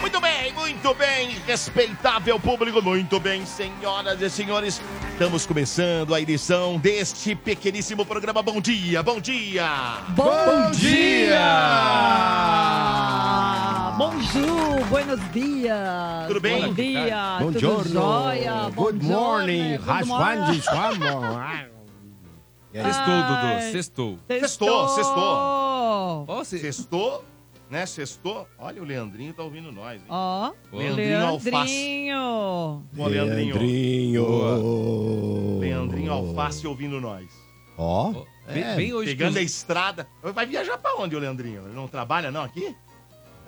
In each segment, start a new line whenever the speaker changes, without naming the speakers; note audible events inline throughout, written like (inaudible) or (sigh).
Muito bem, muito bem, respeitável público, muito bem, senhoras e senhores. Estamos começando a edição deste pequeníssimo programa. Bom dia, bom dia!
Bom
dia!
Bonjour, buenos dias.
Tudo bem?
Bom
tá.
dia, tudo
Buongiorno.
jóia.
Good
Bom
morning.
giorno, good
Rasvandi,
morning. (laughs) Ah,
Sextou, Dudu.
Ai.
Sextou.
Sextou, sextou.
Ó, cê-
Sextou, né? Sextou. Olha, o Leandrinho tá ouvindo nós, hein?
Ó,
Leandrinho Alface.
Leandrinho.
Ó, Leandrinho.
Leandrinho.
Leandrinho Alface ouvindo nós.
Ó.
ó,
É,
bem, bem hoje que
Pegando a
os-
estrada. Vai viajar pra onde, o Leandrinho? Ele não trabalha, não, aqui?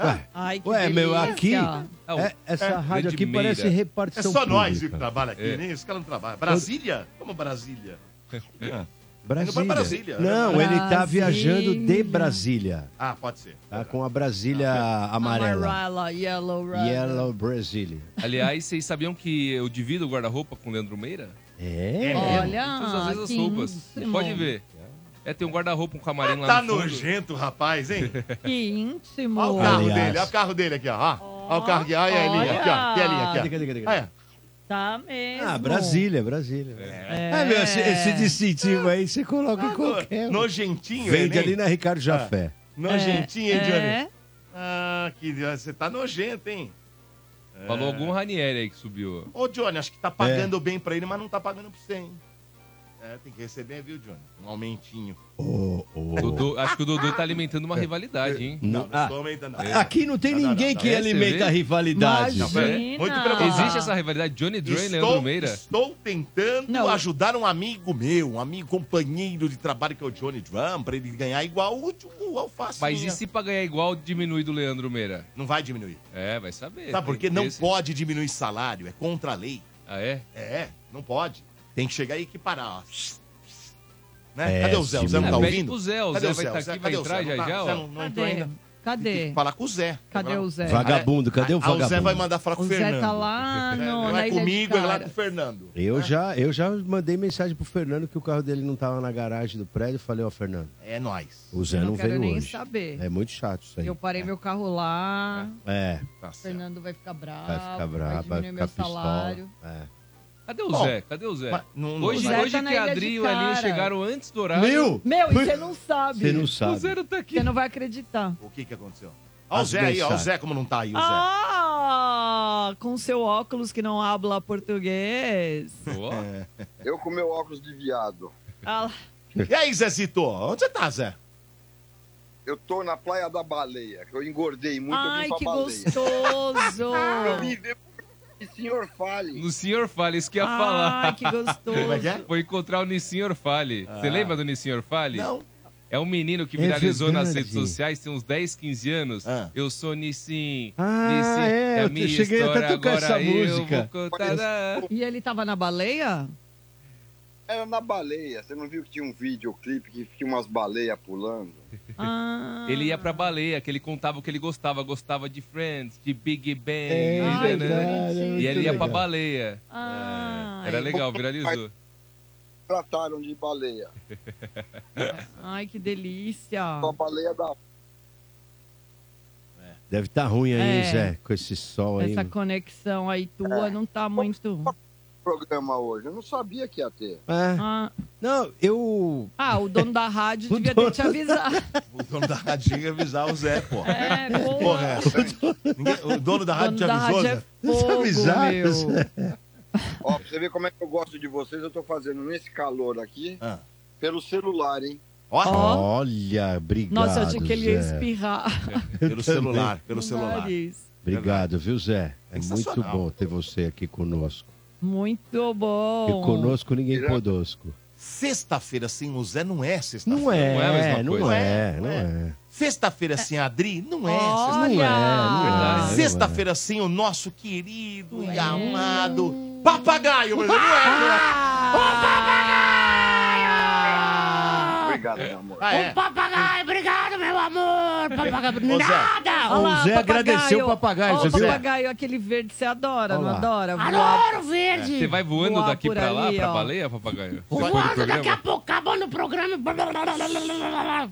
Ué,
Ai, que
Ué, meu,
delícia.
aqui-
Ah, o-
é- essa
é,
rádio aqui
Ludmilla.
parece
É
repartição
só nós que
pública.
trabalha aqui,
É.
nem Esse cara não trabalha. Brasília? Como Brasília? Ele foi
Brasília.
pra Brasília,
Não,
né?
ele tá
Brasília.
viajando de Brasília.
Ah, pode ser.
Tá com a Brasília amarela.
Amarela, yellow, red.
Yellow Brasília.
Aliás, vocês sabiam que eu divido o guarda-roupa com o Leandro Meira?
É.
Eu
Olha,
uso às vezes as
que
roupas.
íntimo.
Pode ver. É, tem um guarda-roupa, um camarim lá
Tá
no fundo.
nojento, rapaz, hein?
(laughs) Que íntimo.
Olha o carro
Aliás.
dele, olha o carro dele aqui, ó. Ó, Ó o carro aqui, olha a linha aqui, ó. Tem a linha aqui, ó.
Diga, diga, diga.
Olha.
Tá mesmo.
Ah, Brasília, Brasília.
É,
Ah, meu, esse, esse distintivo aí você coloca em qualquer. um.
Nojentinho, hein?
Vende ali na Ricardo Jafé.
Nojentinho, hein, Johnny?
É.
Ah, que você tá nojento, hein? É.
Falou É. algum Ranieri aí que subiu.
Ô, Johnny, acho que tá pagando bem pra ele, mas não tá pagando pra você, hein? É, tem que receber, viu, Johnny? Um aumentinho.
Ô, ô. É.
Dudu- acho que o Dudu tá alimentando uma rivalidade, hein?
Não,
Não,
ah,
tô aumentando. não.
Aqui não tem
Não, não,
ninguém
não,
que
não.
alimenta a
Esse
rivalidade.
Mas-
pera-
Imagina.
muito preocupado.
Existe essa rivalidade Johnny Drain e Leandro
Estou,
Meira?
estou tentando
Não.
ajudar um amigo meu, um amigo companheiro de trabalho que é o Johnny Drum, pra ele ganhar igual o último alface.
Mas e se pra ganhar igual diminui do Leandro Meira?
Não vai diminuir.
É, vai saber.
Sabe por
Tem
quê?
que
Não
ter esse-
pode diminuir salário, é contra a lei.
Ah, é?
É, não pode. Tem que chegar e equiparar, ó. Né?
Péssimo.
Cadê o Zé? O Zé não tá
É, pede
ouvindo?
pro Zé, o
Cadê
Zé vai estar aqui, vai
Cadê o
entrar
Zé?
já
Não tá-
já,
o Zé
ó.
não, não entrou
Cadê?
ainda? Tem
Cadê?
que falar com o Zé.
Cadê o Zé?
Vagabundo, cadê o
Ah,
vagabundo?
O Zé vai mandar falar com
O
o Fernando.
Zé tá lá
É,
no,
não
na
é
ilha de
comigo, é lá
Cara.
com o Fernando.
Ah.
Eu já, eu já mandei mensagem pro Fernando que o carro dele não tava na garagem do prédio. Falei, ó, Fernando,
É nós.
o Zé
Eu
não,
não quero
veio
nem
hoje.
saber.
É muito chato isso aí.
Eu parei meu carro lá.
É,
Tá
O
certo.
Fernando vai ficar bravo.
vai ficar bravo, vai
diminuir meu
ficar
salário.
pistola. É.
Cadê o
Bom,
Zé? Cadê o Zé?
mas não-
Hoje,
O Zé
hoje
tá na
que a
ilha de
Adri e o Elinho
cara.
chegaram antes do horário.
Meu!
Meu, e você não sabe.
Hum? Você não
O
sabe.
Zé não tá aqui.
Você não vai acreditar.
O que que aconteceu? Olha o
As
Zé aí, ó. O
mensagens.
Zé como não tá aí, o Zé.
Ah, com seu óculos que não habla português.
Ó,
É.
Eu com meu óculos de viado.
Ah, lá.
E aí, Zezito? Onde você tá,
(laughs)
Zé?
Eu tô na Praia da Baleia, que eu engordei muito,
ai,
eu vim
que
pra baleia.
gostoso.
(laughs) Eu vim ver o senhor fale.
no Senhor Fale, isso que eu ia
Ai,
falar.
que
Como é que
gostoso.
é?
Vou encontrar o Nissin Orfale.
Ah.
Você lembra do Nissin Orfale?
Não.
É um menino que
É
viralizou nas
verdade.
redes sociais, tem uns 10, 15 anos.
Ah.
Eu sou Nissin.
Ah,
Nissin,
é,
a
eu
minha
cheguei até
história,
a tocar
agora
essa
eu
música.
Vou contar da...
E ele tava na baleia?
Era na baleia. Você não viu que tinha um videoclipe que tinha umas baleias pulando?
Ah.
Ele ia pra baleia, que ele contava o que ele gostava. Gostava de Friends, de Big Bang.
É,
de-
Ai, que
verdade,
bonitinho.
é muito
E ele ia pra
legal.
baleia.
Ai,
Era legal, viralizou.
Trataram de
(laughs)
baleia.
É.
ai, que delícia.
Só baleia da.
Deve estar ruim aí, hein,
É.
Zé, com esse sol aí.
Essa conexão aí
É.
tua não tá muito.
Programa hoje. Eu não sabia que ia ter.
É.
Ah,
Não, eu.
ah, o dono da rádio
O
devia
dono
ter te avisado. (laughs)
O dono da rádio chega a avisar o Zé, pô.
É,
Porra, é
porra.
essa, hein? Ninguém- o dono da
O
rádio
dono
te
da
avisou,
rádio é
Zé?
Você
fogo,
avisar,
meu.
Zé?
Ó, pra você ver como é que eu gosto de vocês, eu tô fazendo nesse calor aqui
Ah.
pelo celular, hein?
Ó,
Ó.
Olha, obrigado.
Nossa, eu achei que ele ia
Zé.
espirrar
pelo celular, pelo
no
celular.
nariz.
Obrigado, viu, Zé? É muito
Sensacional.
bom ter você aqui conosco.
Muito
Oh.
Porque
bom.
conosco ninguém podosco.
Sexta-feira sem o Zé não é sexta-feira.
Não é,
Não é a mesma
não,
coisa.
é, não é,
Sexta-feira sem a Adri não é
Olha!
sexta-feira.
Não é, não é.
Verdade.
Sexta-feira sim, o nosso querido e amado papagaio, mas não é, não é.
Ah!
Obrigado, meu amor.
Ah, é.
Papagaio, obrigado, meu amor! Papagaio,
Ô, Zé.
nada!
Olha
O
lá,
Zé agradeceu o papagaio,
Ó,
você
o
viu?
papagaio, aquele verde, você adora,
Olha
não
lá.
adora? Voar.
Adoro verde!
Você vai voando
Voar
daqui
por
pra lá,
ali,
pra
ó.
baleia, papagaio?
Voando daqui a pouco, acabando o programa.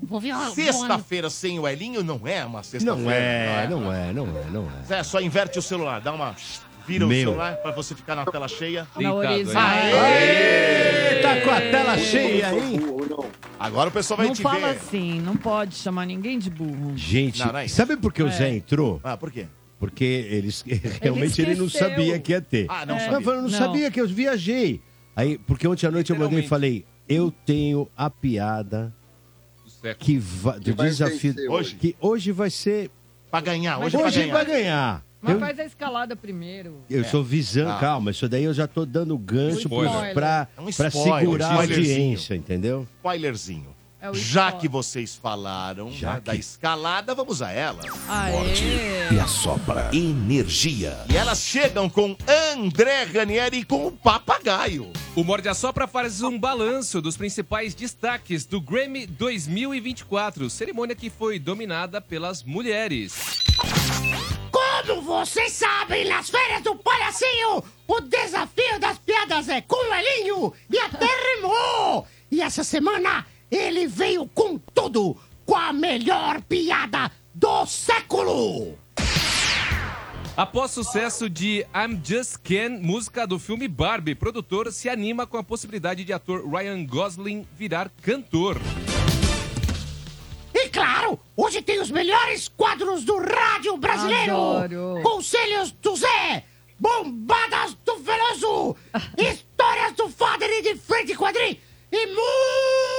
Vou vir voando.
Sexta-feira sem o Elinho não é uma sexta-feira.
Não é, não é, não é, não é.
Zé, só inverte o celular, dá uma. Vira o
Meu.
celular pra você ficar na tela cheia.
Na
Deitado aí.
horizontal.
Tá com a tela cheia, hein?
Ou não.
Agora o pessoal vai
Não
te
fala
ver.
assim, não pode chamar ninguém de burro.
Gente,
Não, não é isso.
sabe por que o Zé entrou?
Ah, por quê?
Porque ele, (laughs) es- realmente ele não
esqueceu. É.
sabia que ia ter.
Ah, não
Não,
sabia.
eu falei, não,
Não.
sabia que eu viajei. Aí, porque ontem à noite eu mandei e falei, eu tenho a piada
Do século.
que va- do
vai
desafio
vencer
hoje.
que hoje vai ser,
Pra ganhar, hoje,
hoje,
é pra
vai
ganhar.
ganhar.
Mas
Eu-
faz a escalada primeiro.
Eu estou visando,
Ah.
calma, isso daí eu já tô dando gancho
Spoiler.
pros- pra,
É um
pra
spoiler,
segurar a
spoilerzinho.
audiência, entendeu?
Spoilerzinho.
É o
Já
esporte.
que vocês falaram né,
Já
da- da
que-
escalada, vamos a ela.
Aê!
e a sopra energia.
E elas chegam com André Ranieri e com o papagaio.
O Morde a Sopra faz um balanço dos principais destaques do Grammy 2024, cerimônia que foi dominada pelas mulheres.
Como vocês sabem, nas férias do Palhacinho, o desafio das piadas é com o Elinho e até rimou. E essa semana ele veio com tudo, com a melhor piada do século.
Após sucesso de I'm Just Ken, música do filme Barbie, produtor se anima com a possibilidade de ator Ryan Gosling virar cantor.
E claro, hoje tem os melhores quadros do rádio brasileiro.
Adoro.
Conselhos do Zé, bombadas do Veloso,
(laughs)
histórias do Fader e de frente quadrim e muito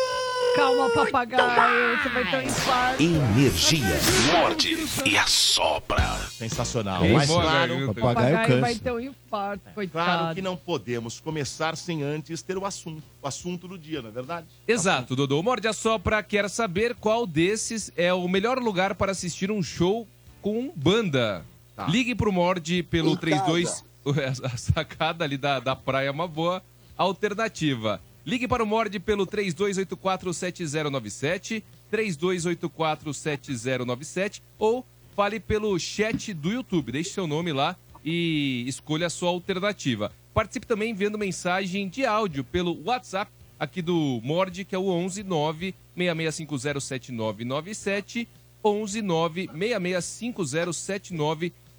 Calma, papagaio, você vai ter um infarto.
Energia. Morde e a sopra.
Sensacional.
Ei,
Mas
bora,
claro, É,
garota.
Papai. papagaio
papagaio vai
cansa.
ter um infarto, coitado.
claro que não podemos começar sem antes ter o assunto. O assunto do dia, não é verdade?
Exato, Tá Dodô. O Morde a Sopra quer saber qual desses é o melhor lugar para assistir um show com banda.
Tá.
Ligue pro Morde pelo
Em
32... (laughs) É, A sacada ali da, da praia é uma boa alternativa. Ligue para o Morde pelo 32847097, 32847097 ou fale pelo chat do YouTube. Deixe seu nome lá e escolha a sua alternativa. Participe também enviando mensagem de áudio pelo WhatsApp aqui do Mord, que é o 11 9 66507997, 11 9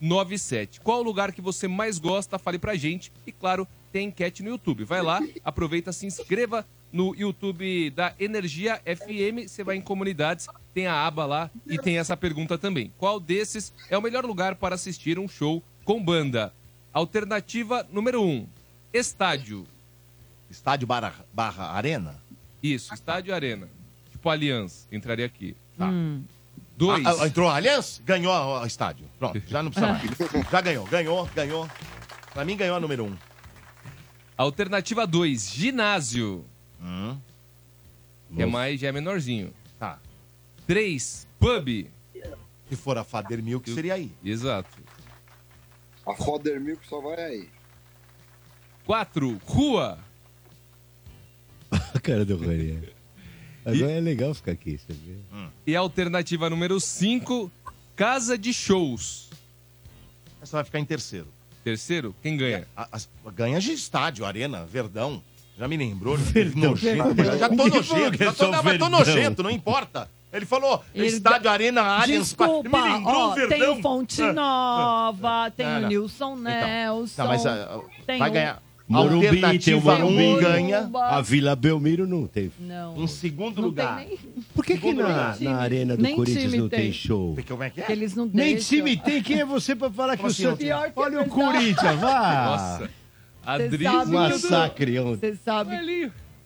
66507997. Qual o lugar que você mais gosta? Fale pra gente. E claro, tem enquete no YouTube. Vai lá, aproveita, se inscreva no YouTube da Energia FM, você vai em comunidades, tem a aba lá e tem essa pergunta também. Qual desses é o melhor lugar para assistir um show com banda? Alternativa número 1, um, estádio.
Estádio barra, barra Arena?
Isso, estádio e arena. Tipo Aliança, entraria aqui.
Tá.
Hum.
Dois.
Ah, ah, entrou a Allianz, ganhou o estádio. Pronto, já não
Ah.
precisa mais. Já ganhou, ganhou, ganhou. Pra mim ganhou a número um.
Alternativa 2, ginásio.
Hum,
Que é mais, já é menorzinho.
tá.
3, pub.
Se for a Fader Milk, seria aí.
Exato.
A Roder Milk só vai aí.
4, rua.
A cara do Ranieri. Agora é legal ficar aqui, você vê.
Hum.
E alternativa número 5, casa de shows.
Essa vai ficar em terceiro.
Terceiro, quem ganha?
É, A- a- ganha de estádio, Arena, Verdão. Já me lembrou. né? Nojento.
Verdão.
Já tô
Ninguém falou
nojento,
que é
já tô,
só
não, mas tô
Verdão.
nojento, não importa. Ele falou
Ele-
estádio, Arena, Allianz. pa-
Desculpa,
Me lembrou
ó,
o
tem
Verdão.
o Fonte Nova, tem
não,
o
Ah. Então, não.
Nilson Nelson.
Tá, mas ah,
tem
vai
um-
ganhar.
Morumbi,
Alternativa
tem o Morumbi.
1 ganha.
A Vila Belmiro não tem.
Não,
Em segundo
não
lugar.
tem nem...
Por que, que
Segundo
na,
lugar.
na arena do
Nem
Corinthians
time
não tem,
tem.
show?
Porque Como é que é?
Eles não
Nem
deixam.
time tem. Quem é você pra falar que
Como
o
assim,
seu...
não tem?
Pior que
Olha
é
o Corinthians, vá!
Nossa. A
Cê
Dri-
sabe
Massacre um ontem.
Você sabe
Um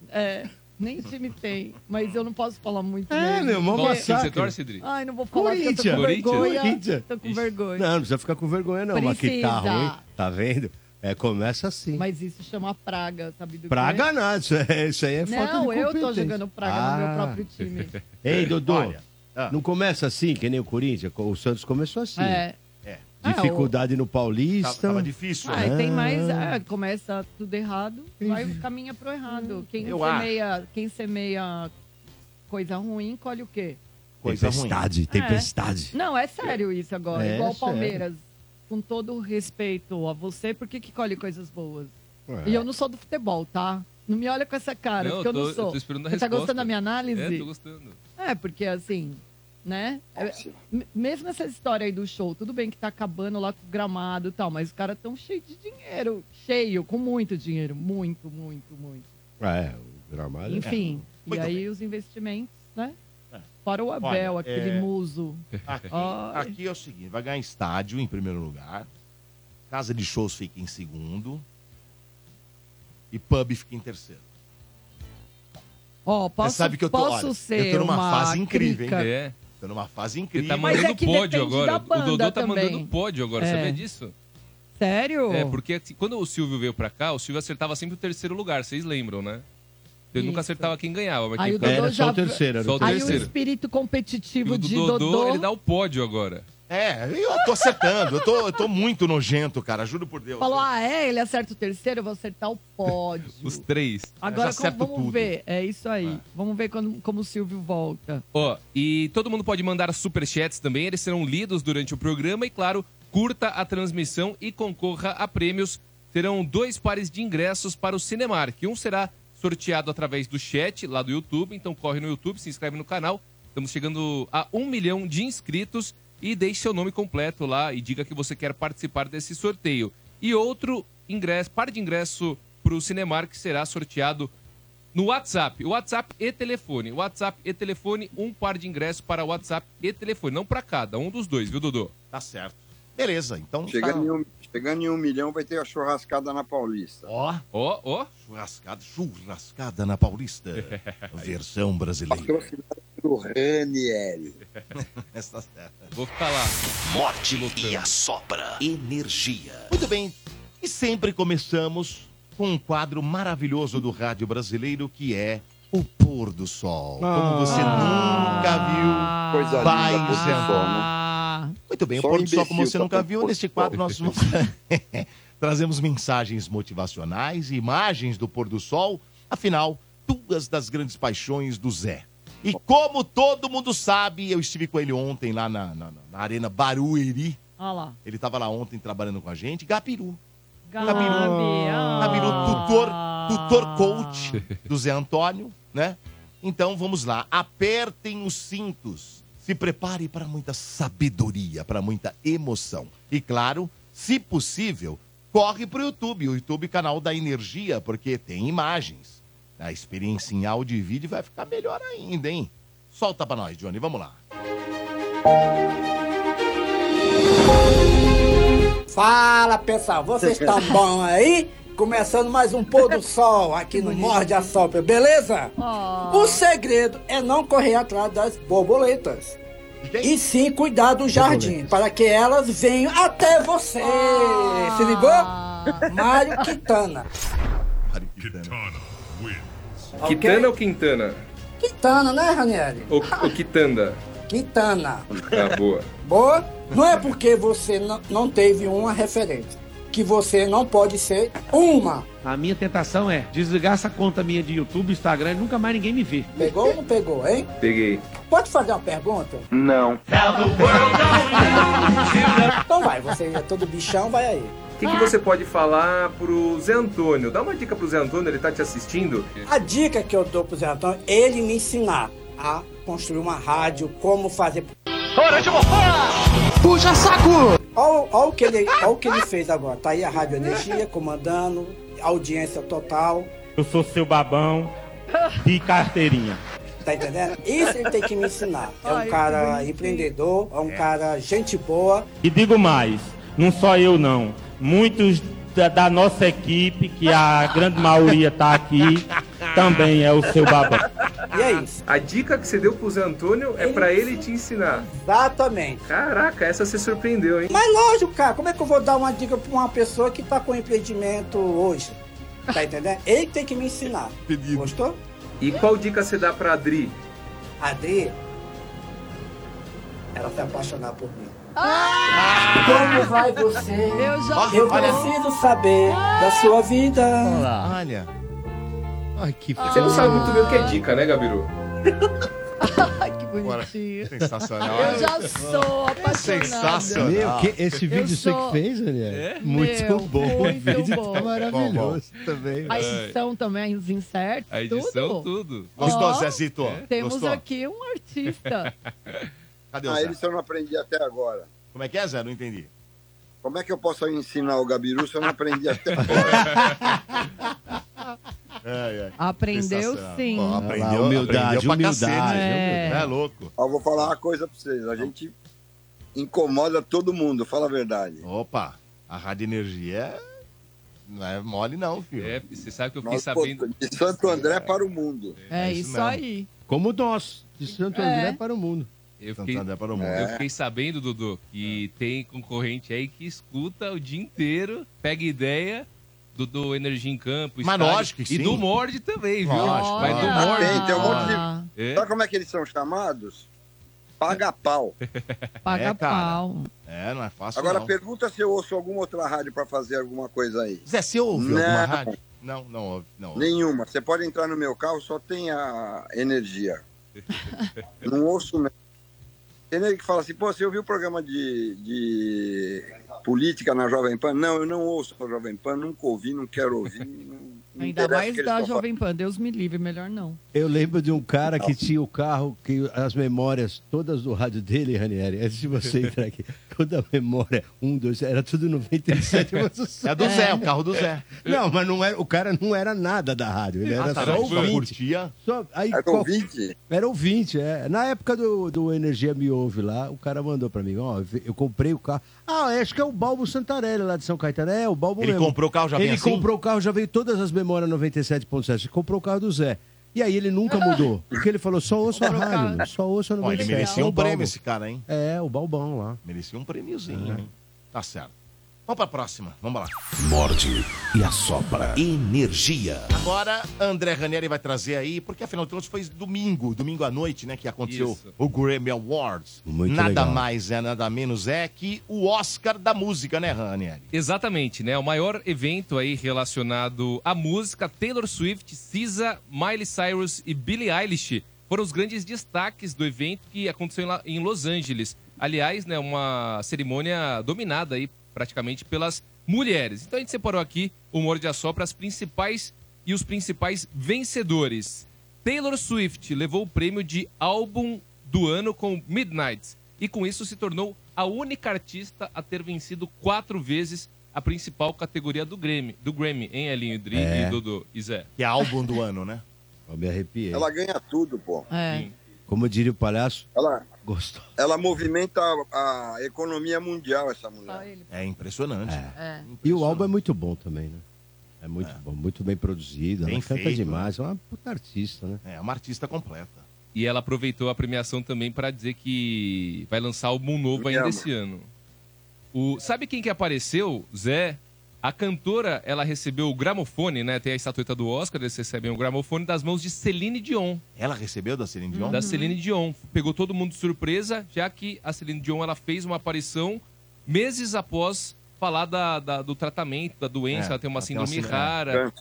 É, nem time tem, mas eu não posso falar muito.
É,
mesmo.
meu, mó
Qual time você
massacre.
torce, Dri?
Ai, não vou falar porque eu tô com
Corinthians.
vergonha.
Corinthians.
Tô com
Ixi.
vergonha.
Não, não precisa ficar com vergonha, não. Mas que tá
Precisa.
ruim, tá vendo? É, começa assim.
Mas isso chama praga, sabe do quê?
Praga nada, isso, é, isso aí é falta de
Não, eu tô
competência.
jogando praga no
Ah.
meu próprio time.
Ei, Dodô,
Olha, ah.
não começa assim, que nem o Corinthians. O Santos começou assim.
É.
É.
Dificuldade no
Tava,
Paulista.
tava difícil.
Ah, e tem mais. ah, começa tudo errado, vai caminha pro errado. Quem
Hum. Eu
semeia, quem semeia coisa ruim, colhe o quê? É.
Coisa ruim.
tempestade, tempestade.
Não, é sério isso agora.
É,
Igual o
sério.
Palmeiras. Com todo o respeito a você, por que, que colhe coisas boas?
É.
E eu não sou do futebol, tá? Não me olha com essa cara,
Não,
porque eu
eu tô-
não sou.
eu tô esperando a
você tá
resposta.
gostando da minha análise?
É, tô gostando.
É, porque assim, né? É, m- mesmo essa história aí do show, tudo bem que tá acabando lá com o gramado e tal, mas os caras tão cheios de dinheiro. Cheio, com muito dinheiro. Muito, muito, muito.
É, o gramado.
Enfim, e
Muito
aí
bem. É.
os investimentos, né? Fora o Abel,
Olha,
aquele
é-
muso.
Aqui,
Ai.
aqui é o seguinte: vai ganhar estádio em primeiro lugar, casa de shows fica em segundo e pub fica em terceiro.
Ó, posso,
sabe que eu tô-
posso
olha,
ser
eu tô numa
uma
fase incrível, hein?
crica.
É.
Tá numa fase
Ele
incrível.
tá
Mas é
mandando
que
pódio
depende da
agora. O Dodô
banda
tá
também.
mandando pódio agora,
É.
sabia disso?
Sério?
É, porque assim, quando o Silvio veio pra cá, o Silvio acertava sempre o terceiro lugar, vocês lembram, né? Ele nunca
Isso.
acertava quem ganhava, mas
Aí
quem
o
ficava-
Dodô
Era só
já-
o terceiro. era
é Só o
Aí
terceiro.
o espírito competitivo
o
de
Dodô,
Dodô.
ele dá o pódio agora.
É, eu tô acertando. Eu tô, eu tô muito nojento, cara. Juro por Deus.
Falou,
Eu-
ah, é? Ele acerta o terceiro, eu vou acertar o pódio.
Os três.
Eu já
Agora
acerto
como, vamos
tudo.
ver. É isso aí. Vamos ver quando, como o Silvio volta.
Ó, e todo mundo pode mandar superchats também, eles serão lidos durante o programa e, claro, curta a transmissão e concorra a prêmios. Terão dois pares de ingressos para o Cinemark. Um será sorteado através do chat lá do YouTube, então corre no YouTube, se inscreve no canal. Estamos chegando a um milhão de inscritos e deixe seu nome completo lá e diga que você quer participar desse sorteio. E outro ingresso, par de ingresso para o Cinemark será sorteado no WhatsApp, WhatsApp e telefone. WhatsApp e telefone, um par de ingressos para WhatsApp e telefone. Não para cada, um dos dois, viu, Dodô?
Tá certo. Beleza, então. tá...
Chegando, em um, chegando em um milhão, vai ter a churrascada na Paulista.
Ó,
Ó, ó.
churrascada, churrascada na
(laughs)
Paulista. Versão brasileira.
Patrocinado pelo Ranieri.
Essa certa.
Vou ficar lá.
Morte
Pilotando.
e a sopra. Energia.
Muito bem. E sempre começamos com um quadro maravilhoso do rádio brasileiro que é o pôr do sol. Como você nunca
Ah,
Coisa linda,
vai,
por si
Zé.
só, né?
Ah,
viu. tá Muito bem,
Só
o pôr do sol
imbecil
como você
tá
nunca
com
viu.
pôr do
Neste
sol.
quadro nós vamos- (laughs) trazemos mensagens motivacionais e imagens do pôr do sol. Afinal, duas das grandes paixões do Zé. E como todo mundo sabe, eu estive com ele ontem lá na, na- na Arena Barueri.
olha lá.
Ele estava lá ontem trabalhando com a gente. Gapiru.
Gabi.
Gabiru.
ah.
Gabiru, tutor, tutor coach do Zé Antônio, né? Então vamos lá, apertem os cintos, se prepare para muita sabedoria, para muita emoção. E claro, se possível, corre para o YouTube, o YouTube canal da Energia, porque tem imagens. A experiência em áudio e vídeo vai ficar melhor ainda, hein? Solta para nós, Johnny, vamos lá.
Fala pessoal, vocês estão bom aí? Começando mais um pôr do sol aqui no Morde a Sopra, beleza? O segredo é não correr atrás das borboletas. E sim cuidar do jardim, para que elas venham até você. Se ligou? Mário Quintana.
Mário Quintana.
ok?
Quitana ou Quintana?
Quintana, né, Ranieri?
Ou, ou
(laughs)
Quitanda?
Quintana.
Tá boa.
Boa? Não é porque você não- não teve uma referência que você não pode ser uma.
A minha tentação é desligar essa conta minha de YouTube, Instagram e nunca mais ninguém me vê.
Pegou ou não pegou, hein?
Peguei.
Pode fazer uma pergunta?
Não.
Então vai, você é todo bichão, vai aí.
O que, você pode falar pro Zé Antônio? Dá uma dica pro Zé Antônio, ele tá te assistindo.
A dica que eu dou pro Zé Antônio, ele me ensinar a construir uma rádio, como fazer. Hora de Puxa saco! Olha o que ele, ó o que ele fez agora. Tá aí a Rádio Energia comandando, audiência total.
Eu sou seu babão de carteirinha.
Tá entendendo? Isso ele tem que me ensinar. É
Ai,
um
que
cara
bonitinho.
empreendedor, é um cara gente boa.
E digo mais, não só eu não, muitos da, da nossa equipe, que a grande maioria tá aqui, também é o seu babão.
E é isso.
A dica que você deu pro Zé Antônio é pra ele te ensinar.
Exatamente.
Caraca, essa você surpreendeu, hein?
Mas lógico, cara, como é que eu vou dar uma dica pra uma pessoa que tá com empreendimento hoje? Tá entendendo? Ele tem que me ensinar. Gostou?
E qual dica você dá pra Adri?
Adri, ela se apaixonar por mim. Como vai você? assim. Eu,
já- Olha.
preciso saber da sua vida.
Ah.
Olha.
Ai, que
Você não sabe muito bem o que é dica, né, Gabiru?
Que bonitinho.
Sensacional.
Eu já sou apaixonada.
Sensacional.
Meu, que- esse
Eu
vídeo você
sou-
que fez, Daniel?
É?
Muito
Meu,
bom.
muito
o vídeo
bom.
tá maravilhoso também.
É.
É.
A edição também, os insertos,
A edição,
tudo.
tudo.
Gostou,
Ó,
Zezito?
Temos
Gostou?
aqui um
(laughs)
artista.
Cadê o
Ah,
Zé?
ele só não aprendi até agora.
Como é que é, Zé? Não entendi.
Como é que eu posso ensinar o Gabiru se eu não aprendi
(laughs)
até agora?
É, é.
Aprendeu
Sensacional.
sim.
Ó, aprendeu,
Olha lá, humildade,
aprendeu pra
humildade,
cacete.
É.
É louco.
Ó, vou falar uma coisa pra vocês. A gente incomoda todo mundo, fala a verdade.
Opa, a Rádio Energia é- não é mole não, filho.
É, você sabe que eu fiquei
Nós, pô,
sabendo.
de Santo André para o mundo.
É,
É isso
isso,
mesmo.
aí.
Como nós, de Santo
É.
André para o mundo.
Eu
Santo
fiquei,
André para o mundo.
eu fiquei sabendo, Dudu, que tem concorrente aí que escuta o dia inteiro, pega ideia do, do Energia em Campo.
Mas
estádio,
lógico que
E
sim.
do Mord também, viu?
Lógico,
Mas do
lógico.
Mord.
Tem, tem um monte de-
É.
Sabe como é que eles são chamados? Paga pau.
Paga
É, cara.
pau.
É, não é fácil
Agora
não.
pergunta se eu ouço alguma outra rádio para fazer alguma coisa aí.
Zé, você ouve alguma
Não.
rádio? Não, não ouve. Não ouve.
Nenhuma. Você pode entrar no meu carro, só tem a energia. Não ouço mesmo. Tem nego que fala assim, pô, você ouviu o programa de, de política na Jovem Pan? Não, eu não ouço a Jovem Pan, nunca ouvi, não quero ouvir. não- não
(laughs) Ainda
interessa o
mais
que eles
da
estão falando.
Jovem Pan. Deus me livre, melhor não.
Eu lembro de um cara que tinha o carro, que as memórias todas do rádio dele, Ranieri, antes de você entrar
(laughs)
aqui, toda a memória, um, dois, era tudo
(laughs)
97, mas o som-
É do Zé, o carro do Zé.
Não, mas não era, o cara não era nada da rádio, ele era
Ah, tá,
só
mas eu
ouvinte.
curtia.
Só, aí,
Era
qual-
ouvinte?
Era ouvinte, é. Na época do, do Energia Me Ouve lá, o cara mandou pra mim, ó, eu comprei o carro. Ah, acho que é o Balbo Santarelli lá de São Caetano. É, o Balbo
Ele
mesmo.
comprou o carro, já vem
Ele
assim?
comprou o carro, já veio todas as memórias 97.7. Ele comprou o carro do Zé. E aí ele nunca mudou. Porque ele falou, só ouço a
Comprou o
rádio,
carro.
meu, só ouço a
Ó, ele
97.
merecia
É
um
o Balbo.
prêmio esse cara, hein?
É, o Balbão lá. É.
Merecia um prêmiozinho, hein? Tá certo. Vamos pra próxima, vamos lá.
Morde e assopra. Energia.
Agora, André Ranieri vai trazer aí, porque afinal de contas foi domingo, domingo à noite, né, que aconteceu
Isso.
o Grammy Awards.
Muito
nada
legal.
mais é, nada menos é que o Oscar da música, né, Ranieri?
Exatamente, né? O maior evento aí relacionado à música, Taylor Swift, SZA, Miley Cyrus e Billie Eilish foram os grandes destaques do evento que aconteceu em La- em Los Angeles. Aliás, né, uma cerimônia dominada aí praticamente pelas mulheres. Então a gente separou aqui o Morde a Sopra as principais e os principais vencedores. Taylor Swift levou o prêmio de álbum do ano com Midnight e com isso se tornou a única artista a ter vencido quatro vezes a principal categoria do Grammy, do Grammy hein, Elinho, Dri,
É.
e Dudu e Zé?
Que é álbum do ano, né?
Eu me arrepiei.
Ela ganha tudo, pô.
É.
Como diria o palhaço,
Ela,
gostou.
ela movimenta a, a economia mundial, essa mulher.
Só ele.
É impressionante.
É.
E o álbum é muito bom também, né? É muito bom, muito bem produzido.
Bem
ela canta
feito, né?
demais. É uma puta artista, né?
É, uma artista completa.
E ela aproveitou a premiação também para dizer que vai lançar álbum novo
Me
ainda
ama.
esse ano. O, sabe quem que apareceu, Zé? A cantora, ela recebeu o gramofone, né? Tem a estatueta do Oscar, eles recebem o gramofone das mãos de Celine Dion.
Ela recebeu da Celine Dion?
da Celine Dion. Pegou todo mundo de surpresa, já que a Celine Dion ela fez uma aparição meses após falar da, da- do tratamento, da doença.
É,
ela tem uma
ela tem uma
síndrome
síndrome-
rara,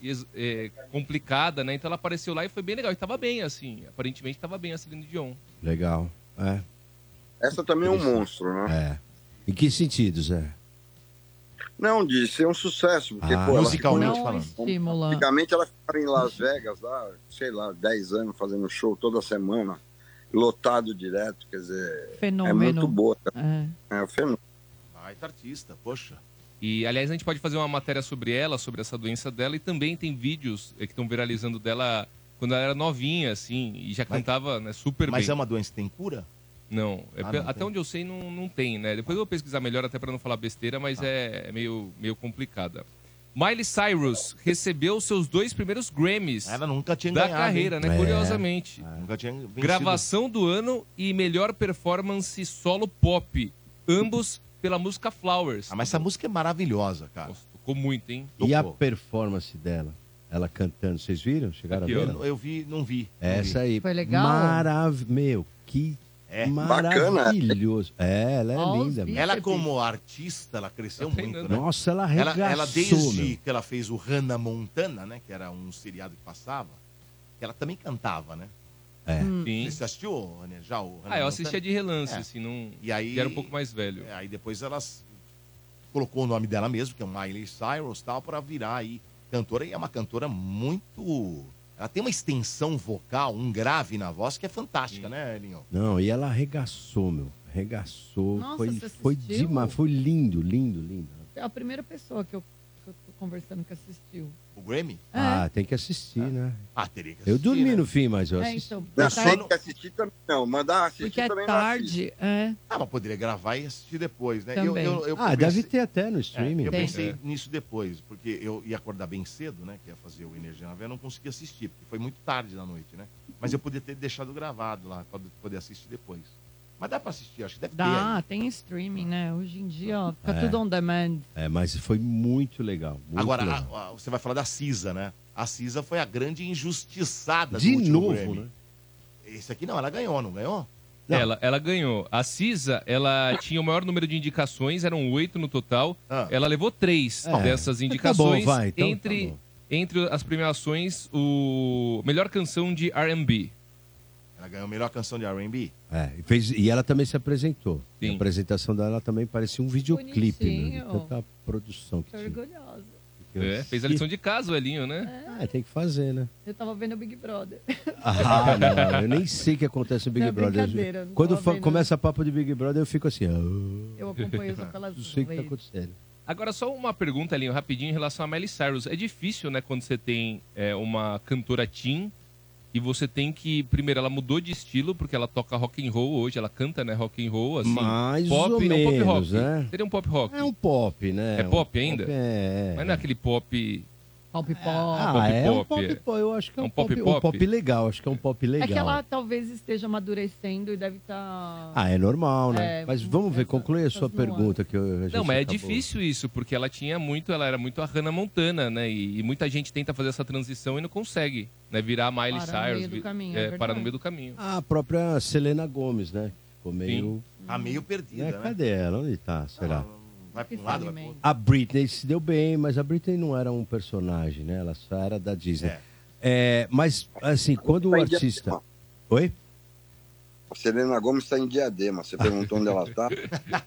e ex- é, complicada, né? Então ela apareceu lá e foi bem legal. E tava bem, assim. Aparentemente tava bem a Celine Dion.
Legal. É,
Essa também é um monstro, né?
é. Em que é? sentido, Zé?
Não, de ser um sucesso. Porque,
Ah,
pô, ela
musicalmente.
ficou-
Não
falando.
estimula.
Antigamente ela ficava em Las Vegas, lá, sei lá, 10 anos fazendo show toda semana, lotado direto, quer dizer, é
Fenômeno.
muito boa.
É.
É um fenômeno.
Baita artista, poxa.
E, aliás, a gente pode fazer uma matéria sobre ela, sobre essa doença dela, e também tem vídeos eh, que estão viralizando dela quando ela era novinha, assim, e já
Mas-
cantava né, super
Mas
bem.
é uma doença que tem cura?
Não, é
Ah,
pe-
não
até
tem.
onde eu sei
Tá.
não, não tem, né? Depois eu vou pesquisar melhor até para não falar besteira, mas é, é meio, meio complicada. Miley Cyrus recebeu seus dois primeiros Grammys
Ela nunca tinha
da
ganhado,
carreira,
hein?
né?
É.
Curiosamente.
Nunca tinha vencido.
Gravação do ano e melhor performance solo pop. Ambos pela música Flowers.
Ah, mas essa música é maravilhosa, cara.
Tocou muito, hein?
E a performance dela? Ela cantando, vocês viram? Chegaram
Aqui,
a
ó.
ver? É
eu, eu vi, não vi. não
Essa
vi.
aí.
Foi legal?
Marav... Meu, que
É.
maravilhoso. É, ela é linda. meu.
Ela, como artista, ela
Tá
cresceu muito, né?
Nossa, ela
Ela,
arregaçou,
ela, desde
meu.
que ela fez o Hannah Montana, né? Que era um seriado que passava, que ela também cantava, né?
É.
Sim.
Você assistiu, né, já o Hannah
Ah, eu
Montana?
assistia de relance,
É.
assim, não.
E aí-
Era um pouco mais velho.
É, aí depois ela s- colocou o nome dela mesmo, que é Miley Cyrus, tal, para virar aí cantora. E é uma cantora muito. Ela tem uma extensão vocal, um grave na voz que é fantástica, né, Elinho?
Não, e ela arregaçou, meu. Arregaçou.
Nossa,
foi,
você
foi
assistiu?
demais. Foi lindo, lindo, lindo.
É a primeira pessoa que eu, que eu tô conversando que assistiu.
O Grammy?
É?
Ah, tem que assistir, né?
Ah, teria que né?
Eu dormi no fim, mas eu
É,
assisti.
então,
Não,
porque
só
é-
não... assistir também não. Mandar assistir
porque é
também
tarde, é.
Ah, mas poderia gravar e assistir depois, né?
Também.
ah, deve ter até no streaming. né?
Eu
Tem.
pensei
É.
nisso depois, porque eu ia acordar bem cedo, né? Que ia fazer o Energia na Veia, eu não consegui assistir, porque foi muito tarde da noite, né? Mas eu podia ter deixado gravado lá, pra poder assistir depois. Mas dá pra assistir, acho que deve ter. aí.
Dá, tem streaming, né? Hoje em dia, ó, fica
É.
tudo on demand.
É, mas foi muito legal. muito
Agora,
legal.
a- a- você vai falar da Cisa, né? A Cisa foi a grande injustiçada
de
do último
novo,
Grammy.
né?
Esse aqui não, ela ganhou, não ganhou?
Não.
Ela, ela ganhou. A Cisa, ela tinha o maior número de indicações, eram oito no total.
Ah.
Ela levou três
É.
dessas
Então tá
indicações.
bom, vai, então tá
entre,
bom.
entre as premiações, o melhor canção de R&B.
Ela ganhou a melhor canção de R&B.
É, e, fez- e ela também se apresentou.
Sim.
A apresentação dela também parecia um videoclipe, né?
Bonitinho.
De Tanta produção que
Tô
tinha.
orgulhosa. É.
Eu
É, fez a lição de casa, o Elinho, né?
Ah, tem que fazer, né?
Eu tava vendo o Big Brother.
(laughs)
(laughs)
Ah, não, eu nem sei o que acontece no Big
Não, é
Brother.
brincadeira, não
Quando
tava
fa-
vendo.
começa papo de Big Brother, eu fico assim, ah, eu
Eu acompanho só
(laughs)
pelas
não sei o que tá
redes.
acontecendo.
Agora, só uma pergunta, Elinho, rapidinho, em relação a Miley Cyrus. É difícil, né, quando você tem é, uma cantora teen e você tem que... Primeiro, ela mudou de estilo, porque ela toca rock and roll hoje. Ela canta, né, rock and roll, assim.
Mais
pop,
ou
é um pop rock.
menos, né?
Seria um pop rock.
É um pop, né?
É
Um
pop ainda?
é, é.
Mas não é aquele pop...
Pop pop.
Ah,
pop
é um
pop,
pop
é.
pop. Eu acho que é
É
um,
um pop
pop,
pop?
um pop legal. Acho que é um pop legal.
é que ela talvez esteja amadurecendo e deve tá estar.
Ah, é normal, né?
É,
Mas vamos ver,
essa-
conclui a sua
essas nuances.
pergunta que eu a gente
Não, mas é
acabou.
difícil isso, porque ela tinha muito, ela era muito a Hannah Montana, né? E, e muita gente tenta fazer essa transição e não consegue, né? Virar a Miley
Para no
Cyrus.
meio do
vi-
caminho, é
é,
verdade.
parar no meio do caminho.
Ah, A própria Selena Gomes, né? Ficou meio.
Tá meio
Né?
perdida, né?
Cadê ela? Onde tá? Será?
Vai pra um
Que
lado, vai
sabe,
pro
man.
outro.
A Britney se deu bem, mas a Britney não era um personagem, né? Ela só era da Disney.
É.
É, mas, assim, quando o
Vai em
artista.
diadema.
Oi?
A Selena Gomes está em diadema. Você perguntou onde ela tá.
(laughs)
está.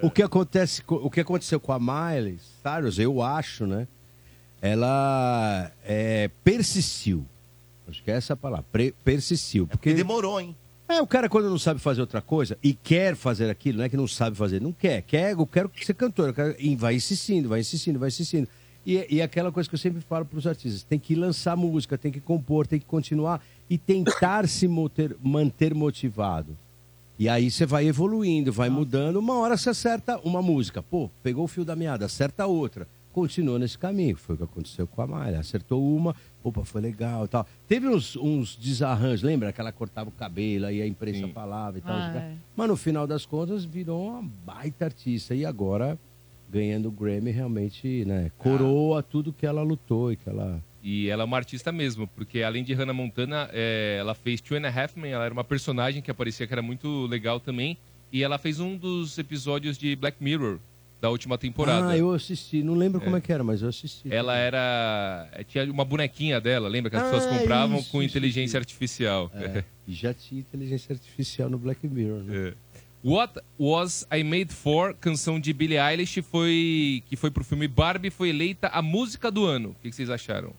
É. O que, acontece, co- o que aconteceu com a Miley Cyrus, eu acho, né? Ela é, persistiu. Acho que é essa a palavra. pre- persistiu.
É Porque
Porque
demorou, hein?
É, o cara quando não sabe fazer outra coisa e quer fazer aquilo, não é que não sabe fazer, não quer. Quer, eu quero ser cantor. eu quero- E vai insistindo, vai insistindo, vai insistindo. E, e aquela coisa que eu sempre falo para os artistas, tem que lançar música, tem que compor, tem que continuar e tentar se moter- manter motivado. E aí você vai evoluindo,
Ah.
vai mudando. Uma hora você acerta uma música. Pô, pegou o fio da meada, acerta outra. Continuou nesse caminho. Foi o que aconteceu com a Malha. Acertou uma, opa, foi legal e tal. Teve uns, uns desarranjos, lembra? Que ela cortava o cabelo, aí a imprensa
Sim.
falava e tal.
Ah,
os caras-
é.
Mas no final das contas, virou uma baita artista. E agora, ganhando o Grammy, realmente, né?
Ah.
Coroa tudo que ela lutou e que ela...
E ela é uma artista mesmo, porque além de Hannah Montana, é, ela fez Two and a Half Men, ela era uma personagem que aparecia que era muito legal também. E ela fez um dos episódios de Black Mirror, da última temporada.
Ah, eu assisti. Não lembro como é que era, mas eu assisti.
Ela era. é, Tinha uma bonequinha dela, lembra? Que as
Ah,
pessoas compravam
isso,
com
isso,
inteligência
isso.
artificial.
É, e já tinha inteligência artificial no Black Mirror, né?
É. What Was I Made For, canção de Billie Eilish, foi, que foi pro filme Barbie, foi eleita a música do ano. O que, que vocês acharam?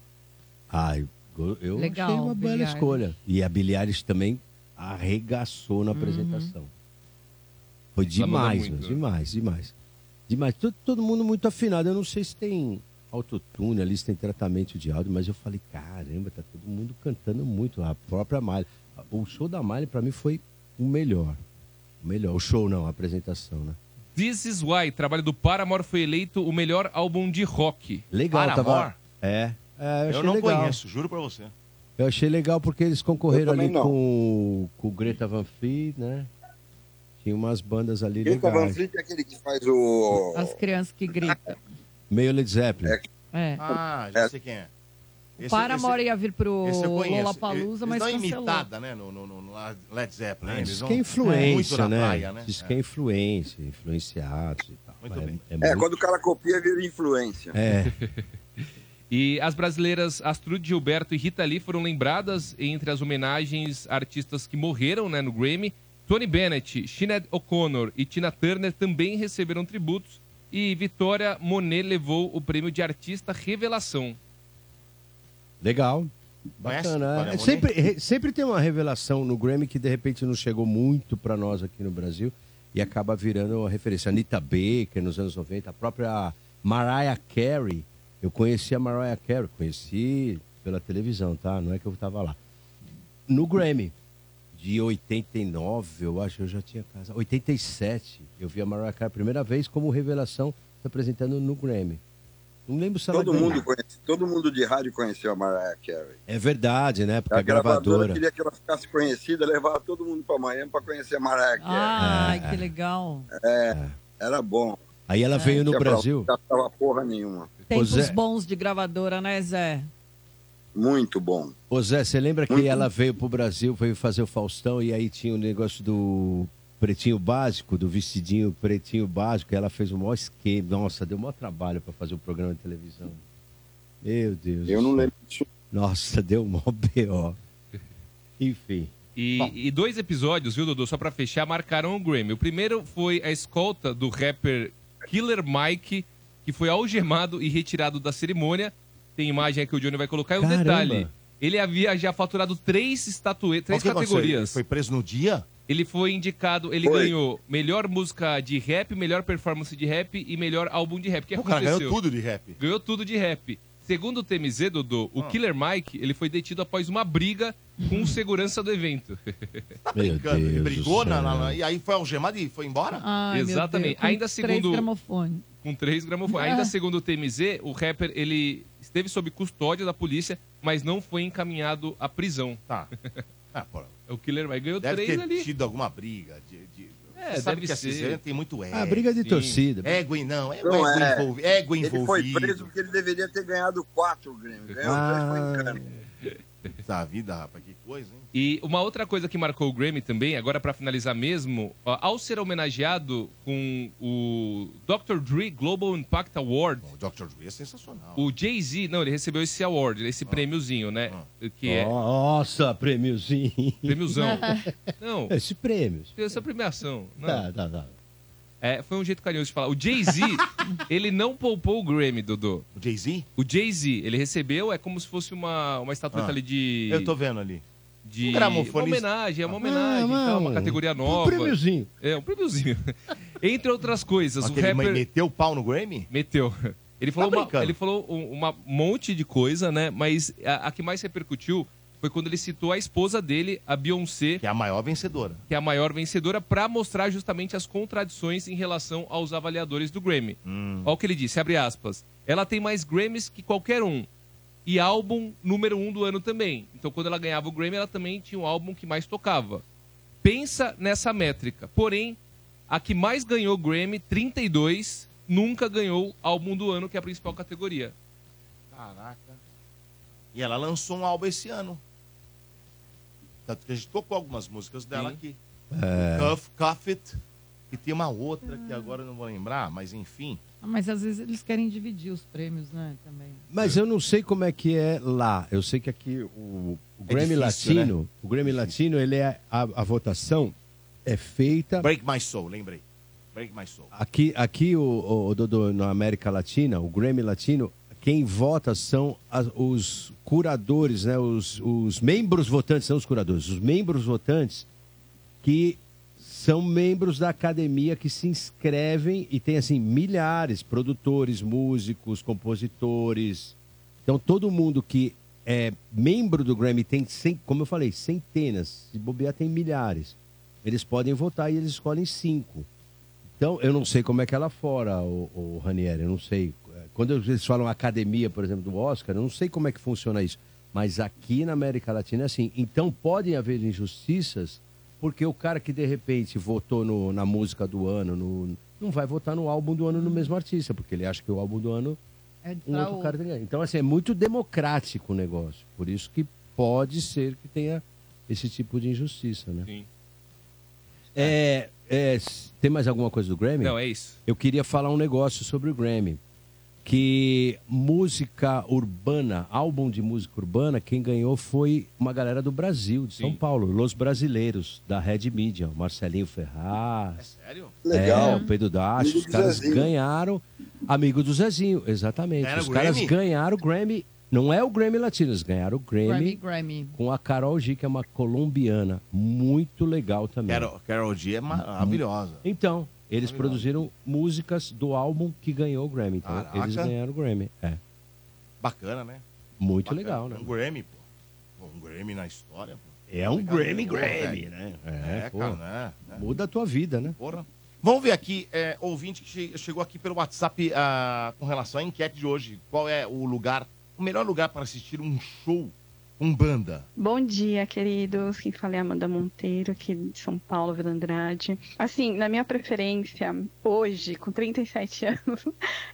Ah, eu, eu
Legal,
achei uma
Billie
bela
Eilish.
escolha. E a Billie Eilish também arregaçou na apresentação. Foi demais,
manda
meu,
muito, né?
demais, demais. Demais. Todo, todo mundo muito afinado. Eu não sei se tem autotune ali, se tem tratamento de áudio, mas eu falei, caramba, tá todo mundo cantando muito. A própria Miley. O show da Miley, pra mim, foi o melhor. O melhor. O show não, a apresentação, né?
This Is Why, trabalho do Paramore, foi eleito o melhor álbum de rock.
Legal,
Paramore?
tava. É. é
Eu
achei
não
legal.
conheço, juro pra você.
Eu achei legal porque eles
Eu
concorreram
também
ali
não.
com, com Greta Van Fleet, né? Tinha umas bandas ali
Greta Van
legais.
Fleet é aquele que faz o.
As crianças que gritam.
Meio Led Zeppelin.
É.
Ah, já sei quem é. Esse-
Para
esse-
ia vir pro
Esse eu conheço.
Lollapalooza,
Eles
mas
dão uma
cancelou.
imitada, né, no, no, no- no Led Zeppelin. né? Eles
Diz
vão
que é
muito
influência,
na
né?
praia, né?
Diz que é influência, influenciados e tal.
Muito
é,
bem.
É,
É,
muito-
quando o cara copia, vira influência.
é.
E as brasileiras Astrude Gilberto e Rita Lee foram lembradas entre as homenagens a artistas que morreram né, no Grammy. Tony Bennett, Sinead O'Connor e Tina Turner também receberam tributos. E Vitória Monet levou o prêmio de artista revelação.
Legal.
Conhece?
Bacana.
Olha,
É, sempre, re- sempre tem uma revelação no Grammy que de repente não chegou muito pra nós aqui no Brasil e acaba virando uma referência. Anitta Baker nos anos 90, a própria Mariah Carey. Eu conheci a Mariah Carey, conheci pela televisão, tá? Não é que eu tava lá. No Grammy de 89, eu acho, eu já tinha casa. 87, eu vi a Mariah Carey a primeira vez como revelação se apresentando no Grammy. Não lembro se ela
Todo
ganhou.
mundo, conhece, todo mundo de rádio conheceu a Mariah Carey.
É verdade, né? Porque
A
a
gravadora
gravadora.
queria que ela ficasse conhecida, levava todo mundo para Miami para conhecer a Mariah Carey.
Ah, Ai, que legal. É.
É, era bom.
é. Aí ela veio no
Tinha pra-
Brasil. é.
Não gastava porra nenhuma.
Tempos
Zé.
bons de gravadora, né, Zé?
Muito bom.
Ô Zé, você lembra
Uhum.
que ela veio pro Brasil, veio fazer o Faustão e aí tinha o negócio do pretinho básico, do vestidinho pretinho básico, e ela fez o maior esquema. Nossa, deu o maior trabalho pra fazer o programa de televisão. Meu Deus.
Eu
do
não
céu.
lembro disso.
Nossa, deu o maior B.O. Enfim.
E, e dois episódios, viu, Dudu? Só pra fechar, marcaram o Grammy. O primeiro foi a escolta do rapper Killer Mike, que foi algemado e retirado da cerimônia. Tem imagem aqui que o Johnny vai colocar. E um
Caramba.
detalhe: ele havia já faturado três estatuetas,
Qual
três
que é aconteceu?
categorias.
Foi preso no dia?
Ele foi indicado, ele
Foi.
ganhou melhor música de rap, melhor performance de rap e melhor álbum de rap. O que
O cara
aconteceu?
ganhou tudo de rap. Ah.
Ganhou tudo de rap. Segundo o TMZ, Dudu, o Killer Mike ele foi detido após uma briga com o segurança do evento.
Tá
Meu
brincando. Ele
Deus
brigou
do
na,
céu.
na- na- e aí foi algemado e foi embora?
Ai, meu
Exatamente.
Deus, com
Ainda segundo-
Três gramofones.
Com três gramofones.
Ah.
Ainda segundo o TMZ, o rapper ele esteve sob custódia da polícia, mas não foi encaminhado à prisão. (laughs)
Tá. Ah, pô,
O Killer Mike ganhou
deve
três
ter
ali.
tido alguma briga. De, de-
É,
Você sabe
deve
que essa
ser.
Cisane tem muito ego.
Ah, briga de
sim.
torcida.
Ego, e não. Ego,
Não
ego
é.
envolvido. Ego
Ele
envolvido.
foi preso porque ele deveria ter ganhado quatro Grêmio. Ganhou
Ah.
dois, foi em cana.
Tá, vida, rapaz, que coisa, hein?
E uma outra coisa que marcou o Grammy também, agora pra finalizar mesmo, ó, ao ser homenageado com o Dr. Dre Global Impact Award,
Bom, o Dr. Dre é sensacional. Ah.
o Jay-Z, não, ele recebeu esse award, esse prêmiozinho, né? Que é
Nossa, prêmiozinho.
prêmiozão. não,
(laughs) Esse prêmio.
essa premiação. Não.
Tá, tá, tá.
É, foi um jeito carinhoso de falar. O
(laughs)
Jay-Z, ele não poupou o Grammy, Dudu.
O Jay-Z?
O Jay-Z, ele recebeu, é como se fosse uma, uma estatueta
Ah,
ali de.
Eu tô vendo ali.
de
um
uma
gramofonista.
homenagem, é uma homenagem,
Ah,
tá, uma
não.
categoria
Um
nova.
prêmiozinho.
É, um prêmiozinho. (laughs) Entre outras coisas,
Aquele
o rapper
mãe meteu o pau no Grammy?
meteu. Ele falou,
Tá
uma,
brincando.
ele falou um uma monte de coisa, né? Mas a, a que mais repercutiu foi quando ele citou a esposa dele, a Beyoncé,
Que é a maior vencedora.
que é a maior vencedora, pra mostrar justamente as contradições em relação aos avaliadores do Grammy.
Hum.
Olha o que ele disse, abre aspas. Ela tem mais Grammys que qualquer um. E álbum número um do ano também. Então, quando ela ganhava o Grammy, ela também tinha um álbum que mais tocava. Pensa nessa métrica. Porém, a que mais ganhou Grammy, 32, nunca ganhou álbum do ano, que é a principal categoria.
Caraca. E ela lançou um álbum esse ano. Tanto que a gente tocou algumas músicas dela
Sim.
aqui.
É.
Cuff, Cuff It. E tem uma outra que agora eu não vou lembrar, mas enfim.
Ah, mas às vezes eles querem dividir os prêmios, né, também.
Mas eu não sei como é que é lá. Eu sei que aqui o, o
É
Grammy
difícil,
Latino, o Grammy Latino, ele é a, a votação é feita
Break My Soul, lembrei. Break My Soul.
aqui aqui o, o, o Dodô, na América Latina, o Grammy Latino, quem vota são as- os curadores, né? Os, os membros votantes são os curadores, os membros votantes que são membros da academia que se inscrevem e tem assim milhares produtores, músicos, compositores. Então todo mundo que é membro do Grammy tem, cen- como eu falei, centenas, se bobear tem milhares. Eles podem votar e eles escolhem cinco. Então, eu não sei como é que é lá fora, o, o Ranieri, eu não sei. É, Quando eles falam academia, por exemplo, do Oscar, eu não sei como é que funciona isso. Mas aqui na América Latina é assim. Então, podem haver injustiças, porque o cara que de repente votou no- na música do ano, no- não vai votar no álbum do ano no mesmo artista, porque ele acha que o álbum do ano
É
um
pra
outro
o-
cara tem que ganhar. Então, assim, é muito democrático o negócio. Por isso que pode ser que tenha esse tipo de injustiça, né?
Sim.
É, é, s- tem mais alguma coisa do Grammy?
Não, é isso.
Eu queria falar um negócio sobre o Grammy. Que música urbana, álbum de música urbana, quem ganhou foi uma galera do Brasil, de São Paulo, Los Brasileiros, da Red Media, o Marcelinho Ferraz.
Sério?
Ah. É, o Pedro Dacho, os caras ganharam. Amigo do Zezinho, exatamente.
Era
os
o
caras
Grammy?
ganharam o Grammy. Não é o Grammy Latino, eles ganharam o Grammy,
Grammy, Grammy.
com a Carol G, que é uma colombiana. Muito legal também.
Carol, Carol G é maravilhosa.
Então, eles produziram músicas do álbum que ganhou o Grammy. Então,
Caraca.
eles ganharam o Grammy. É.
Bacana, né?
Muito
Bacana.
legal, né?
Um Grammy, pô. Pô, Um Grammy na história, pô.
É um
Legal,
Grammy,
pô,
Grammy,
velho.
né?
É,
É, pô.
cara, né? É.
Muda a tua vida, né?
Porra. Vamos ver aqui, é, ouvinte que che- chegou aqui pelo WhatsApp ah, com relação à enquete de hoje. Qual é o lugar, o melhor lugar para assistir um show com banda?
Bom dia, queridos. Quem fala é Amanda Monteiro, aqui de São Paulo, Vila Andrade. Assim, na minha preferência, hoje, com 37 (laughs) anos,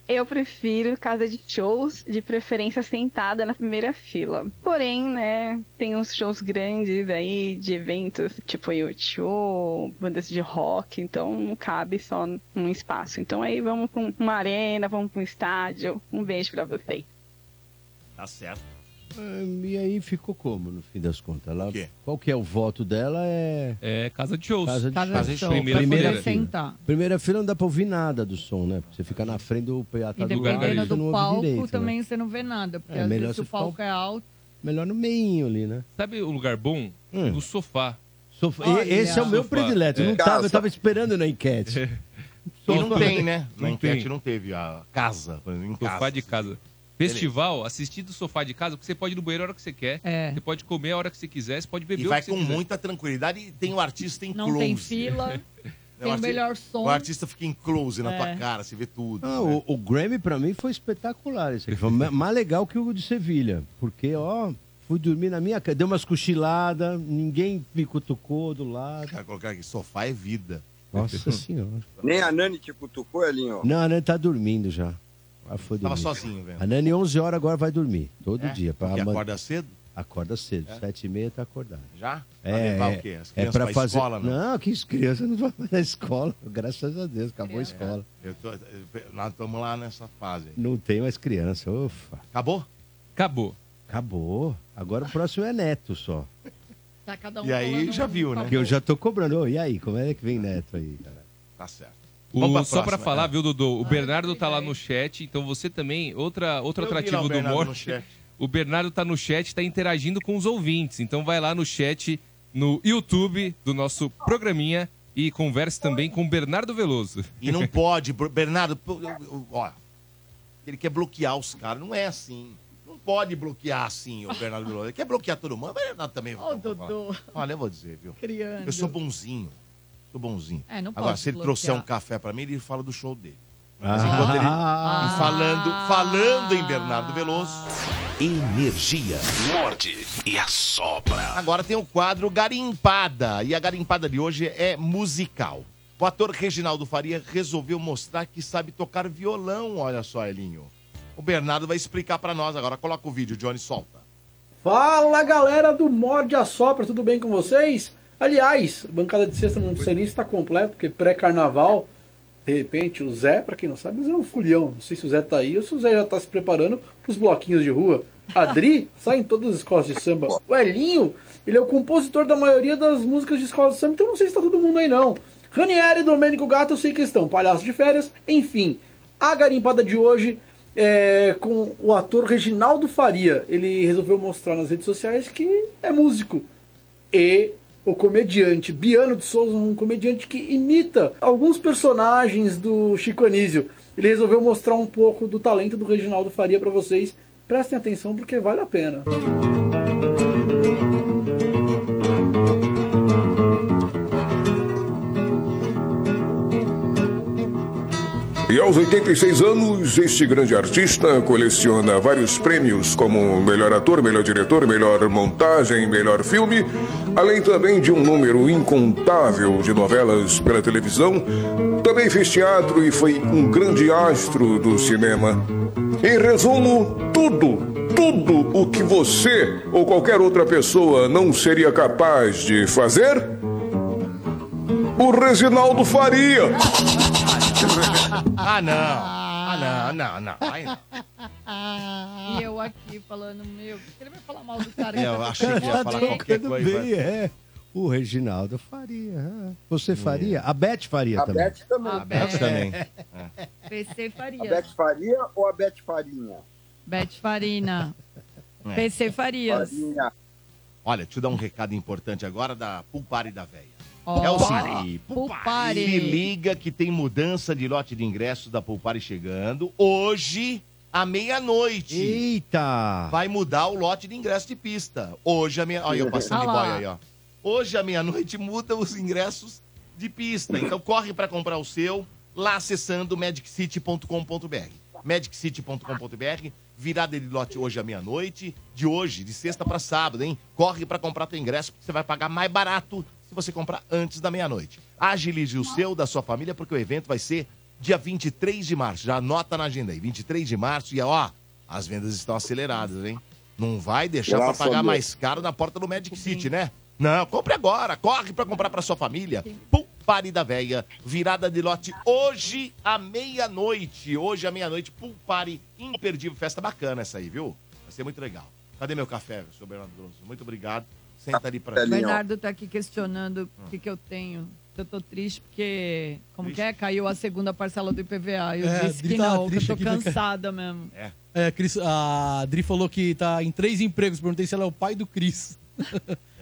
eu prefiro casa de shows, de preferência sentada na primeira fila. Porém, né, tem uns shows grandes aí, de eventos, tipo YouTube, bandas de rock, então não cabe só num espaço. Então aí vamos com uma arena, vamos com um estádio. Um beijo pra vocês.
Tá certo.
Ah, E aí ficou como, no fim das contas? Ela, qual que é o voto dela? É,
É casa de shows.
Casa de
Casa de
shows.
show,
Primeira,
pra poder
fila.
sentar.
Primeira fila não dá pra ouvir nada do som, né? Porque Você fica na frente tá do
E
PA do
dependendo
você não
do
ouve
palco
direito, né?
também você não vê nada, porque
É,
às
melhor
vezes se
se
o palco é alto.
Melhor no meinho ali, né? Hum.
Sabe o lugar bom? No sofá.
E- Esse é o meu predileto. Eu Não tava, eu tava esperando na
(laughs)
enquete.
E não tem, né? Na
Não
enquete
tem.
não teve a casa, por exemplo, em
Sofá
casa.
de casa. Festival, assistir do sofá de casa, porque você pode ir no banheiro a hora que você quer,
É.
você pode comer a hora que você quiser, você pode beber
E
o
vai
que você
com
quiser.
muita tranquilidade e tem o artista em
Não
close. (laughs)
tem fila, tem o
arti-
melhor som.
O artista fica em close na tua
É.
cara, você vê tudo.
Ah, o, o Grammy pra mim foi espetacular esse aqui. Foi ma- mais legal que o de Sevilha. Porque, ó, fui dormir na minha casa, dei umas cochiladas, ninguém me cutucou do lado.
Cara, colocar aqui, sofá é vida. (laughs)
Nossa senhora.
Nem a Nani te cutucou, Elinho?
é. Não, a Nani tá dormindo já. Ela foi
Tava
dormir.
sozinho, velho.
A Nani, 11 horas, agora vai dormir. Todo
É?
dia. pra
Porque
man-
acorda cedo?
Acorda cedo. Sete e meia tá acordada.
Já? Pra
É,
levar o quê? As
é
crianças
pra
pra
fazer...
escola, não?
não, que isso, criança não vai mais (laughs) na escola. Graças a Deus, acabou a escola.
Eu tô- eu- nós estamos lá nessa fase. aí.
Não tem mais criança. Ufa.
Acabou?
Acabou.
Acabou. Agora o próximo é neto só.
Tá cada um
E aí
falando
já
um-
viu, né?
Porque eu já tô cobrando. Ô, e aí, como é que vem neto aí, cara?
Tá certo.
O-
Vamos pra
só pra
próxima,
falar,
é.
viu, Dodô? O Bernardo tá lá no chat, então você também, outra, outro
Eu vi lá
atrativo
o
do
Bernardo no
Morte.
chat.
(laughs) O Bernardo tá no chat, tá interagindo com os ouvintes. Então vai lá no chat, no YouTube do nosso programinha e converse também com o Bernardo Veloso.
E
(laughs)
não pode, Br- Bernardo, pô, eu- eu- ó, ele quer bloquear os caras, não é assim. Não pode bloquear assim o Bernardo Veloso. Ele quer bloquear todo mundo, mas o Bernardo também.
Ó, o Dodô.
Olha, eu vou dizer, viu?
Criando.
Eu sou bonzinho. Sou bonzinho.
É, não
Agora,
pode
se ele
bloquear.
trouxer um café pra mim, ele fala do show dele. Mas
Ah.
enquanto ele. E falando, falando em Bernardo Veloso. Energia.
Morde e assopra.
Agora tem o quadro Garimpada. E a garimpada de hoje é musical. O ator Reginaldo Faria resolveu mostrar que sabe tocar violão. Olha só, Elinho. O Bernardo vai explicar pra nós agora. Coloca o vídeo, Johnny, solta.
Fala galera do Morde a Sopra, tudo bem com vocês? Aliás, a bancada de sexta não sei nem se está completa, porque pré-carnaval, de repente, o Zé, pra quem não sabe, o Zé é um folião. Não sei se o Zé tá aí ou se o Zé já tá se preparando pros bloquinhos de rua. Adri (laughs) sai em todas as escolas de samba. O Elinho, ele é o compositor da maioria das músicas de escola de samba, então não sei se tá todo mundo aí não. Ranieri e Domênico Gato, eu sei que estão, palhaço de férias, enfim. A garimpada de hoje é, com o ator Reginaldo Faria. Ele resolveu mostrar nas redes sociais que é músico. E o comediante Biano de Souza, um comediante que imita alguns personagens do Chico Anísio. Ele resolveu mostrar um pouco do talento do Reginaldo Faria para vocês. Prestem atenção porque vale a pena.
aos 86 anos, este grande artista coleciona vários prêmios como melhor ator, melhor diretor, melhor montagem, melhor filme, além também de um número incontável de novelas pela televisão. Também fez teatro e foi um grande astro do cinema. Em resumo, tudo tudo o que você ou qualquer outra pessoa não seria capaz de fazer, o Reginaldo faria.
Ah, não. Ah, não, não, não. Aí não.
E eu aqui falando, meu, por que ele vai falar mal do
(laughs)
cara?
É, eu achei que ia falar qualquer coisa, vai. é. O Reginaldo faria. ah. Você faria? A Beth faria
A
também.
Beth também.
A Beth
(laughs)
também.
PC
A
Faria.
Beth Faria ou a Beth Farinha?
Beth Farina.
É.
PC Farias.
Olha, deixa eu dar um recado importante agora da Pulpare da Véia.
Ó,
é o seguinte,
Pulpare.
se liga que tem mudança de lote de ingressos da Pulpare chegando hoje à meia-noite.
Eita!
Vai mudar o lote de ingresso de pista. Hoje à meia... Olha eu passando de
Ah lá.
boia aí, ó. Hoje à meia-noite muda os ingressos de pista. Então corre para comprar o seu lá acessando magiccity.com.br. magiccity.com.br, virada de lote hoje à meia-noite, de hoje, de sexta para sábado, hein? Corre para comprar teu ingresso, porque você vai pagar mais barato se você comprar antes da meia-noite. Agilize o seu, da sua família, porque o evento vai ser dia 23 de março. Já anota na agenda aí, 23 de março. E ó, as vendas estão aceleradas, hein? Não vai deixar para
Graças a
pagar
Deus.
mais caro na porta do Magic City, né? Não, compre agora, corre para comprar para sua família. Pulpare da Véia, virada de lote hoje à meia-noite. Hoje à meia-noite, Pulpare imperdível. Festa bacana essa aí, viu? Vai ser muito legal. Cadê meu café, seu Bernardo Grosso? Muito obrigado. Senta ali para
O Bernardo tá aqui questionando o que, que eu tenho. Eu tô triste porque, como que é? Caiu a segunda parcela do IPVA. Eu
É,
disse que
Dri tava
não, que eu
triste
tô
aqui, né, cara?
cansada mesmo.
É.
É, Cris, a Dri falou que tá em três empregos. Perguntei se ela é o pai do Cris.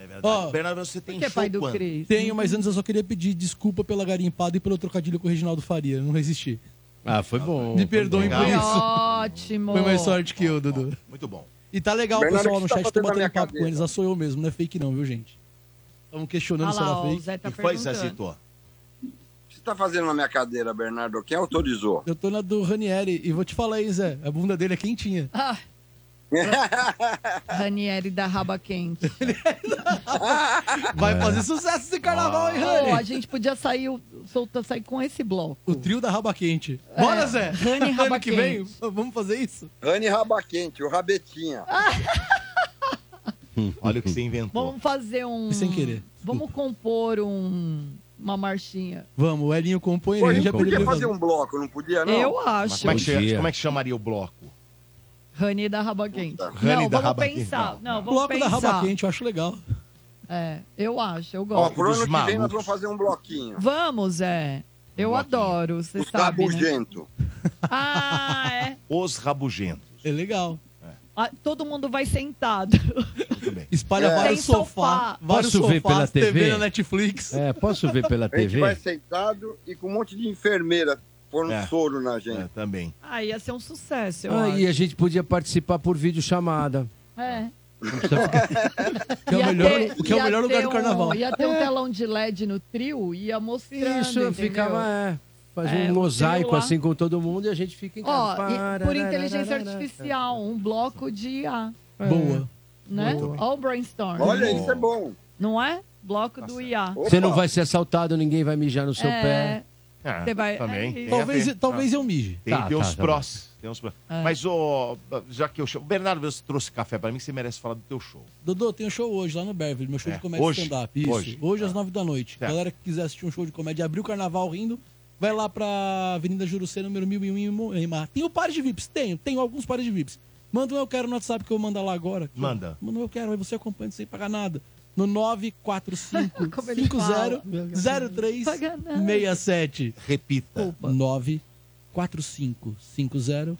É verdade.
Ó,
Bernardo, você tem
que é pai do Cris?
Tenho, mas antes eu só queria pedir desculpa pela garimpada e pelo trocadilho com o Reginaldo Faria. Não resisti.
Ah, foi
Tá
bom.
Me perdoem por
Foi
isso.
ótimo.
Foi mais sorte que eu, Dudu.
Muito bom.
E tá legal,
Bernardo,
pessoal,
o que
no
você tá
chat, tô
fazendo na minha
batendo papo com
cabeça?
eles. Já sou eu mesmo, não é fake não, viu, gente? Estamos questionando se
Olha lá,
ela
ó,
fez.
o Zé tá
Que foi, Zezito?
O que você tá fazendo na minha cadeira, Bernardo? Quem autorizou?
Eu tô na do Ranieri e vou te falar aí, Zé. A bunda dele é quentinha.
Ah. Ranieri da Raba Quente.
(laughs) Vai fazer sucesso esse carnaval, hein, Rani?
a gente podia sair, o- solta, sair com esse bloco.
O trio da Raba Quente. Bora,
É,
Zé!
Rani
Ano
Raba
que vem,
Quente.
vamos fazer isso?
Rani Rabaquente, o Rabetinha.
Ah,
Olha o que você inventou.
Vamos fazer um.
Sem querer.
Vamos compor um, uma marchinha.
Vamos, o Elinho compõe
Pô, a
ele. Já
gente podia
perdeu
fazer um bloco, não podia, não?
Eu acho.
Como é, que chama-
Podia.
como é que chamaria o bloco?
Rani da Raba Quente.
Rani
não,
da
vamos
Raba
pensar.
Quente.
Não, vamos
bloco da
pensar.
Raba Quente, eu acho legal.
É, eu acho, eu
Ó,
gosto.
pro ano que vem nós vamos fazer um bloquinho.
Vamos, Zé. Eu adoro, você
Os
sabe. Né?
rabugento.
Ah, é.
Os rabugentos.
É legal.
Ah, todo mundo vai sentado.
Espalha
É.
vários
Tem
sofá,
sofá.
vários
Posso ver
sofás,
pela TV?
na Netflix.
É, posso ver pela
A gente
TV?
vai sentado e com um monte de enfermeira pondo
É.
soro na gente.
também.
Ah, ia ser um sucesso, eu
Ah,
acho.
e a gente podia participar por (laughs) videochamada.
É.
Que é o
Ia
melhor-
ter-
que é o
ia
melhor lugar
ter
do carnaval.
Um, ia ter um
É.
telão de LED no trio e ia mostrando.
Isso,
entendeu?
ficava, é, fazer
É,
um
o
mosaico
trio lá.
assim com todo mundo e a gente fica em
Ó,
casa.
e por inteligência artificial, um bloco de IA.
Boa.
Né?
Muito bem.
Olha o brainstorm.
Olha, isso é
bom.
Não é? Bloco do IA.
Você não vai ser assaltado, ninguém vai mijar no seu
É.
pé. Ah.
Você vai- Também, é tem isso. a
Talvez,
ver.
talvez
Ah.
eu mije.
Tem,
Tá,
tem
tá,
uns
tá
prós. Tem uns prós.
É.
Mas, ô, já que eu chamo. Bernardo, você trouxe café pra mim, você merece falar do teu show.
Dodô, tem um show hoje lá no Beverly, meu show
É,
de comédia
hoje?
stand-up. Isso.
Hoje. É.
Hoje, às nove da noite. Galera que quiser assistir um show de comédia, abrir o carnaval rindo, vai lá pra Avenida Jurucê, número 1001 em Moema. Tem o par de VIPs? Tenho, tenho alguns pares de VIPs. Manda um eu quero no WhatsApp que eu vou mandar lá agora.
Manda.
Manda um eu quero, aí você acompanha sem pagar nada. No
(laughs) Como ele fala.
945-50-0367.
Repita.
945-50-0367.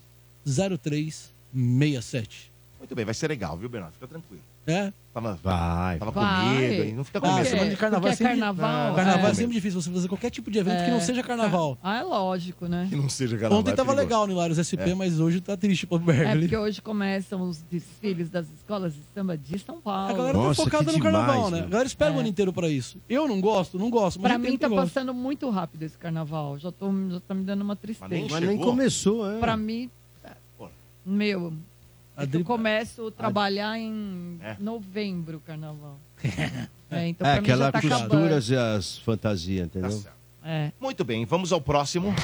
É. Muito bem, vai ser legal, viu, Bernardo? Fica tranquilo.
É.
Tava,
vai,
tava com
Vai.
medo, hein? não fica com
Ah,
medo.
semana de carnaval
Porque é
sempre...
carnaval,
Ah, carnaval é.
é.
sempre difícil você fazer qualquer tipo de evento que não
É.
seja carnaval.
Ah, é lógico, né?
Que não
(laughs)
seja
carnaval,
Ontem
é
tava
perigoso.
legal no Hilários SP,
É.
mas hoje tá triste pro
É
Berkeley.
porque hoje começam os desfiles das escolas de samba de São Paulo.
A galera tá focada no carnaval, né? A galera espera o ano inteiro pra isso. Eu não gosto, não gosto. Mas
É. Pra
eu
mim
entendo
tá
que gosta.
passando muito rápido esse carnaval. Já, tô, já tá me dando uma tristeza.
nem Mas nem chegou. começou, é.
Pra mim, é, meu, é que eu começo a trabalhar em
É.
novembro o carnaval. é, então
é,
pra mim já
aquela
tá acabando.
costuras e as fantasias, entendeu?
É.
Muito bem, vamos ao próximo.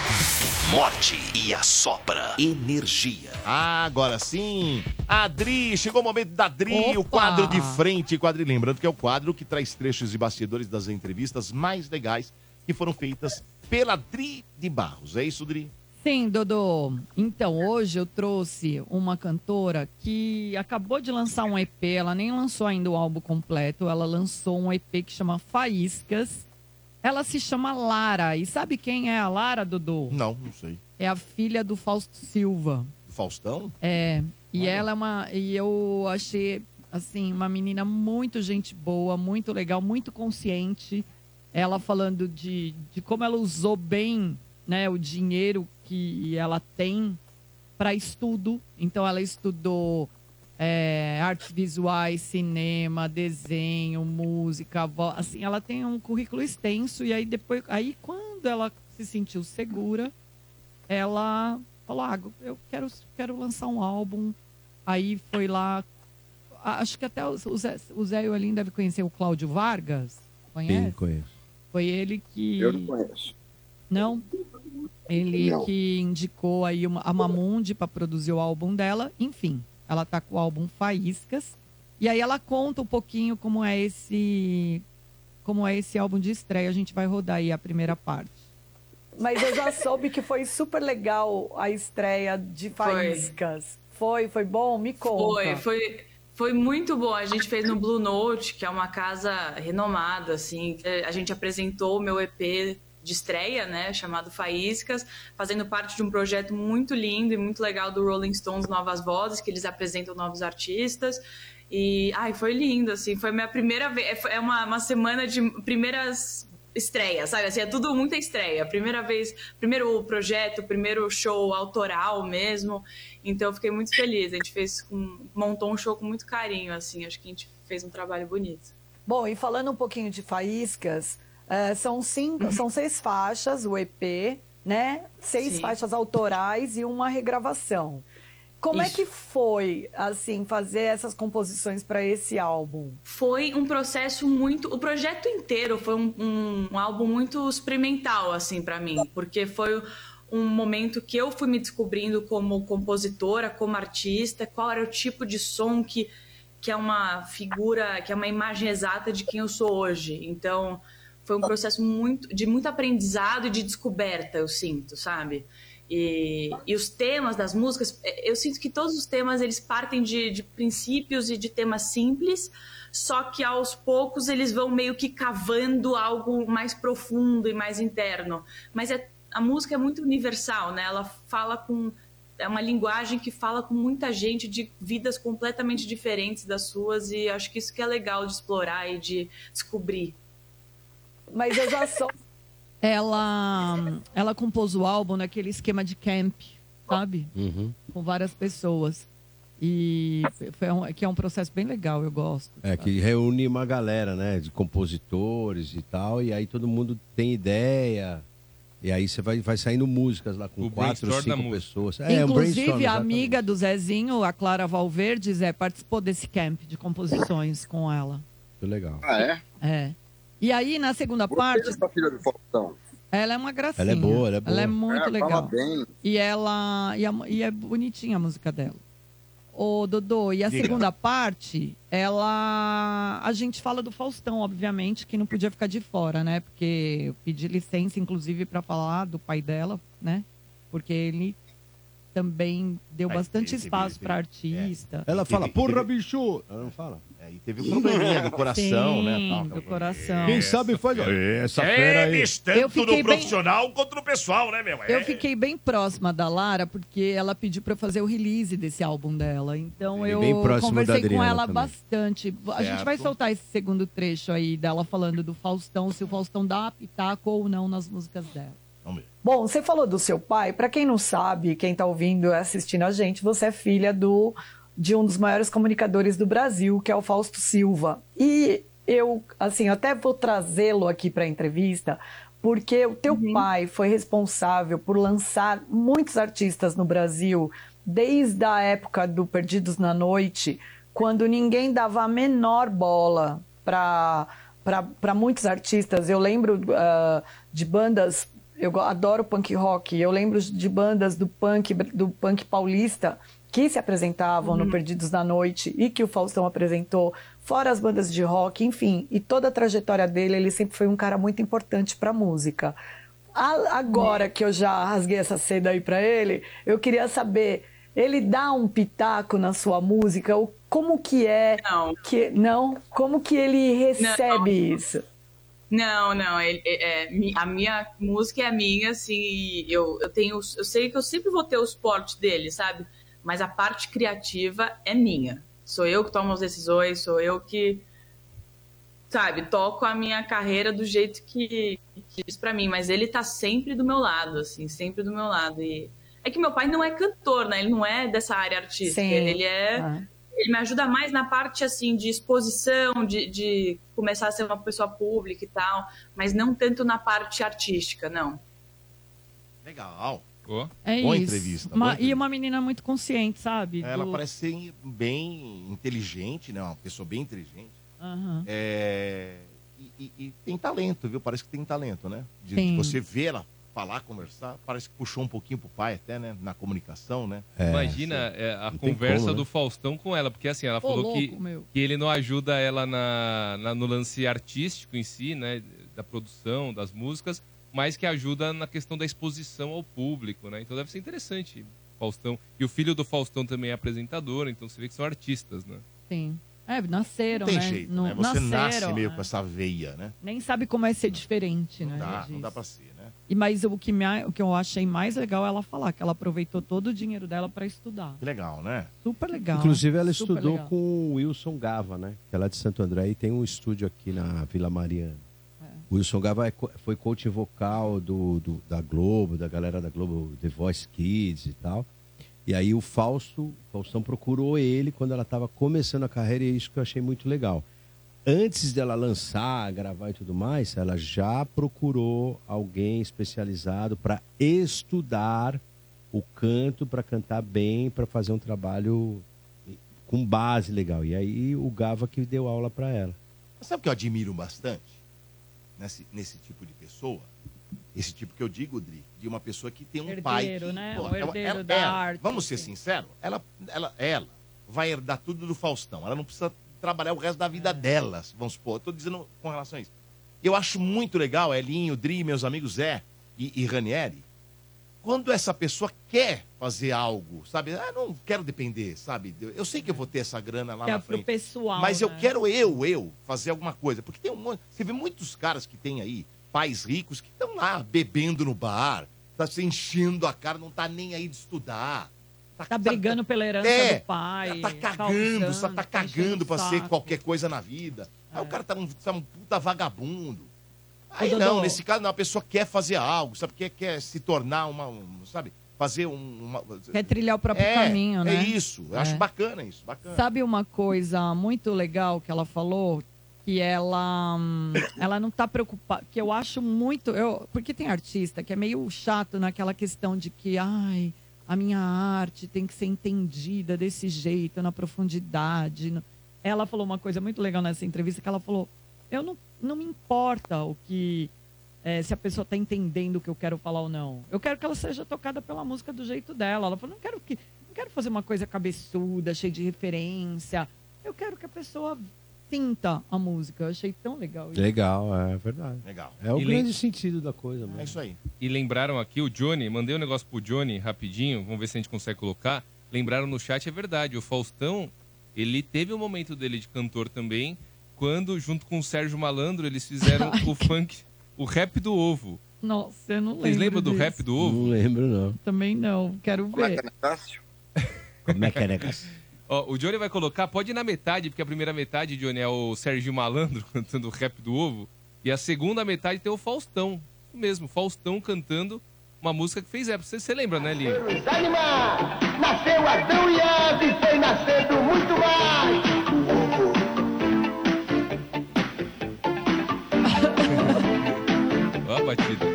Morte e a sopra.
Energia. Ah, Agora sim. Adri, chegou o momento da Adri, o quadro de frente. Quadro, e lembrando que é o quadro que traz trechos de bastidores das entrevistas mais legais que foram feitas pela Adri de Barros. É isso, Adri?
Sim, Dodô. Então, hoje eu trouxe uma cantora que acabou de lançar um EP, ela nem lançou ainda o álbum completo, ela lançou um EP que chama Faíscas. Ela se chama Lara. E sabe quem é a Lara, Dodô?
Não, não sei.
É a filha do Fausto Silva.
Faustão?
É, e ela é uma. E eu achei, assim, uma menina muito gente boa, muito legal, muito consciente. Ela falando de, de como ela usou bem né, o dinheiro que ela tem para estudo. Então, ela estudou é, artes visuais, cinema, desenho, música, voz. Assim, ela tem um currículo extenso. E aí, depois, aí quando ela se sentiu segura, ela falou: ah, eu quero, quero lançar um álbum. Aí foi lá. a- Acho que até o o Zé, o Zé e o Elin devem conhecer o Cláudio Vargas. Conhece?
Sim, conheço.
Foi ele que.
Eu não conheço.
Não? Ele
Não.
que indicou aí uma, a Mamundi para produzir o álbum dela. Enfim, ela tá com o álbum Faíscas. E aí ela conta um pouquinho como é esse como é esse álbum de estreia. A gente vai rodar aí a primeira parte.
Mas eu já soube que foi super legal a estreia de Faíscas. Foi, foi, bom? Me conta.
Foi, foi, foi muito bom. A gente fez no Blue Note, que é uma casa renomada, assim. A gente apresentou o meu EP de estreia, né, chamado Faíscas, fazendo parte de um projeto muito lindo e muito legal do Rolling Stones Novas Vozes, que eles apresentam novos artistas. E, ai, foi lindo, assim, foi minha primeira vez, é uma, uma semana de primeiras estreia, sabe? Assim, é tudo muita estreia. Primeira vez, primeiro projeto, primeiro show autoral mesmo. Então eu fiquei muito feliz. A gente fez com, montou um show com muito carinho, assim. Acho que a gente fez um trabalho bonito.
Bom, e falando um pouquinho de faíscas, eh, são
Uhum.
cinco, são seis faixas, o EP, né? Seis
Sim.
faixas autorais e uma regravação. Como é
Isso.
que foi, assim, fazer essas composições para esse álbum?
Foi um processo muito. O projeto inteiro foi um, um- um álbum muito experimental, assim, pra mim, porque foi um momento que eu fui me descobrindo como compositora, como artista, qual era o tipo de som que, que é uma figura, que é uma imagem exata de quem eu sou hoje. Então, foi um processo muito de muito aprendizado e de descoberta, eu sinto, sabe? E, e os temas das músicas, eh, eu sinto que todos os temas eles partem de, de princípios e de temas simples, só que aos poucos eles vão meio que cavando algo mais profundo e mais interno. Mas é, a música é muito universal, né? Ela fala com é uma linguagem que fala com muita gente de vidas completamente diferentes das suas e acho que isso que é legal de explorar e de descobrir.
Mas eu já sou.
Ela, ela compôs o álbum naquele esquema de camp, sabe?
Uhum.
Com várias pessoas. E foi um- que é um processo bem legal, eu gosto.
É, que reúne uma galera, né? De compositores e tal, e aí todo mundo tem ideia. E aí você vai, vai saindo músicas lá com quatro,
brainstorm
cinco
da música.
pessoas. É,
É, um
um
Inclusive, a
exatamente.
amiga do Zezinho, a Clara Valverde, Zé, participou desse camp de composições com ela.
Muito legal.
Ah, é?
É. E aí, na segunda parte,
Essa filha do Faustão.
ela é uma gracinha.
Ela é boa, ela é boa.
Ela é muito
É, fala
legal.
bem.
E ela. E, a- e é bonitinha a música dela. Ô, Dodô, e a
Diga.
segunda parte, ela. A gente fala do Faustão, obviamente, que não podia ficar de fora, né? Porque eu pedi licença, inclusive, para falar do pai dela, né? Porque ele também deu
Aí,
bastante
teve-
espaço
teve-
para artista.
Ela fala,
Teve-
porra, bicho! Ela não fala.
Aí teve o probleminha do coração,
Sim, então.
né? tal.
do coração.
Quem sabe faz. Essa fera aí.
Eles tanto
Eu fiquei
do
bem-
profissional contra o pessoal, né, meu? É.
Eu fiquei bem próxima da Lara, porque ela pediu para fazer o release desse álbum dela. Então
E
eu
bem próximo da
conversei com
Adriana
ela
também.
bastante. A gente
Certo.
vai soltar esse segundo trecho aí dela falando do Faustão, se o Faustão dá pitaco ou não nas músicas dela.
Bom, você falou do seu pai. Pra quem não sabe, quem tá ouvindo e assistindo a gente, você é filha do de um dos maiores comunicadores do Brasil, que é o Fausto Silva. E eu, assim, até vou trazê-lo aqui pra entrevista, porque o teu pai foi responsável por lançar muitos artistas no Brasil desde a época do Perdidos na Noite, quando ninguém dava a menor bola para para muitos artistas. Eu lembro ah, de bandas eu go- adoro punk rock. Eu lembro de bandas do punk do punk paulista que se apresentavam no Perdidos da Noite e que o Faustão apresentou, fora as bandas de rock, enfim, e toda a trajetória dele, ele sempre foi um cara muito importante para música. A- Agora que eu já rasguei essa seda aí para ele, eu queria saber, ele dá um pitaco na sua música? Ou como que é?
Não.
Que, não? Como que ele recebe isso?
Não, não. ele- é- é, mi- a minha música é minha, assim, e eu, eu tenho. Eu sei que eu sempre vou ter o suporte dele, sabe? Mas a parte criativa é minha. Sou eu que tomo as decisões, sou eu que, sabe, toco a minha carreira do jeito que, que diz pra mim. Mas ele tá sempre do meu lado, assim, sempre do meu lado. E é que meu pai não é cantor, né? Ele não é dessa área artística.
Sim.
Ele é ele me ajuda mais na parte assim de exposição, de, de começar a ser uma pessoa pública e tal, mas não tanto na parte artística, não.
Legal.
É
boa
isso.
entrevista.
Uma-
boa
E uma menina muito consciente, sabe?
Ela
Do-
parece ser bem inteligente, né? Uma pessoa bem inteligente.
Aham.
É, E, e- e tem talento, viu? Parece que tem talento, né? De,
Tem.
de você ver ela falar, conversar, parece que puxou um pouquinho pro pai até, né? Na comunicação, né?
Imagina é, a
tem
conversa
como, né?
do Faustão com ela, porque assim, ela
Ô,
falou que,
louco, meu.
que ele não ajuda ela na, na- no lance artístico em si, né? Da produção, das músicas, mas que ajuda na questão da exposição ao público, né? Então deve ser interessante, Faustão. E o filho do Faustão também é apresentador, então você vê que são artistas, né?
Sim. É, nasceram,
Não tem
né?
jeito,
No-
né? Você nasce
nasceram,
meio
né?
com essa veia, né?
Nem sabe como é ser diferente, né?
tá, Não dá, não
disso.
dá pra ser, né?
E mas o que, me, o que eu achei mais legal é ela falar que ela aproveitou todo o dinheiro dela para estudar.
Que legal, né?
Super legal.
Inclusive, ela
super
estudou
legal.
com o Wilson Gava, né? Que é lá de Santo André e tem um estúdio aqui na Vila Mariana. O Wilson Gava é co- foi coach vocal do, do- da Globo, da galera da Globo The Voice Kids e tal. E aí o Fausto, o Faustão procurou ele quando ela estava começando a carreira e é isso que eu achei muito legal. Antes dela lançar, gravar e tudo mais, ela já procurou alguém especializado para estudar o canto, para cantar bem, para fazer um trabalho com base legal. E aí o Gava que deu aula para ela.
Mas sabe o que eu admiro bastante nesse, nesse tipo de pessoa? Esse tipo que eu digo, Dri, de uma pessoa que tem um pai.
Herdeiro,
que,
né?
pô,
O
ela-
herdeiro
ela-
da
ela-
arte,
Vamos ser sinceros, ela, ela, ela vai herdar tudo do Faustão. Ela não precisa trabalhar o resto da
É.
vida dela, vamos supor. Eu tô dizendo com relação a isso. Eu acho muito legal, Elinho, Dri, meus amigos Zé e, e Ranieri, quando essa pessoa quer fazer algo, sabe? Ah, não quero depender, sabe? Eu sei que eu vou ter essa grana lá
Que é
na
pro
frente.
pessoal,
Mas eu
né?
quero eu, eu, fazer alguma coisa. Porque tem um monte. Você vê muitos caras que tem aí, pais ricos, que estão lá bebendo no bar, tá se enchendo a cara, não tá nem aí de estudar. Tá,
brigando pela herança
É,
do pai.
Tá cagando, só tá cagando pra ser
saco. É.
qualquer coisa na vida. Aí o cara tá um, tá um puta vagabundo. Aí
Ô, Dodô.
não, nesse caso não, a pessoa quer fazer algo, sabe? Quer, quer se tornar uma, um, sabe? Fazer um... Uma...
Quer trilhar o próprio
É,
caminho, né?
É isso, eu acho
É.
bacana isso, bacana.
Sabe uma coisa muito legal que ela falou? Que ela, hum, ela não tá preocupada. Que eu acho muito. Eu, porque tem artista que é meio chato naquela questão de que, ai, a minha arte tem que ser entendida desse jeito, na profundidade. no- Ela falou uma coisa muito legal nessa entrevista, que ela falou: eu não, não me importa o que. é, se a pessoa tá entendendo o que eu quero falar ou não. Eu quero que ela seja tocada pela música do jeito dela. Ela falou, não quero que. Não quero fazer uma coisa cabeçuda, cheia de referência. Eu quero que a pessoa sinta a música. Eu achei tão legal isso.
Legal, é verdade.
Legal.
É o
E
grande
lem-
sentido da coisa, mano. É
isso aí.
E lembraram aqui, o Johnny, mandei um negócio pro Johnny rapidinho, vamos ver se a gente consegue colocar. Lembraram no chat, é verdade, o Faustão, ele teve um momento dele de cantor também, quando, junto com o Sérgio Malandro,
(laughs)
eles fizeram o funk, o rap do ovo.
Nossa, eu não lembro.
Vocês lembram do é
disso.
rap do ovo?
Não lembro, não.
Também não. Quero ver.
Como é que é negócio?
Ó, o Johnny vai colocar, pode ir na metade, porque a primeira metade, Johnny, é o Sérgio Malandro (laughs) cantando o rap do ovo. E a segunda metade tem o Faustão. Isso mesmo, Faustão cantando uma música que fez época. Você, você lembra, né, Linho?
Anima! Nasceu Adão e Eva e tem nascendo muito mais!
(laughs)
Ó a batida.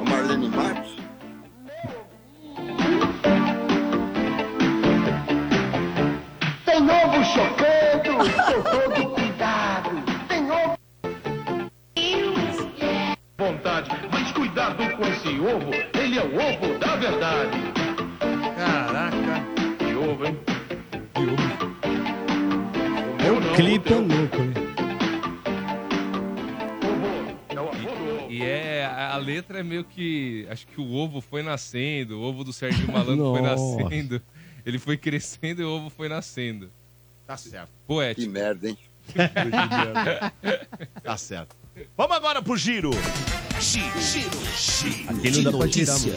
A Marlene Matos.
Tem ovo chocando, com todo cuidado! Tem ovo... Vontade, mas cuidado com esse ovo, ele é o ovo da verdade! Caraca! Que ovo, hein?
É um clipe louco, né?
E é, a, a letra é meio que. Acho que o ovo foi nascendo, o ovo do Sérgio Malandro foi
Nossa.
nascendo. Ele foi crescendo e o ovo foi nascendo.
Tá certo.
Poético.
Que merda,
(laughs)
hein?
tá certo. Vamos agora pro giro. Giro, giro, giro.
Aquele não dá pra tirar, mano.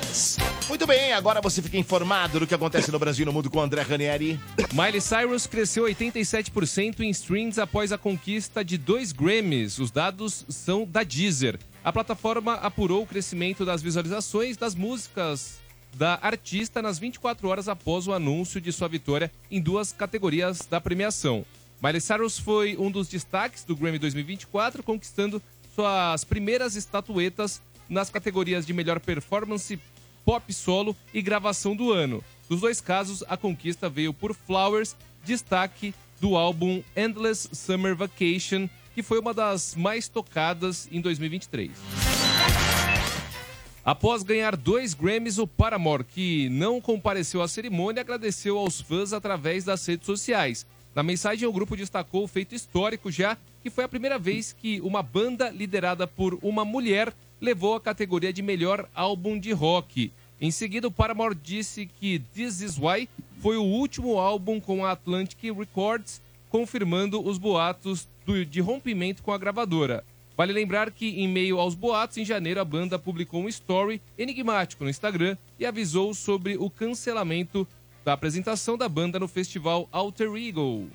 Muito bem, agora você fica informado do que acontece no Brasil e no mundo com o André Ranieri.
Miley Cyrus cresceu 87% em streams após a conquista de dois Grammys. Os dados são da Deezer. A plataforma apurou o crescimento das visualizações das músicas da artista nas 24 horas após o anúncio de sua vitória em duas categorias da premiação. Miley Cyrus foi um dos destaques do Grammy 2024, conquistando suas primeiras estatuetas nas categorias de melhor performance pop solo e gravação do ano. Nos dois casos, a conquista veio por Flowers, destaque do álbum Endless Summer Vacation, que foi uma das mais tocadas em 2023. Após ganhar dois Grammys, o Paramore, que não compareceu à cerimônia, agradeceu aos fãs através das redes sociais. Na mensagem, o grupo destacou o feito histórico já, que foi a primeira vez que uma banda liderada por uma mulher levou a categoria de melhor álbum de rock. Em seguida, o Paramore disse que This Is Why foi o último álbum com a Atlantic Records, confirmando os boatos do- de rompimento com a gravadora. Vale lembrar que, em meio aos boatos, em janeiro a banda publicou um story enigmático no Instagram e avisou sobre o cancelamento da apresentação da banda no festival Alter Ego.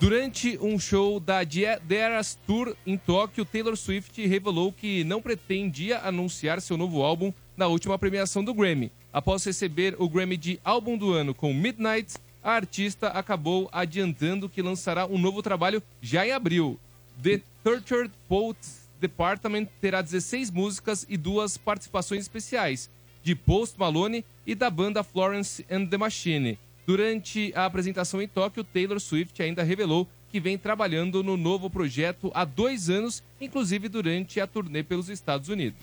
Durante um show da Die- The Eras Tour em Tóquio, Taylor Swift revelou que não pretendia anunciar seu novo álbum na última premiação do Grammy. Após receber o Grammy de Álbum do Ano com Midnight, a artista acabou adiantando que lançará um novo trabalho já em abril. The Tortured Poets Department terá 16 músicas e duas participações especiais, de Post Malone e da banda Florence and the Machine. Durante a apresentação em Tóquio, Taylor Swift ainda revelou que vem trabalhando no novo projeto há dois anos, inclusive durante a turnê pelos Estados Unidos.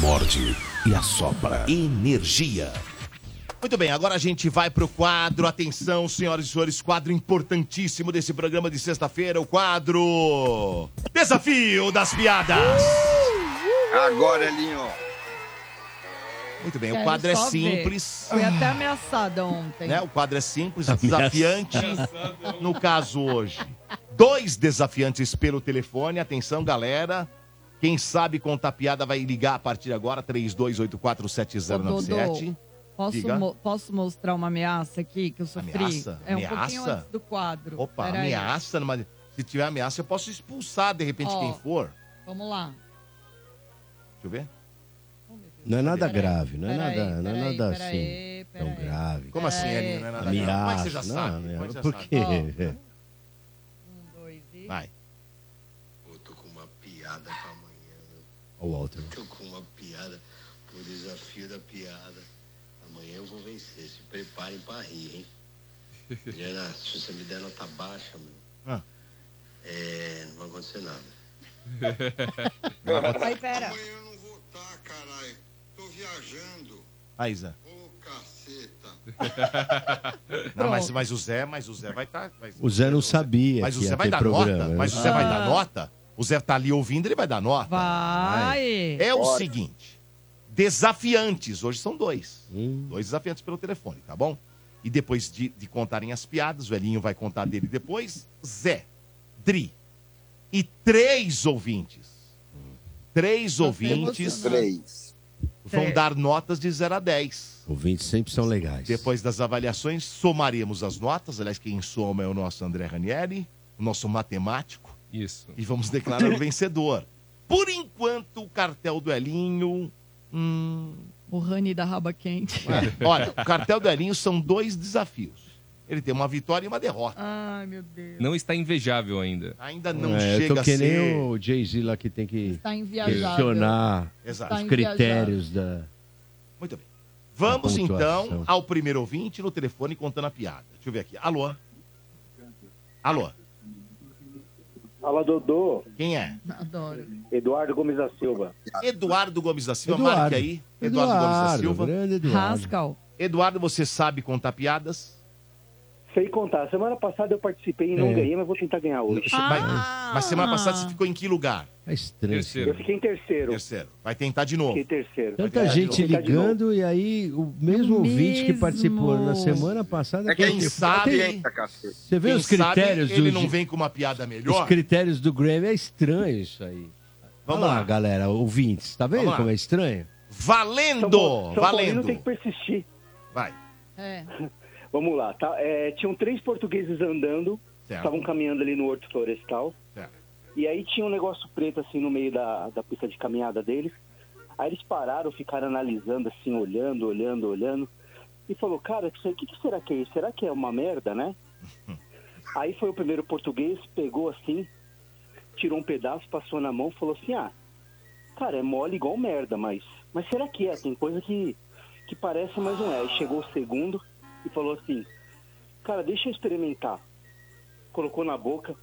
Morde e assopra. Energia.
Muito bem, agora a gente vai pro quadro. Atenção, senhoras e senhores, quadro importantíssimo desse programa de sexta-feira, o quadro Desafio das Piadas.
Agora, Elinho.
Muito bem, o
Quero
quadro é
só ver.
simples.
Fui até ameaçada ontem.
Né? O quadro é simples, desafiante. No caso hoje, dois desafiantes pelo telefone. Atenção, galera. Quem sabe contar piada vai ligar a partir de agora,
Ô, Dodô,
32847097.
posso,
Diga.
mo- posso mostrar uma ameaça aqui que eu sofri?
Ameaça?
É um
Ameaça?
pouquinho antes do quadro.
Opa,
Pera aí.
ameaça. Numa... Se tiver ameaça, eu posso expulsar, de repente,
Ó.
quem for.
Vamos lá.
Deixa eu ver.
Não é nada grave, não é
peraí,
nada, não é
peraí,
nada assim.
peraí,
tão grave.
Como assim, Elinho? Não é nada grave?
Ameaça,
Como é que você já
não,
sabe? Como é que
Não,
você já
por
sabe?
quê?
Ó.
É.
Vai.
Um, Eu tô com uma piada pra amanhã.
Ó O Walter.
Eu tô com uma piada pro desafio da piada. Amanhã eu vou vencer. Se preparem pra rir,
(laughs)
hein? Adriana, se você me der nota baixa, meu,
Ah.
é, não vai acontecer nada.
Vai botar-
Amanhã eu não vou estar, caralho. Tô viajando.
Aí, Zé.
Ô,
Não, mas, mas o Zé, mas o Zé vai estar.
O Zé não sabia.
Mas o
que
Zé
ia
vai
ter
dar
programa,
nota?
né?
Mas o Zé vai dar
Ah.
nota? O Zé tá ali ouvindo, ele vai dar nota?
Vai.
É o
Bora.
seguinte: desafiantes, hoje são dois.
Hum.
Dois desafiantes pelo telefone, tá bom? E depois de, de contarem as piadas, o velhinho vai contar dele depois. Zé, Dri e três ouvintes. Três ouvintes.
Três.
Vão
Três.
dar notas de 0 a 10.
Ouvintes sempre são legais.
Depois das avaliações, somaremos as notas. Aliás, quem soma é o nosso André Ranieri, o nosso matemático.
Isso.
E vamos declarar
(laughs)
o vencedor. Por enquanto, o cartel do Elinho. hum,
O Rani da raba quente. (laughs)
é. Olha, o cartel do Elinho são dois desafios. Ele tem uma vitória e uma derrota.
Ai, meu Deus.
Não está invejeável ainda.
Ainda
Não é, eu tô que nem o Jay-Z lá que tem que
Está inviajável.
questionar
Exato.
os critérios da.
Muito bem. Vamos
A pontuação.
então ao primeiro ouvinte no telefone contando a piada. Deixa eu ver aqui. Alô? Alô?
Fala, Dodô.
Quem é?
Adoro.
Eduardo Gomes da Silva.
Eduardo Gomes da Silva,
Eduardo.
marque aí. Eduardo, Gomes da
Eduardo,
Silva.
grande Eduardo.
Rascal.
Eduardo, você sabe contar piadas?
Sei contar. Semana passada eu participei e não
É.
ganhei, mas vou tentar ganhar hoje.
Ah,
Mas, mas semana passada você ficou em que lugar?
É estranho.
Eu fiquei em terceiro.
Terceiro. Vai tentar de novo.
Fiquei terceiro.
Tanta gente ligando e aí o mesmo ouvinte que participou na semana passada.
É quem
participou.
sabe.
Tem- Você vê
quem
os critérios
sabe, Ele
do-
não vem com uma piada melhor.
Os critérios do Grammy é estranho isso aí.
Vamos
Olha lá,
lá.
galera, ouvintes, tá vendo
Vamos lá.
como é estranho?
Valendo!
São Paulino
valendo.
Então, tem que persistir.
Vai.
É.
(laughs) Vamos lá. Tá? É, tinham três portugueses andando,
Certo.
estavam caminhando ali no Horto Florestal.
É.
Certo.
E aí tinha um negócio preto assim no meio da, da pista de caminhada deles. Aí eles pararam, ficaram analisando assim, olhando, olhando, olhando. E falou, cara, isso aí, o que, que será que é isso? Será que é uma merda, né? aí foi o primeiro português, pegou assim, tirou um pedaço, passou na mão, falou assim, ah, cara, é mole igual merda, mas, mas será que é? Tem coisa que, que parece, mas não é. Aí chegou o segundo e falou assim, cara, deixa eu experimentar. Colocou na boca,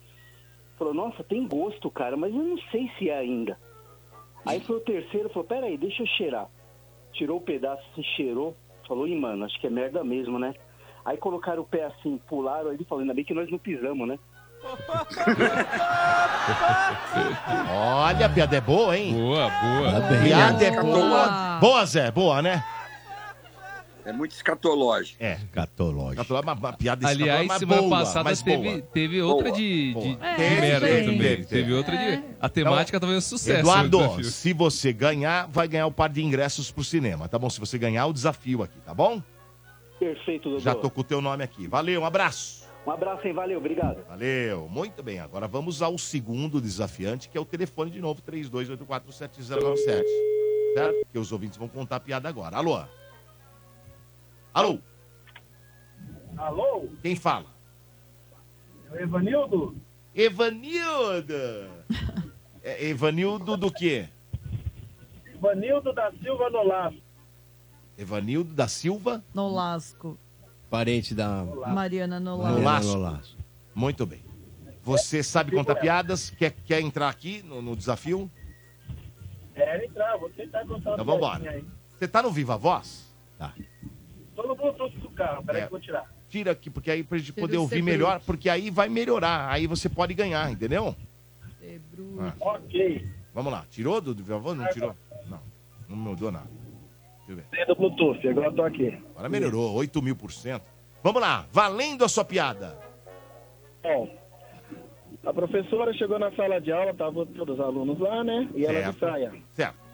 falou, nossa, tem gosto, cara, mas eu não sei se é ainda. Aí foi o terceiro, falou, peraí, deixa eu cheirar. Tirou o pedaço, assim, cheirou, falou, ih, mano, acho que é merda mesmo, né? Aí colocaram o pé assim, pularam, ele falou, ainda bem que nós não pisamos, né?
Olha, a piada é boa, hein?
Boa, boa.
Piada é
Boa.
boa. Boa, Zé, boa, né?
É muito escatológico.
É.
Escatológico.
Uma, uma piada escatológica,
Aliás,
mas
semana
boa,
passada
mas
teve,
boa.
teve outra
Boa,
de,
boa.
de- de
Teve,
merda
teve,
também.
teve,
Teve,
teve.
outra de. A
Então,
temática também é um sucesso. o
Eduardo,
desafio.
se você ganhar, vai ganhar o par de ingressos pro cinema, tá bom? Se você ganhar o desafio aqui, tá bom?
Perfeito, Dodô.
Já tô com o teu nome aqui. Valeu, um abraço.
Um abraço, hein? Valeu, obrigado.
Valeu, muito bem. Agora vamos ao segundo desafiante, que é o telefone de novo, 32847097. Certo? Que os ouvintes vão contar a piada agora. Alô? Alô?
Alô? É
Quem fala?
Evanildo?
Evanildo! É, Evanildo do quê?
Vanildo da Silva Nolasco.
Evanildo da Silva?
Nolasco.
Parente da
Mariana Nolasco.
Nolasco. Muito bem. Você sabe contar piadas? Quer, quer entrar aqui no, no desafio?
É, entrar, vou tentar contar
Então vambora. Você tá no Viva Voz?
Tô no Bluetooth do carro,
peraí que eu
vou tirar.
Tira aqui, porque aí pra gente
Tira
poder
o
ouvir
segredo.
melhor, porque aí vai melhorar. Aí você pode ganhar, entendeu?
É
Ah.
Ok.
Vamos lá. Tirou do do Viva Voz? Não tirou? Não. Não mudou nada.
É do Bluetooth, agora eu tô aqui.
Agora melhorou, 8 mil por cento. Vamos lá, valendo a sua piada.
Bom, É. a professora chegou na sala de aula, estavam todos os alunos lá, né? E ela de
Certo.
saia.
Certo.
(laughs)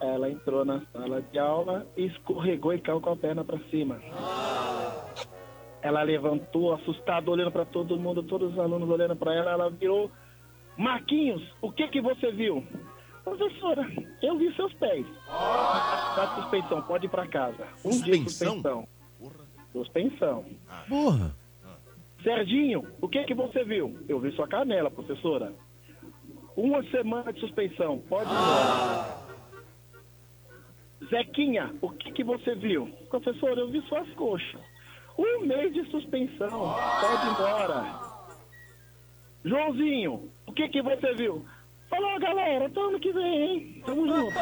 Ela entrou na sala de aula, escorregou e caiu com a perna pra cima. Ela levantou, assustada, olhando pra todo mundo, todos os alunos olhando pra ela. Ela virou: Marquinhos, o que que você viu? Professora, eu vi seus pés. Tá suspensão, pode ir pra casa. Um dia de suspensão. Suspensão.
Porra.
Serginho, o que que você viu? Eu vi sua canela, professora. Uma semana de suspensão, pode ir embora. Zequinha, o que que você viu? Professora, eu vi suas coxas. Um mês de suspensão, pode ir embora. Joãozinho, o que que você viu? Falou, galera, até ano que vem, hein? Tamo junto.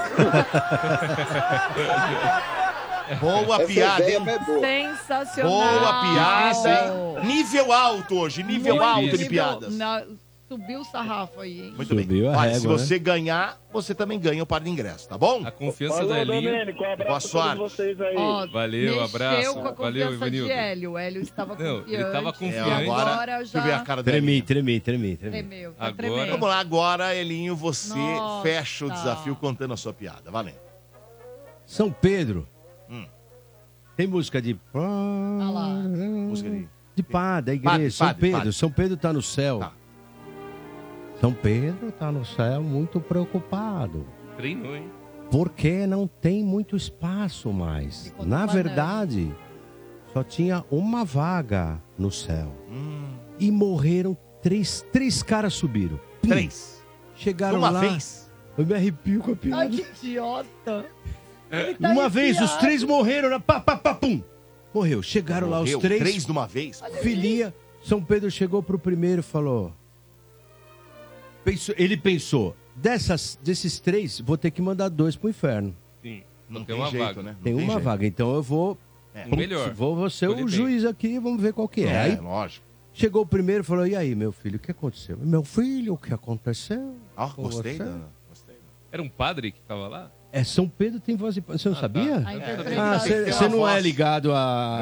Boa
Essa
piada,
ideia
hein?
é boa. Sensacional.
Boa piada, hein? Nível alto hoje, nível
Muito
alto de
nível-
piadas.
na- Subiu o sarrafo aí, hein?
Muito bem.
é
Subiu a
Olha,
régua,
né?
se você ganhar, você também ganha o par de ingresso, tá bom? A
confiança Falou, da Elinho. Domênico, um abraço
Boa
a todos
sorte.
vocês aí.
Ó,
Valeu,
mexeu
abraço.
com a
Valeu,
confiança de
Ivanildo.
Hélio. O Hélio estava
Não,
confiante. É,
ele tava
e
É,
confiante.
Agora já...
Tremi, tremi, tremi, tremi.
Tremeu, tá
Agora-
tremendo.
Vamos lá, agora, Elinho, você
Nossa.
fecha o desafio contando a sua piada. Valendo.
São Pedro.
Hum.
Tem música de.
Ah, Música de.
De pá, da igreja.
Padre,
São
padre,
Pedro.
padre.
São Pedro tá no céu. São Pedro tá no céu muito preocupado.
Treinou, hein?
Porque não tem muito espaço mais.
Ficou
Na
numa
verdade, só tinha uma vaga no céu. E morreram três. Três caras subiram. Pum.
Três.
Chegaram
Uma
lá.
vez?
Eu me arrepio com a
Ai,
piada.
que idiota.
É. Uma vez, os três morreram. Na... Pá, pá, pá, pum. Morreu. Chegaram lá
Morreu,
os três.
três de uma vez?
Filhinha. São Pedro chegou pro primeiro e falou... Pensou- ele pensou, dessas, desses três, vou ter que mandar dois pro inferno.
Sim.
Não,
tem, uma vaga.
Tem, uma
jeito.
vaga, então eu vou...
É.
Putz,
Melhor.
Vou, vou ser
Escolhe
o
bem.
juiz aqui, vamos ver qual que é.
É,
Aí
lógico.
Chegou o primeiro e falou, e aí, meu filho, o que aconteceu? Meu filho, o que aconteceu?
Ah,
com
gostei,
você?"
Dana.
Era um padre que tava lá?
É, São Pedro tem voz de... Você não sabia?
A
Ah,
interpretação.
você
Tem
você
uma
não é
voz.
ligado a...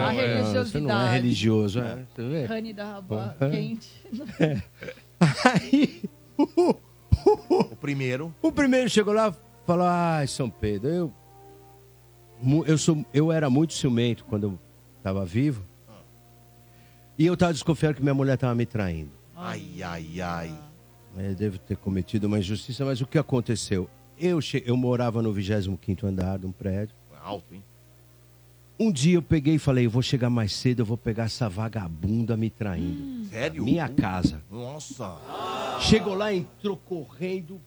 A religiosidade.
Você não é religioso, é. Você vê?
Rani da Rabá,
Porra. (laughs)
quente.
É. (laughs) Aí, o
primeiro.
O primeiro chegou lá e falou: Ai, São Pedro, eu. mu- Eu, sou, eu era muito ciumento quando eu estava vivo. E eu estava desconfiado que minha mulher estava me traindo.
Ai, ai, ai.
Eu devo ter cometido uma injustiça, mas o que aconteceu? Eu, che... eu morava no 25 andar de um prédio.
Alto, hein?
Um dia eu peguei e falei: Eu vou chegar mais cedo, eu vou pegar essa vagabunda me traindo.
Sério?
Minha casa.
Nossa.
Chegou lá, entrou correndo.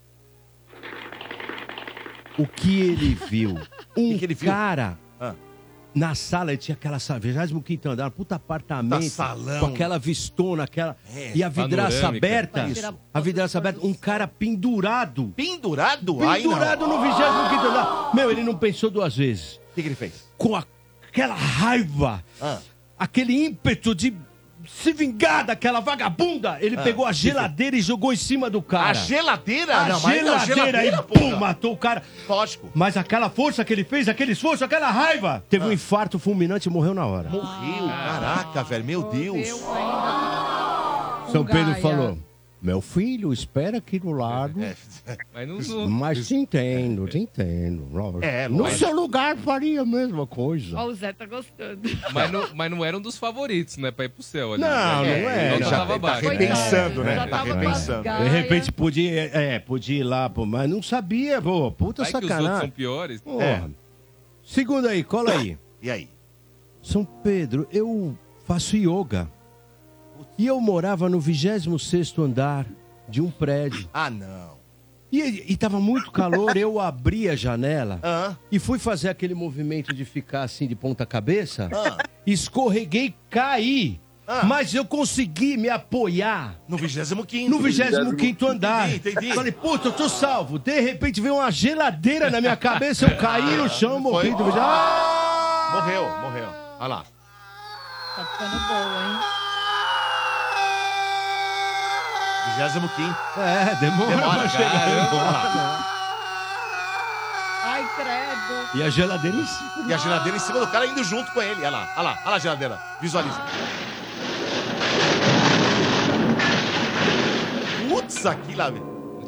O que ele
(laughs)
viu? Um cara
Ah.
na sala, ele tinha aquela sala, 25 andar, puta apartamento,
Puta Tá salão.
com aquela vistona, aquela.
É,
e a vidraça
panorâmica.
aberta.
Isso.
A vidraça aberta, um cara pendurado.
Pendurado? Ai, não.
Pendurado no 25 andar. Meu, ele não pensou duas vezes.
O que, que ele fez? Ah.
Com a- aquela raiva, aquele ímpeto de se vingar daquela vagabunda, ele
Ah,
pegou a
que que-
geladeira e jogou em cima do cara.
A geladeira?
A
Não, mas não,
geladeira,
geladeira,
e
porra.
pum, matou o cara.
Lógico.
Mas aquela força que ele fez, aquele esforço, aquela raiva. Teve um infarto fulminante e morreu na hora.
Morreu,
Ah.
caraca, velho, meu Deus.
São Pedro falou: Meu filho, espera aqui do lado.
Mas não
Mas te entendo, te entendo.
É,
no
lógico.
seu lugar faria a mesma coisa.
Ó, o Zé tá gostando.
Mas não, mas não era um dos favoritos, né? Pra ir pro céu. Ali,
Não, não
né?
era.
Então
Já
tava
tá
baixo.
repensando,
né? Tá
repensando.
De repente podia, é, podia ir lá, pô, mas não sabia, pô, puta
Vai que os outros são
sacanagem.
piores. É.
Porra. Segunda aí, cola aí.
E aí?
São Pedro, eu faço yoga. E eu morava no 26 andar de um prédio.
Ah, não.
E, e tava muito calor, eu abri a janela
Ah.
e fui fazer aquele movimento de ficar assim de ponta cabeça. Escorreguei, caí. Mas eu consegui me apoiar.
No 25
No 25 andar.
Entendi, entendi.
Falei, puta, eu tô salvo. De repente veio uma geladeira na minha
(laughs)
cabeça,
É,
eu caí no chão, morri. Do... Ah!
Morreu, morreu. Olha lá.
Tá ficando boa, hein?
25.
É, demora,
Demora,
pra chegar. né?
caramba.
Ai, credo.
E a geladeira em cima.
E a geladeira em cima do cara indo junto com ele. Olha lá, olha lá, olha lá a geladeira. Visualiza. Putz, aqui lá.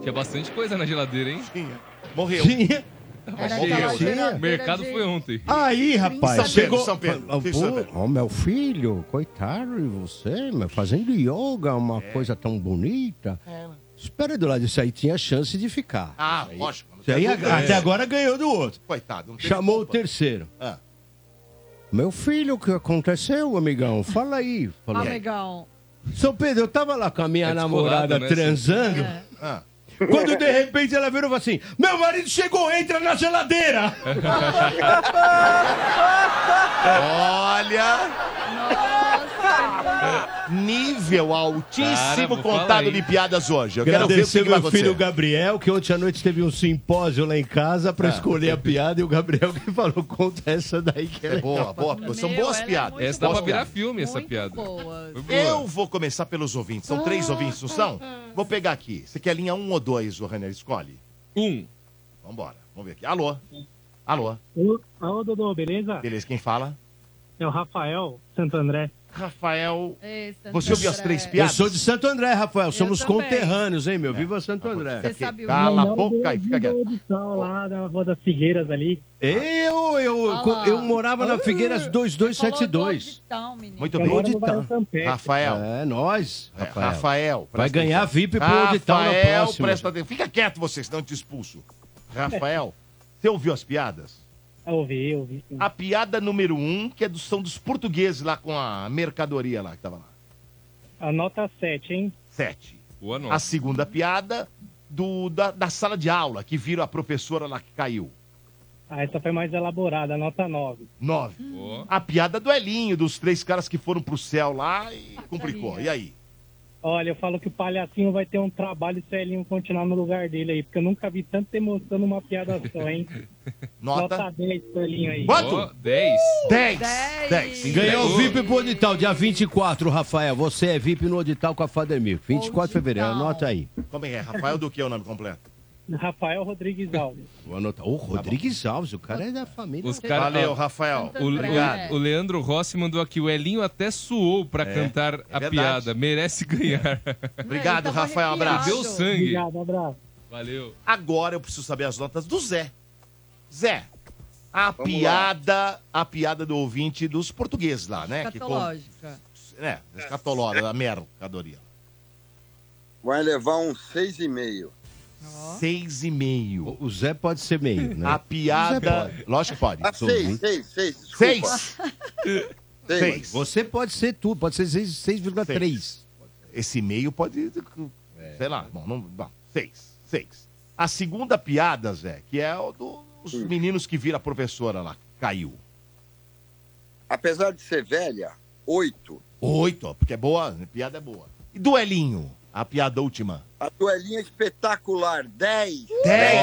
Tinha bastante coisa na geladeira, hein?
Tinha. Morreu.
Tinha.
Era
aquela geladeira
O mercado
de-
foi ontem.
Aí, rapaz,
São Pedro,
chegou.
São Pedro.
Ah,
Fiz
pô,
São Pedro.
ó, meu filho, coitado de você, meu, fazendo yoga, uma coisa tão bonita.
É, né?
Espera do lado, isso aí tinha chance de ficar.
Ah, lógico.
Isso aí,
É.
até agora ganhou do outro.
Coitado. não teve
Chamou o
culpa.
terceiro.
Ah.
Meu filho, o que aconteceu, amigão? Fala aí.
Ah,
Falou.
Amigão.
São Pedro, eu tava lá com a minha
É descolado,
namorada
né,
transando.
É.
Ah.
Quando de repente ela virou e falou assim: Meu marido chegou, entra na geladeira!
Olha!
Nossa.
Nível
Cara,
altíssimo
vou falar,
contado
hein?
de piadas hoje. (laughs) Eu quero ver o que,
Agradecer
que vai
meu filho
acontecer.
Gabriel, que ontem à noite teve um simpósio lá em casa
Ah.
pra escolher a piada e o Gabriel que falou, conta essa daí que é,
É boa,
legal."
boa. São
Meu,
boas
ela é
piadas.
muito Essa dá pra
Boas
virar
piadas.
filme, essa piada. Foi boa.
Eu vou começar pelos ouvintes. São três ouvintes, não são? Vou pegar aqui. Você quer linha um ou dois, o Rainer? Escolhe.
Um.
Vambora. Vamos ver aqui. Alô? Alô?
Alô, Dodô, beleza?
Beleza, quem fala?
É o Rafael Santo André.
Rafael.
É,
Você ouviu as três piadas?
Eu sou de Santo André, Rafael. Somos
também.
conterrâneos, hein, meu? Viva Santo André.
Ah, Você sabe o- Cala a boca e fica quieto.
Edição lá da Rua das Figueiras ali.
Eu, eu,
Olha lá.
eu morava na Figueiras
Ah,
2272.
Então,
Muito
Eu
bem,
moro no
Oditão.
Barão Tampete.
Rafael.
É, nós.
É,
Rafael.
Rafael,
Vai
presta
ganhar
atenção.
VIP pro Oditão na
Rafael,
próxima.
presta atenção. Fica quieto você, senão eu te expulso. Rafael, (laughs) você ouviu as piadas?
Ouvi, ouvi. sim.
A piada número um, que é do, são dos portugueses lá com a mercadoria lá que tava lá.
A nota 7, hein?
Sete. A segunda piada do, da, da sala de aula, que viram a professora lá que caiu.
Ah, essa foi mais elaborada, a nota 9.
Nove. A piada do Elinho, dos três caras que foram pro céu lá e complicou. E aí?
Olha, eu falo que o palhacinho vai ter um trabalho se o Elinho continuar no lugar dele aí, porque eu nunca vi tanta emoção numa piada só, hein?
(laughs) Nota?
Nota 10 pro Elinho aí.
Quanto?
10.
10.
10.
Ganhou o VIP pro Odital, dia 24, Rafael. Você é VIP no Odital com a Fademir. 24 de fevereiro, anota aí.
Como é que é? Rafael do que é o nome completo?
Rafael Rodrigues Alves.
Vou anotar. O Rodrigues Alves, o cara é da família.
Os cara-
Valeu, Rafael.
O,
Obrigado.
o- o Leandro Rossi mandou aqui. O Elinho até suou
É,
pra cantar a piada. Merece ganhar.
Obrigado,
tá
Rafael. Abraço.
Deu sangue.
abraço.
Valeu.
Agora eu preciso saber as notas do Zé. Zé, a
Vamos
piada, a piada do ouvinte dos portugueses lá, né? Que com-
Escatológica.
É, escatológica, da mercadoria.
Vai levar um 6,5.
Seis e meio.
O Zé pode ser meio, né?
A
O
piada...
Zé pode.
Lógico que pode.
Ah,
Sou
6,
muito.
6, 6,
É Seis.
Seis. Você pode ser tu, pode ser 6,3.
Esse meio pode...
É.
Sei lá, bom, não, bom, seis, seis. A segunda piada, Zé, que é o dos
Hum.
meninos que vira professora lá, caiu.
Apesar de ser velha, 8.
Oito, ó, porque é boa, né? piada é boa. E duelinho, a piada última.
A duelinha é espetacular, 10.
Uh!
10.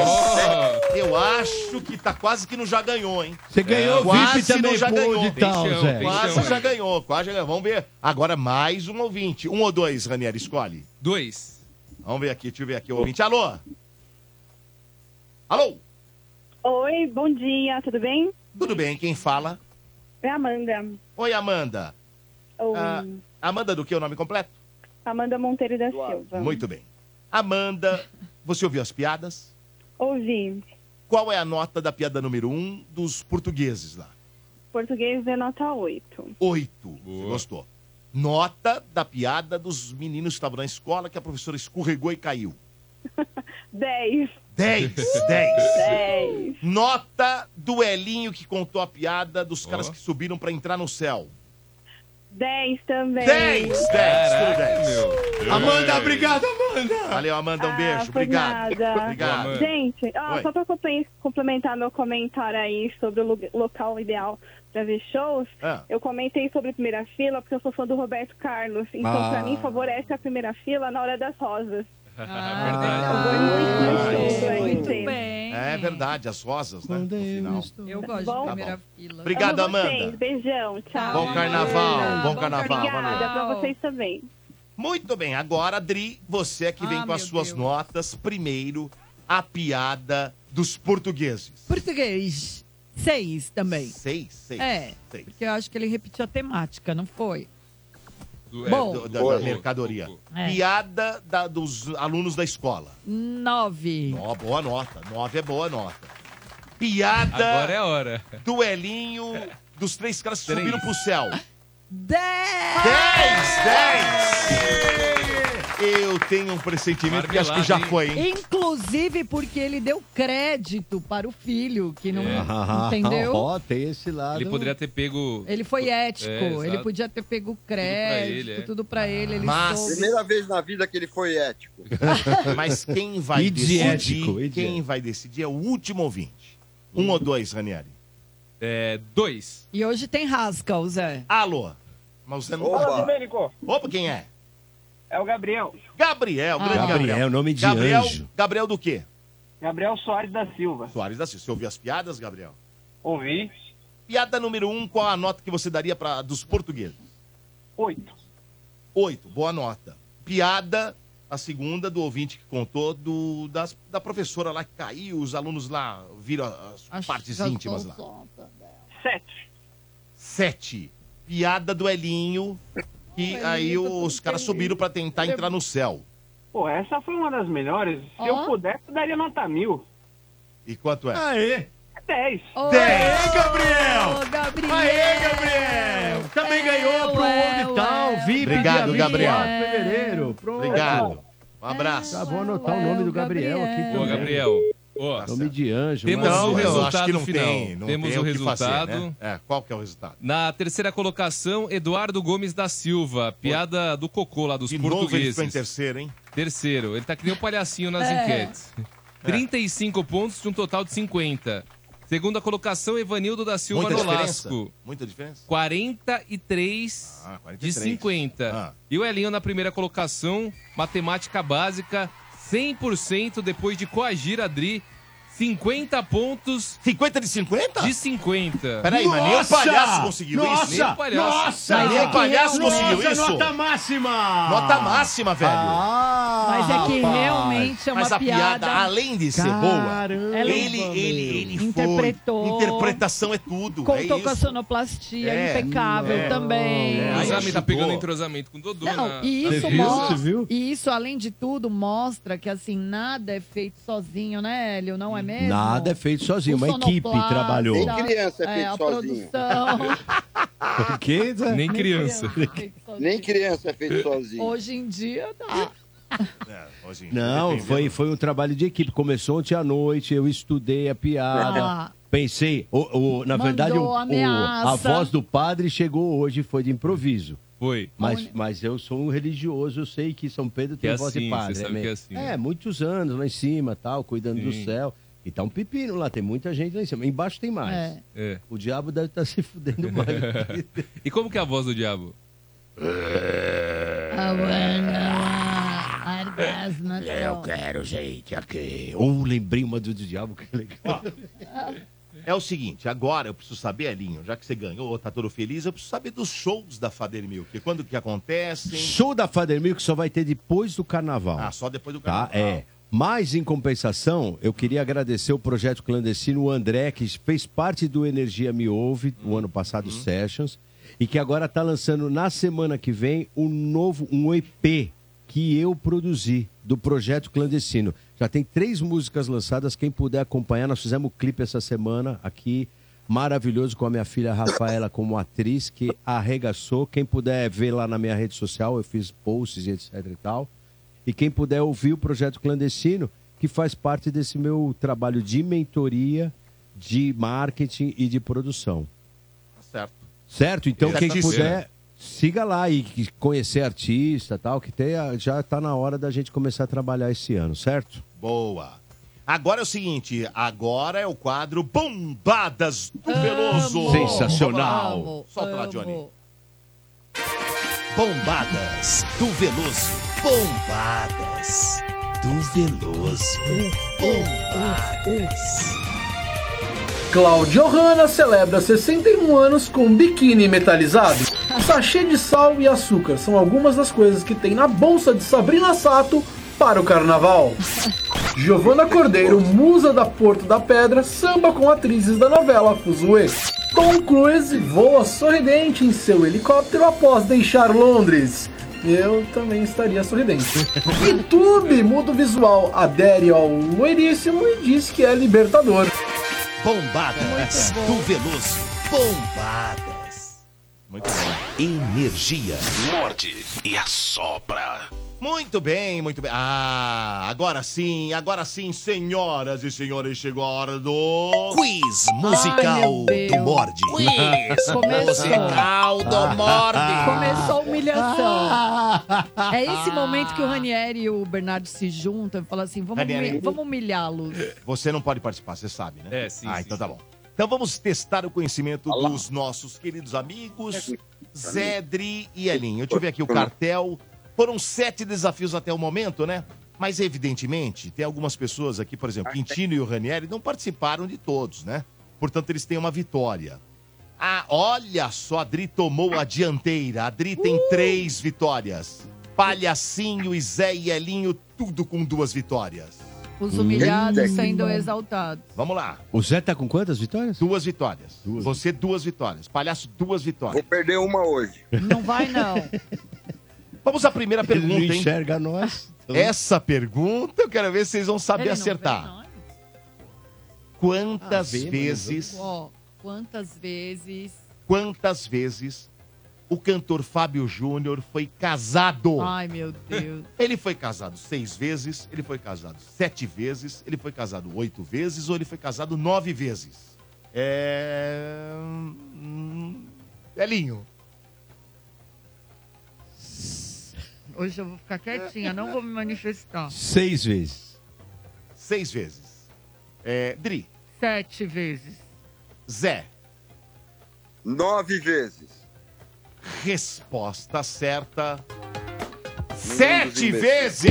Eu acho que tá quase que não já ganhou, hein? É,
Você ganhou o
quase
VIP também,
não já
pô,
ganhou.
de tal, Tem chão, Zé. tem
Quase
chão,
já
hein?
ganhou, quase já ganhou. Vamos ver. Agora mais um ouvinte. Um ou dois, Ranieri, escolhe.
Dois.
Vamos ver aqui, deixa eu ver aqui o ouvinte. Alô? Alô?
Oi, bom dia, tudo bem?
Tudo bem, quem fala?
É a Amanda.
Oi, Amanda.
Ou
Ah, Amanda do que é o nome completo?
Amanda Monteiro da Silva.
Muito bem. Amanda, você ouviu as piadas?
Ouvi.
Qual é a nota da piada número um dos portugueses lá?
Português é nota 8.
Oito. Você gostou. Nota da piada dos meninos que estavam na escola que a professora escorregou e caiu.
10.
Dez. Dez.
10.
Nota do Elinho que contou a piada dos caras que subiram pra entrar no céu.
10 também.
10, 10, tudo 10.
meu.
Amanda,
obrigado, Amanda. Valeu, Amanda, um beijo,
Ah, Por
obrigado.
nada.
Obrigado.
(laughs) Gente, ó,
Oi.
só para complementar meu comentário aí sobre o lu- local ideal para ver shows,
Ah.
eu comentei sobre a primeira fila porque eu sou fã do Roberto Carlos. Então,
Ah.
pra para mim, favorece a primeira fila na hora das rosas.
Ah.
Muito
bem.
É verdade, as rosas, né? No final.
Eu gosto
Tá Bom.
da
primeira
fila.
Obrigado,
Amo vocês.
Amanda.
Beijão, tchau.
Bom carnaval, bom carnaval,
Obrigada
valeu.
pra vocês também.
Muito bem, agora, Adri, você é que
Ah,
vem com as suas notas. Primeiro, a piada dos portugueses.
Português. Seis também.
Seis, seis.
É,
seis.
porque eu acho que ele repetiu a temática, não foi?
Do, é,
Bom.
do- da,
Boa.
da mercadoria.
É.
Piada da- dos alunos da escola.
Nove.
Ó, boa nota. Nove é boa nota. Piada
Agora é a hora.
duelinho dos três caras que
Três.
subiram pro céu.
Dez.
Dez! Dez! Eu tenho um pressentimento que acho que já foi, hein?
Inclusive porque ele deu crédito para o filho, que não.
Ah,
É.
tá
(laughs)
Entendeu?
Ó, tem esse lado.
Ele poderia ter pego.
Ele foi ético,
É, exato.
ele podia ter pego crédito,
ele, é.
tudo pra ele, ele soube.
primeira vez na vida que ele foi ético.
(laughs) Mas quem vai
E
decidir,
diético, e
quem
diético.
vai decidir é o último ouvinte. Um ou dois, Ranieri?
É, dois.
E hoje tem rasca, o Zé.
Alô? Mas você não
Fala, Domênico.
Opa, quem é?
É o Gabriel.
Gabriel, grande
Ah.
Gabriel.
Gabriel, nome de
Gabriel,
anjo.
Gabriel do quê?
Gabriel Soares da Silva.
Soares da Silva. Você ouviu as piadas, Gabriel?
Ouvi.
Piada número um, qual a nota que você daria para dos portugueses?
Oito.
Oito, boa nota. Piada, a segunda do ouvinte que contou, do, das- da professora lá que caiu, os alunos lá viram as partes íntimas lá.
né?
Sete.
Sete, piada do Elinho, e
Elinho,
aí
eu tô
os caras
feliz.
subiram para tentar entrar no céu.
Pô, essa foi uma das melhores. Se
Ó.
eu pudesse, eu daria nota mil.
E quanto é?
Ah,
Aê! Dez.
Dez, Gabriel!
Gabriel!
Aê, Gabriel! Também ganhou pro
é,
Onde Tal,
ué.
VIP
Obrigado,
dia
Gabriel.
24 de fevereiro. Pronto.
Obrigado. Um abraço.
Tá bom anotar o nome do Gabriel, aqui.
Ô,
também.
Gabriel. Ó,
Nome de anjo. é.
Temos um
maravilha.
o resultado
acho que não
final.
tem- não
Temos
tem
o
o que
resultado.
fazer, né? É, qual que é o resultado?
Na terceira colocação, Eduardo Gomes da Silva. Piada do cocô lá dos
De novo ele
portugueses.
ficou em terceiro, hein?
Terceiro. Ele tá que nem um palhacinho nas
É.
enquetes. 35 pontos de um total de 50. Segunda colocação, Evanildo da Silva
Muita diferença?
Nolasco.
Muita diferença?
43, de
43.
50. E o Elinho na primeira colocação, matemática básica, 100% depois de coagir a Dri, 50 pontos.
50 de 50?
De 50.
Peraí, mas nem o
Nossa!
palhaço conseguiu
Nossa!
isso. Nem o palhaço.
Nossa! é
Mas nem o palhaço
Nossa,
conseguiu isso.
nota
máxima!
Nota máxima, Ah! velho.
Mas é que realmente é uma
Mas a piada,
piada-
além de ser boa,
Caramba,
ele,
meu.
ele, ele foi.
Interpretou.
Interpretação é tudo. é
Contou
isso.
com a sonoplastia
É.
impecável
É.
também.
É, aí
Entrosamento, tá
ajudou.
pegando entrosamento com o Dodô. na-
Não, e
na
isso,
mesa.
mostra, e isso, além de tudo, mostra que assim, nada é feito sozinho, né, Hélio? Não é mesmo?
Nada é feito sozinho, uma equipe
sonoplasta,
trabalhou.
Nem criança é feito a sozinho. produção.
O quê, Zé?
Nem criança.
Nem criança é feito sozinho.
Hoje em dia dá.
É,
Não, foi, foi um trabalho de equipe. Começou ontem à noite, eu estudei a piada.
Ah.
Pensei, o, o- na
Mandou
verdade, o- o- a
ameaça.
voz do padre chegou hoje, foi de improviso.
Foi.
Mas, mas eu sou um religioso, eu sei que São Pedro
Que
tem
é
voz
assim,
de
você
padre.
sabe
né?
que é assim.
muitos anos lá em cima, tal, cuidando do
Sim.
céu. E tá um pepino lá, tem muita gente lá em cima. Embaixo tem mais.
É.
É.
O diabo deve estar se fudendo mais.
(laughs) e como que é a voz do diabo? É.
Eu quero gente aqui. Ou lembrei uma do, do diabo que é legal.
É o seguinte, agora eu preciso saber, Elinho, já que você ganhou, tá todo feliz, eu preciso saber dos shows da Fader Milk. Quando que
É assim.
acontecem?
Show da Fadermil que só vai ter depois do carnaval.
Ah, só depois do
Tá,
carnaval.
é. Mas, em compensação, eu queria agradecer o Projeto Clandestino, o André, que fez parte do Energia Me Ouve,
Uhum.
o ano passado, Sessions, e que agora está lançando, na semana que vem, um novo, um EP que eu produzi, do Projeto Clandestino. Já tem três músicas lançadas, quem puder acompanhar, nós fizemos o clipe essa semana aqui, maravilhoso, com a minha filha Rafaela como atriz, que arregaçou. Quem puder ver lá na minha rede social, eu fiz posts e etc e tal. E quem puder ouvir o Projeto Clandestino, que faz parte desse meu trabalho de mentoria, de marketing e de produção.
Tá certo.
Certo? Então, quem
Certíssimo.
puder, siga lá e que- conhecer artista tal, que tem, a- já está na hora da gente começar a trabalhar esse ano, certo?
Boa. Agora é o seguinte, agora é o quadro Bombadas do Veloso.
Sensacional.
Vamos lá. Solta lá, Johnny. Bombadas do Veloso. Bombadas do Veloso. Bombadas.
Cláudio Hanna celebra 61 anos com biquíni metalizado. Sachê de sal e açúcar são algumas das coisas que tem na bolsa de Sabrina Sato para
(laughs)
o carnaval. Giovanna Cordeiro, musa da Porto da Pedra, samba com atrizes da novela Fuzue. Tom Cruise voa sorridente em seu helicóptero após deixar Londres. Eu também estaria sorridente. YouTube muda o visual, adere ao loiríssimo e diz que é libertador.
Bombadas do Veloso. Bombadas. Muito bom. Energia.
Morde e assopra.
Muito bem, muito bem. Ah, agora sim, agora sim, senhoras e senhores, chegou a hora do. Quiz
musical Ai, meu do Deus. Morde.
Quiz
Começou. Tá.
musical do Morde.
Começou a
(laughs)
humilhação. É esse momento que o Ranieri e o Bernardo se juntam e falam assim: vamos,
Ranieri.
humilha- vamos humilhá-los.
Você não pode participar, você sabe, né?
É, sim.
Ah, então tá bom. Então vamos testar o conhecimento dos nossos queridos amigos Zedri e Elinho. Deixa eu ver aqui o cartel. Foram sete desafios até o momento, né? Mas evidentemente tem algumas pessoas aqui, por exemplo, Quintino e o Ranieri não participaram de todos, né? Portanto, eles têm uma vitória. Ah, olha só, a Adri tomou a dianteira. A Adri tem três vitórias. Palhacinho e Zé e Elinho, tudo com duas vitórias.
Os
Hum.
humilhados
Hum. Eita,
sendo
que-
exaltados.
Vamos lá.
O Zé tá com quantas vitórias?
Duas vitórias. Você, duas vitórias. Palhaço, duas vitórias.
Vou perder uma hoje.
Não vai, não.
(laughs) Vamos à primeira
(laughs)
pergunta, hein?
enxerga nós.
Essa pergunta eu quero ver se vocês vão saber
Ele não
acertar.
Ah,
Quantas vezes,
Ó, quantas vezes.
quantas vezes o cantor Fábio Júnior foi casado?
Ai, meu Deus.
(laughs) Ele foi casado seis vezes, ele foi casado sete vezes, ele foi casado oito vezes ou ele foi casado nove vezes? É. hum, Elinho.
Hoje eu vou ficar quietinha, não vou me manifestar.
Seis vezes.
Seis vezes. É, Dri.
Sete vezes.
Zé.
Nove vezes.
Resposta certa. Sete
um imbecil.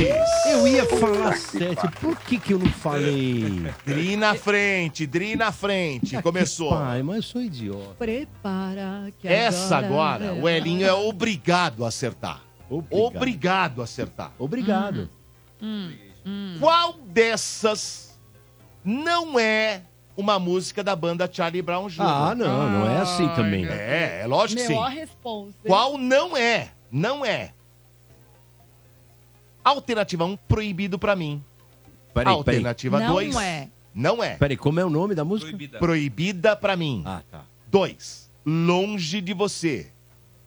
vezes!
Eu ia falar sete. Por que, que eu não falei?
Dri na frente, Dri na frente. Começou.
Pai, mas eu sou idiota.
Prepara que
Essa agora,
é
o Elinho é obrigado a acertar. Obrigado, a acertar.
Obrigado.
Hum, hum.
Qual dessas não é uma música da banda Charlie Brown Jr.?
Ah, não, não é assim também.
É, é lógico que sim.
Melhor resposta. hein?
Qual não é? Não é. Alternativa 1, proibido pra mim.
Peraí,
Alternativa
peraí.
2,
Não é.
Não é.
Peraí, como é o nome da música?
Proibida. pra mim.
Ah, tá.
2. Longe de você.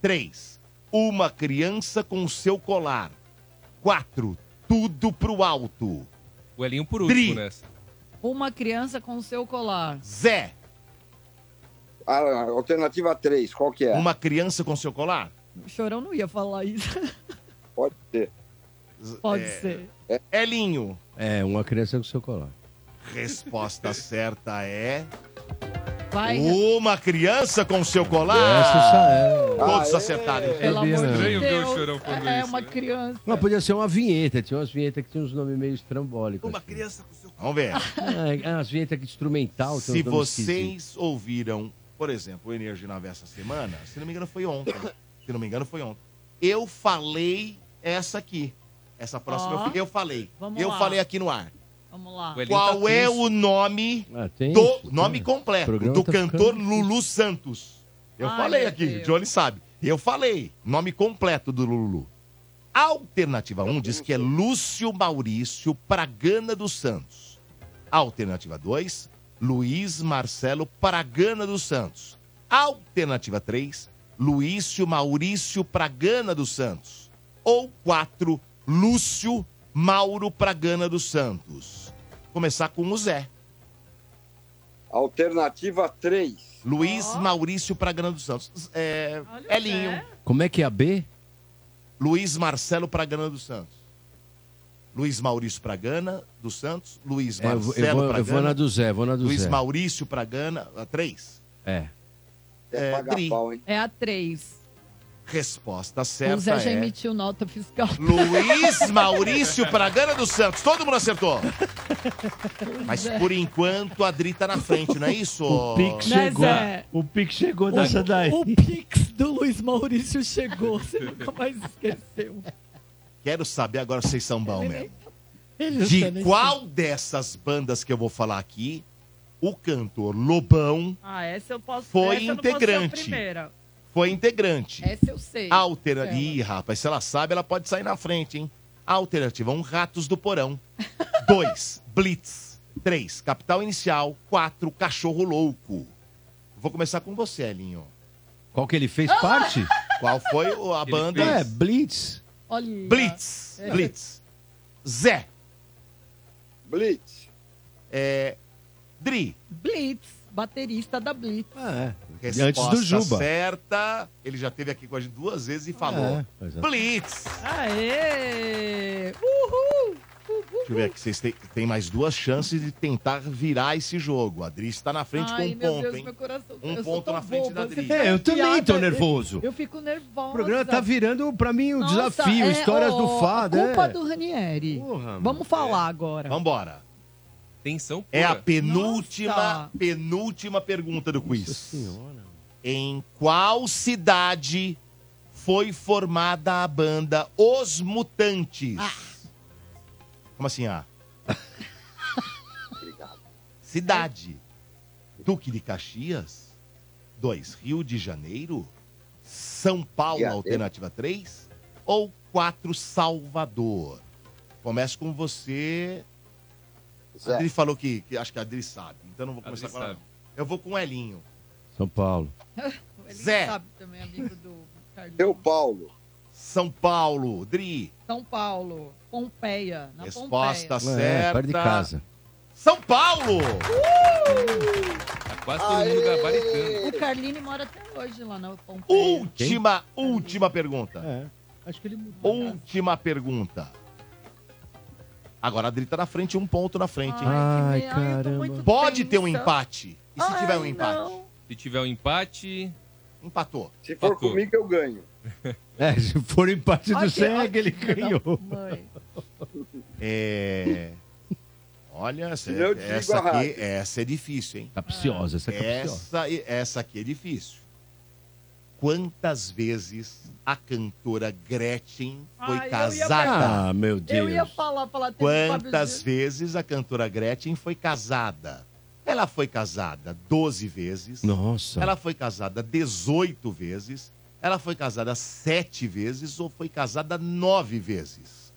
3. Uma criança com seu colar. 4. Tudo pro alto.
O Elinho por último
Dri.
nessa.
Uma criança com seu colar.
Zé.
A- Ah, alternativa 3, qual que é?
Uma criança com seu colar?
O chorão não ia falar isso.
Pode ser.
Pode
É,
ser.
Elinho.
É, uma criança com seu colar.
Resposta (laughs) certa é.
Vai.
Uma criança com seu colar.
Essa só é.
Todos
Aê.
acertaram. então.
Pelo amor de Estranho ver
Deus, é uma
né?
criança.
Mas podia ser uma vinheta. Tinha umas vinhetas que tinham uns nomes meio estrambólicos. Uma
criança com seu Vamos ver.
É, umas vinhetas que instrumental. tem
Se
uns nomes esquisitos.
vocês ouviram, por exemplo, o Energia na Versa Semana, se não me engano foi ontem. Se não me engano foi ontem. Eu falei essa aqui. Essa próxima
Ó.
eu- eu falei.
Vamos
eu
lá.
falei aqui no ar.
Vamos lá.
Qual é o nome
tá Ah, tem
do
isso, tem.
nome completo
programa
do
tá
cantor
ficando
Lulu Santos? Eu
Ai,
falei
meu
aqui,
Deus.
Johnny sabe. Eu falei, nome completo do Lulu. Alternativa 1 diz que é Lúcio Maurício Pragana dos Santos. Alternativa 2, Luiz Marcelo Pragana dos Santos. Alternativa 3, Luício Maurício Pragana dos Santos. Ou 4, Lúcio Mauro Pragana dos Santos. Começar com o Zé.
Alternativa 3.
Luiz Maurício Pragana dos Santos. Z- É, Elinho.
né?
Como é que é a B?
Luiz Marcelo Pragana dos Santos. Luiz Maurício Pragana dos Santos. Luiz
É, eu vou- eu
Marcelo
vou- eu vou
Pragana.
na do Zé, vou na do
Luiz
Zé.
Maurício Pragana. a Três.
É.
É, Dri.
(laughs) É a três.
Resposta
o
certa
Zé já
é...
emitiu nota fiscal.
Luiz Maurício Pragana dos Santos. Todo mundo
(laughs)
acertou. Mas
Zé.
por enquanto a Dri tá na frente, não é isso?
O Pix
Né,
chegou.
Zé?
O Pix chegou
O-
dessa daí.
O Pix do Luiz Maurício chegou, você nunca mais esqueceu.
Quero saber agora se vocês são bons mesmo.
Ele não tá
De
nem-
qual dessas bandas que eu vou falar aqui, o cantor Lobão
Ah, essa eu posso
Foi
essa eu não posso ser a
integrante.
primeira.
foi integrante?
Essa eu sei.
Altera...
É Ela.
Ih, rapaz, se ela sabe, ela pode sair na frente, hein? Alternativa 1, Ratos do
(laughs)
Porão. 2, Blitz. 3, Capital Inicial. 4, Cachorro Louco. Vou começar com você, Elinho.
Qual que ele fez
Ah!
parte?
Qual foi o- a banda?
É, Blitz.
Olha.
Blitz.
É.
Blitz. Zé.
Blitz.
É, Dri.
Blitz, baterista da Blitz.
Ah, é.
Resposta
Antes do Juba.
certa. Ele já esteve aqui com a gente duas
É,
vezes e falou.
pois é.
Blitz.
Aê! Uhul! Uhul!
Deixa eu ver aqui, vocês têm, têm mais duas chances de tentar virar esse jogo. A Adri está na frente
Ai,
com um
meu
ponto,
Deus,
hein?
meu coração. tá-
Um
eu sou
ponto
tão
na frente da
boba,
Adri.
você tem
É, eu
piada,
também tô
eu-
nervoso.
Eu, fico nervosa.
O programa tá virando, pra mim, um
Nossa,
desafio.
é,
Histórias
ó,
do fado, é.
né?
Culpa do Ranieri. Vamos
é.
falar agora. (laughs)
Vambora.
Tensão
É a
pura.
penúltima,
Nossa.
penúltima pergunta do quiz. Em qual cidade foi formada a banda Os Mutantes? Como assim, ah? Cidade. Duque de Caxias? 2. Rio de Janeiro? São Paulo,
Viadeu.
alternativa 3? Ou 4. Salvador? Começo com você. A Adri falou que, que acho que a Adri sabe, então não vou começar com ela. não. Eu vou com o Elinho.
São Paulo.
Zé.
Sabe também, amigo do Carlinhos.
São Paulo. São Paulo, Dri.
São Paulo, Pompeia. Na
Resposta
Pompeia.
certa.
É, perto de casa.
São Paulo!
Tá quase todo mundo gabaritando.
O Carlini mora até hoje lá na Pompeia.
Última, última pergunta.
É, Acho que ele
Última pergunta. Agora a Dri tá na frente, um ponto na frente. hein?
Ai, caramba.
Pode ter um empate. E se tiver um empate?
Se tiver um empate.
Empatou.
Se
for comigo, eu
(laughs)
ganho.
É, se for empate do
Ai, que
Zé, que ele
ótimo,
ganhou.
É. Olha,
Se
essa,
não, eu desligo
essa
a
aqui
rádio.
essa é difícil, hein?
Capciosa, essa é capciosa.
Essa, essa aqui é difícil. Quantas vezes a cantora Gretchen foi
Ai, eu ia
casada?
Ah, meu
Eu
Deus.
ia falar, falar teve um o Fábio
Quantas
Dias.
vezes a cantora Gretchen foi casada? Ela foi casada 12 vezes.
Nossa.
Ela foi casada 18 vezes. Ela foi casada 7 vezes ou foi casada 9 vezes?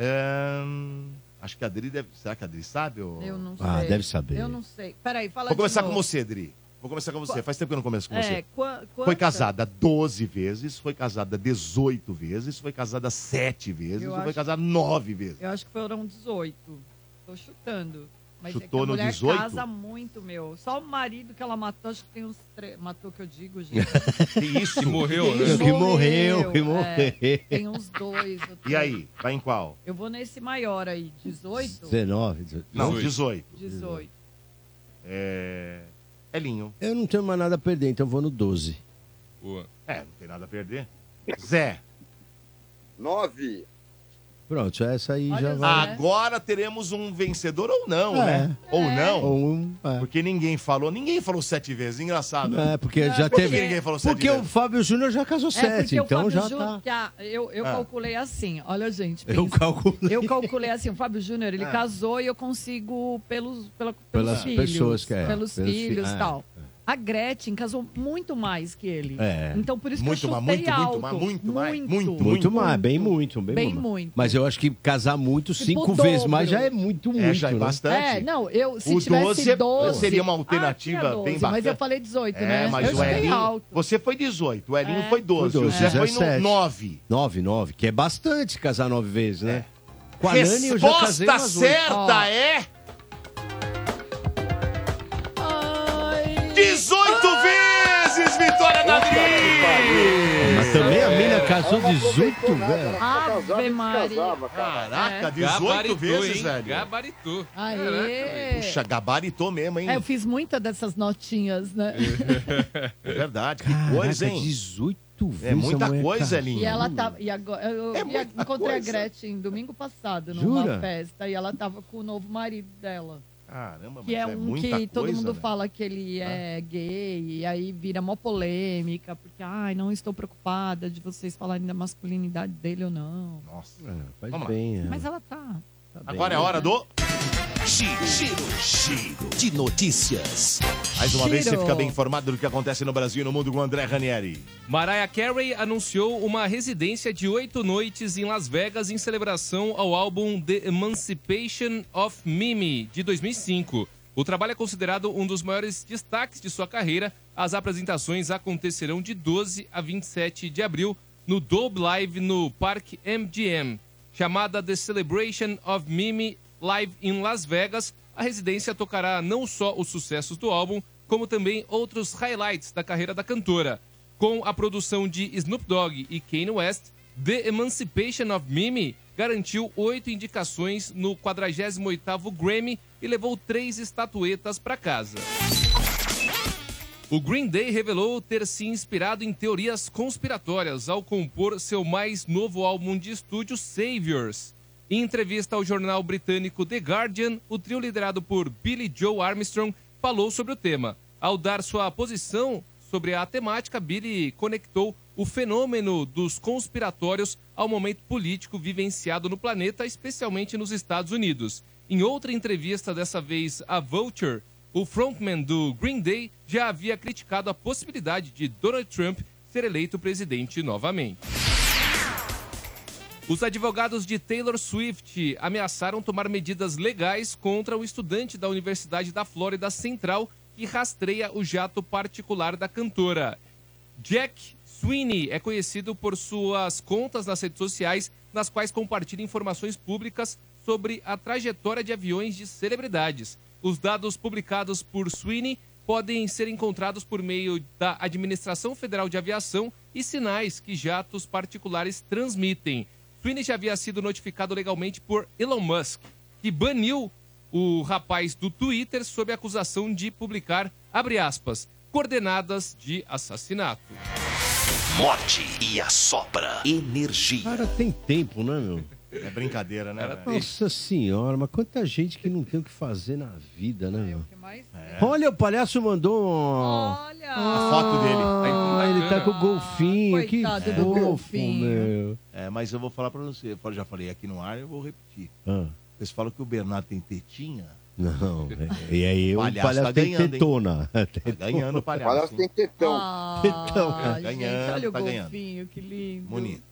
Ahn, acho que a Adri deve. Será que a Adri sabe? Ou...
Eu não sei.
Ah, deve saber.
Eu não sei. Peraí, fala
Vou
de
começar com
novo.
você, Adri. Vou começar com você. Faz tempo que eu não começo com
É,
você.
qua-
Foi
quantas?
casada 12 vezes, foi casada 18 vezes, foi casada 7 vezes,
Eu
ou foi
acho-
casada 9 vezes.
Eu acho que foram 18. Tô chutando. Mas é que
Chutou
a
no
mulher
18?
casa muito, meu. Só o marido que ela matou, acho que tem uns três. Matou que eu digo, gente.
Que isso?
Que morreu, né?
Que morreu, que
É,
morreu.
tem uns dois. ou
E
três.
aí? Vai em qual?
Eu vou nesse maior aí, 18?
19, 18.
Não, 18.
18.
É. Elinho.
Eu não tenho mais nada a perder, então eu vou no 12.
É, não tem nada a perder. Zé.
Nove.
Pronto, essa aí já vai.
né? Agora teremos um vencedor ou não,
É.
né? Ou não.
Ou um,
Porque ninguém falou. Ninguém falou sete vezes. Engraçado.
né?
É, porque
Por
já
que
teve.
ninguém falou sete
porque o
vezes.
Fábio Júnior já casou sete,
É, porque o
então
Fábio
já tá.
Júnior- que a- eu eu
Ah.
calculei assim, olha, gente.
Eu
pensa.
calculei.
Eu calculei assim, o Fábio Júnior, ele
Ah.
casou e eu consigo pelos, pela, pelos
Pelas
filhos.
pessoas que é,
Pelos,
pelos fi-
filhos e
ah,
tal. A Gretchen casou muito mais que ele.
É.
Então por isso
Muito
que eu
mais,
chutei
muito, muito
alto.
mais,
muito mais,
Muito, mais, bem muito, bem,
Bem muito.
muito. Mas eu acho que casar muito
Tipo
cinco
o
vezes
dobro.
mais já é muito, muito.
É, já é
né?
bastante.
É, não, eu se
o
tivesse
12,
12,
seria uma
Ah,
alternativa
tinha
bem
12,
bacana.
Mas eu falei 18,
é,
né?
mas
eu
o
chutei
Elinho.
alto.
Você foi 18, o Elinho
É.
foi 12.
Foi
o Zé foi no
17.
9.
9, 9, que é bastante casar nove vezes, né? (laughs) Com a Nani eu já casei
Resposta
umas oito.
certa é. 18 é vezes, vitória da Dri!
Mas também a mina casou 18, velho.
Ave Maria.
Caraca,
É.
18
Gabaritou,
vezes,
hein?
velho.
Gabaritou.
Aê!
Puxa, gabaritou mesmo, um, hein?
É, eu fiz muita dessas notinhas, né?
(laughs) É verdade, que coisa, hein?
18
vezes. É muita
a mulher
coisa,
casou.
Elinho.
E ela tava. E agora, eu eu encontrei
Hum. É coisa.
a Gretchen domingo passado numa
Jura?
festa e ela tava com o novo marido dela.
Caramba,
Que é, um que
muita
todo
coisa, né? Ah.
mundo
né?
velho.
fala que ele é gay, e aí vira mó polêmica, porque, ai, não estou preocupada de vocês falarem da masculinidade dele ou não.
Nossa,
faz
Vamos lá.
bem.
Mas ela tá.
Agora é a
né?
hora do.
Giro, giro, giro de notícias.
Mais uma vez você
Giro.
fica bem informado do que acontece no Brasil e no mundo com o André Ranieri.
Mariah Carey anunciou uma residência de oito noites em Las Vegas em celebração ao álbum The Emancipation of Mimi, de 2005. O trabalho é considerado um dos maiores destaques de sua carreira. As apresentações acontecerão de 12 a 27 de abril no Dove Live no Parque MGM. Chamada The Celebration of Mimi Live in Las Vegas, a residência tocará não só os sucessos do álbum, como também outros highlights da carreira da cantora. Com a produção de Snoop Dogg e Kanye West, The Emancipation of Mimi garantiu oito indicações no 48º Grammy e levou três estatuetas para casa. O Green Day revelou ter se inspirado em teorias conspiratórias ao compor seu mais novo álbum de estúdio, Saviors. Em entrevista ao jornal britânico The Guardian, o trio liderado por Billy Joe Armstrong falou sobre o tema. Ao dar sua posição sobre a temática, Billy conectou o fenômeno dos conspiratórios ao momento político vivenciado no planeta, especialmente nos Estados Unidos. Em outra entrevista, dessa vez a Vulture, o frontman do Green Day já havia criticado a possibilidade de Donald Trump ser eleito presidente novamente. Os advogados de Taylor Swift ameaçaram tomar medidas legais contra o estudante da Universidade da Flórida Central que rastreia o jato particular da cantora. Jack Sweeney é conhecido por suas contas nas redes sociais, nas quais compartilha informações públicas sobre a trajetória de aviões de celebridades. Os dados publicados por Sweeney podem ser encontrados por meio da Administração Federal de Aviação e sinais que jatos particulares transmitem. Sweeney já havia sido notificado legalmente por Elon Musk, que baniu o rapaz do Twitter sob a acusação de publicar, abre aspas, coordenadas de assassinato.
Morte e assopra energia.
Cara, tem tempo, né, meu?
É brincadeira, né? velho?
Nossa senhora, mas quanta gente que não tem o que fazer na vida, né, meu? Olha, o palhaço mandou Olha!
É. A foto dele.
Ah, ele tá com o golfinho. Que
Coitado do
fofo,
golfinho.
meu.
É, mas eu vou falar pra você. Eu já falei aqui no ar, eu vou repetir.
Ah.
Vocês falam que o Bernardo tem tetinha?
(laughs) Não, e aí o palhaço,
Palhaço tá
tem
ganhando, hein?
tetona. (laughs) Tetona.
ganhando o palhaço.
Palhaço tem tetão.
Então,
Ah,
tá
gente,
ganhando,
olha o
tá ganhando.
golfinho, que lindo.
Bonito.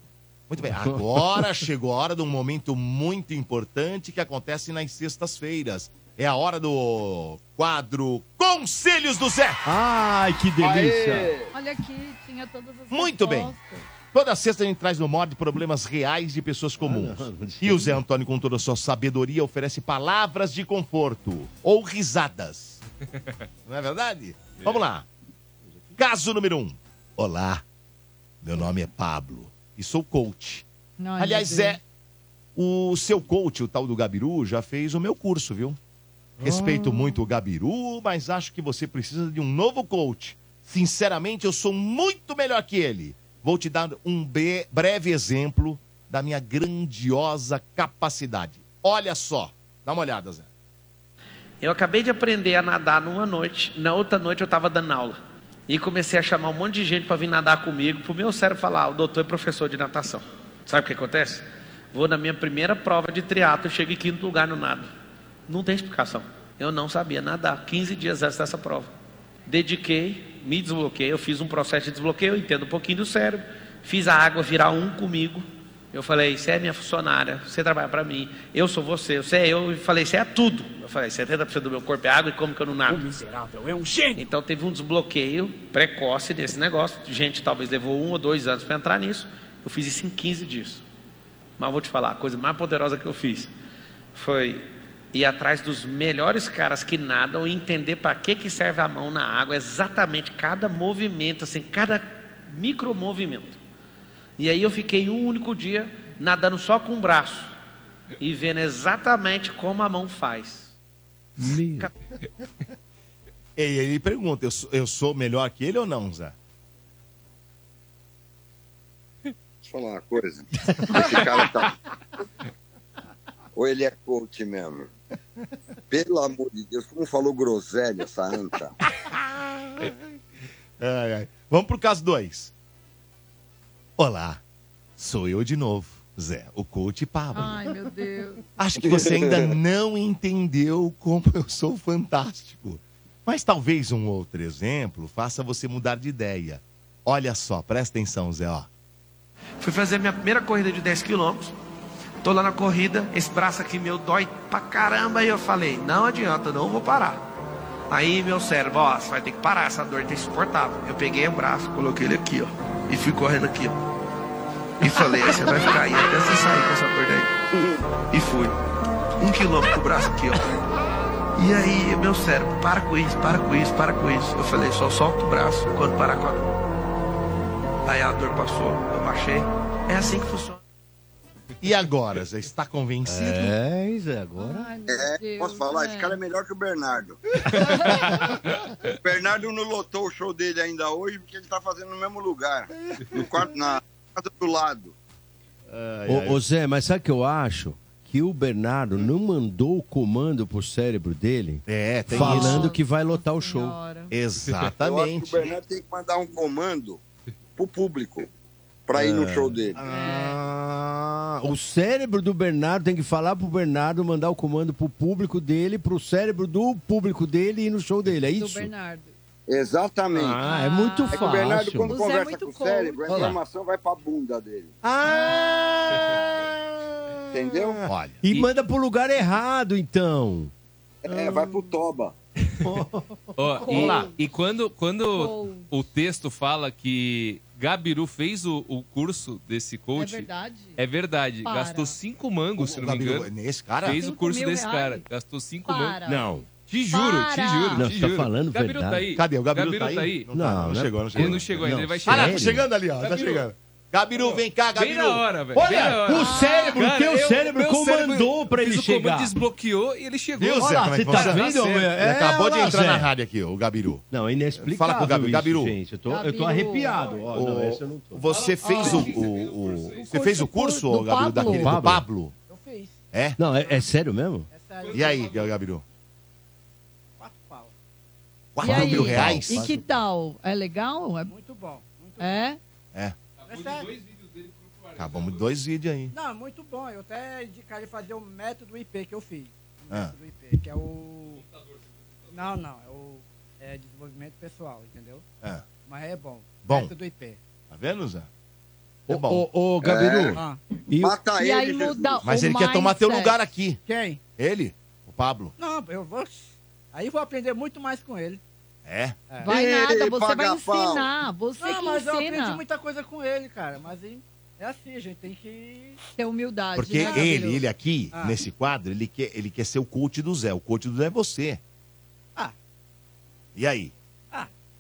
(laughs)
Muito bem, agora chegou a hora de um momento muito importante que acontece nas sextas-feiras. É a hora do quadro Conselhos do Zé.
Ai, que
Olha aqui, tinha todas as
Muito bem.
respostas.
Toda sexta a gente traz no Morde problemas reais de pessoas comuns.
Ah,
E o Zé Antônio, com toda a sua sabedoria, oferece palavras de conforto ou risadas. Não é verdade? Vamos lá. Caso número um. Olá, meu nome é Pablo e sou coach.
Ai,
Aliás, é.
meu
Zé,
Deus.
o seu coach, o tal do Gabiru, já fez o meu curso, viu? Respeito muito o Gabiru, mas acho que você precisa de um novo coach. Sinceramente, eu sou muito melhor que ele. Vou te dar um be- breve exemplo da minha grandiosa capacidade. Olha só. Dá uma olhada, Zé.
Eu acabei de aprender a nadar numa noite, na outra noite eu estava dando aula. E comecei a chamar um monte de gente para vir nadar comigo, pro meu cérebro falar, "Ah, o doutor é professor de natação. Sabe o que acontece? Vou na minha primeira prova de triatlo, chego em quinto lugar no nado. Não tem explicação. Eu não sabia nadar, 15 dias antes dessa prova. Dediquei, me desbloqueei, eu fiz um processo de desbloqueio, eu entendo um pouquinho do cérebro. Fiz a água virar um comigo. Eu falei, você é minha funcionária, você trabalha para mim, eu sou você, você é eu. E falei, você é tudo. Eu falei, 70% do meu corpo é água e como que eu não nado? miserável, é um gênio. Então teve um desbloqueio precoce desse negócio. Gente, talvez levou um ou dois anos para entrar nisso. Eu fiz isso em 15 dias. Mas vou te falar, a coisa mais poderosa que eu fiz foi ir atrás dos melhores caras que nadam e entender para que, que serve a mão na água, exatamente cada movimento, assim, cada micromovimento. E aí eu fiquei um único dia nadando só com o braço e vendo exatamente como a mão faz.
E ele pergunta, eu sou, eu sou melhor que ele ou não, Zé?
Deixa eu falar uma coisa. Esse cara
(laughs)
tá. Ou ele é coach mesmo. Pelo amor de Deus, como falou groselha essa anta.
Ai, ai. Vamos pro caso 2. Olá, sou eu de novo, Zé, o coach Pablo.
Ai, meu Deus. É
Acho que você
(laughs)
ainda não entendeu como eu sou fantástico. Mas talvez um outro exemplo faça você mudar de ideia. Olha só, presta atenção, Zé, ó.
Fui fazer minha primeira corrida de 10 quilômetros. Tô lá na corrida, esse braço aqui meu dói pra caramba. E eu falei, não adianta, não vou parar. Aí meu cérebro, ó, você vai ter que parar, essa dor tá insuportável. Eu peguei o braço, coloquei ele aqui, ó. E fui correndo aqui, ó. E falei, aí você vai ficar aí até você sair com essa dor daí. E fui. Um quilômetro com o braço aqui, ó. E aí meu cérebro, para com isso, para com isso, para com isso. Eu falei, só solta o braço quando parar com a dor. Aí a dor passou, eu baixei. É assim que funciona.
E agora? Já está convencido?
É, agora.
É, posso falar?
né?
Esse cara é melhor que o
(laughs)
Bernardo. o Bernardo não lotou o show dele ainda hoje porque ele tá fazendo no mesmo lugar. No quarto, na casa do lado.
Ô, ô, Zé, mas sabe o que eu acho? Que o Bernardo não mandou o comando pro cérebro dele
é,
tem
falando
isso.
que vai lotar o show.
Eu acho que o Bernardo tem que mandar um comando pro público pra ir no
É.
show dele.
Ah, o cérebro do Bernardo tem que falar pro Bernardo mandar o comando pro público dele, pro cérebro do público dele e no show dele. É
Do
isso?
Bernardo.
Exatamente.
Ah, é muito
É que
fácil.
o Bernardo, quando
O Zé é
conversa
muito
com o
coach.
cérebro, a
Olha lá. Ah.
informação vai pra bunda dele. Entendeu?
Olha.
E, manda pro lugar errado, então.
É, vai pro Toba.
Ó, e-
Olá.
e, quando, quando
Coach.
o texto fala que Gabiru fez o, o curso desse
É
coach,
verdade?
é verdade,
Para.
gastou cinco mangos, se não me
Gabiru,
engano.
nesse cara?
Fez o
Cinco
curso
mil
desse
reais.
cara, gastou cinco
Para.
mangos.
Não.
Te juro, te
Para.
juro,
Não,
te
você tá
juro.
falando
Gabiru
verdade. é
tá aí.
Cadê? O Gabiru tá aí?
Não, tá, não, chegou, não chegou. Não chegou ainda, ele vai chegar.
Olha lá, tá chegando ali, ó. Tá chegando. Gabiru, vem cá,
Bem
Gabiru.
na hora, velho.
Olha,
bem na hora.
o cérebro,
Cara,
teu
eu-
cérebro
meu
comandou pra
fiz
ele
o comando,
chegar.
desbloqueou e ele chegou.
Viu, Zé? como é
tá
que funciona? Ele acabou de entrar na rádio aqui, o Gabiru.
Não, é inexplicável.
Fala com o Gabiru.
isso,
Gabiru,
gente. Eu tô- eu tô Gabiru. arrepiado. Ó, não, esse eu não tô.
Você fez o, o- o- Você fez o curso, ô, Gabiru, daquele do Pablo?
Eu fiz.
É?
Não, é, é sério mesmo?
E aí, Gabiru?
E
4
aí?
mil reais?
E que tal? É legal? É muito bom. É?
É.
Essa-
Acabamos de dois vídeos aí.
Não, é muito bom. Eu até indicaria fazer o método IP que eu fiz. O
Ah.
método IP, que é o. Não, não. É o é desenvolvimento pessoal, entendeu?
Ah.
Mas é bom.
Bom.
Método IP.
Tá vendo, Zé? É
Ô,
bom.
ô, ô, Gabiru.
É. Ah.
E o-
Mata E aí ele, Jesus. muda
Mas
o
ele quer tomar teu
mindset.
lugar aqui.
Quem?
Ele, o Pablo.
Não, eu vou. Aí eu vou aprender muito mais com ele.
É?
É.
Vai nada, você vai ensinar. Você
não,
que
mas eu aprendi
ensina.
muita coisa com ele, cara. Mas hein, é assim, a gente tem que.
Ter humildade.
Porque
né, Gabiru?
ele, ele aqui,
Ah.
nesse quadro, ele quer, ele quer ser o coach do Zé. O coach do Zé é você.
Ah.
E aí?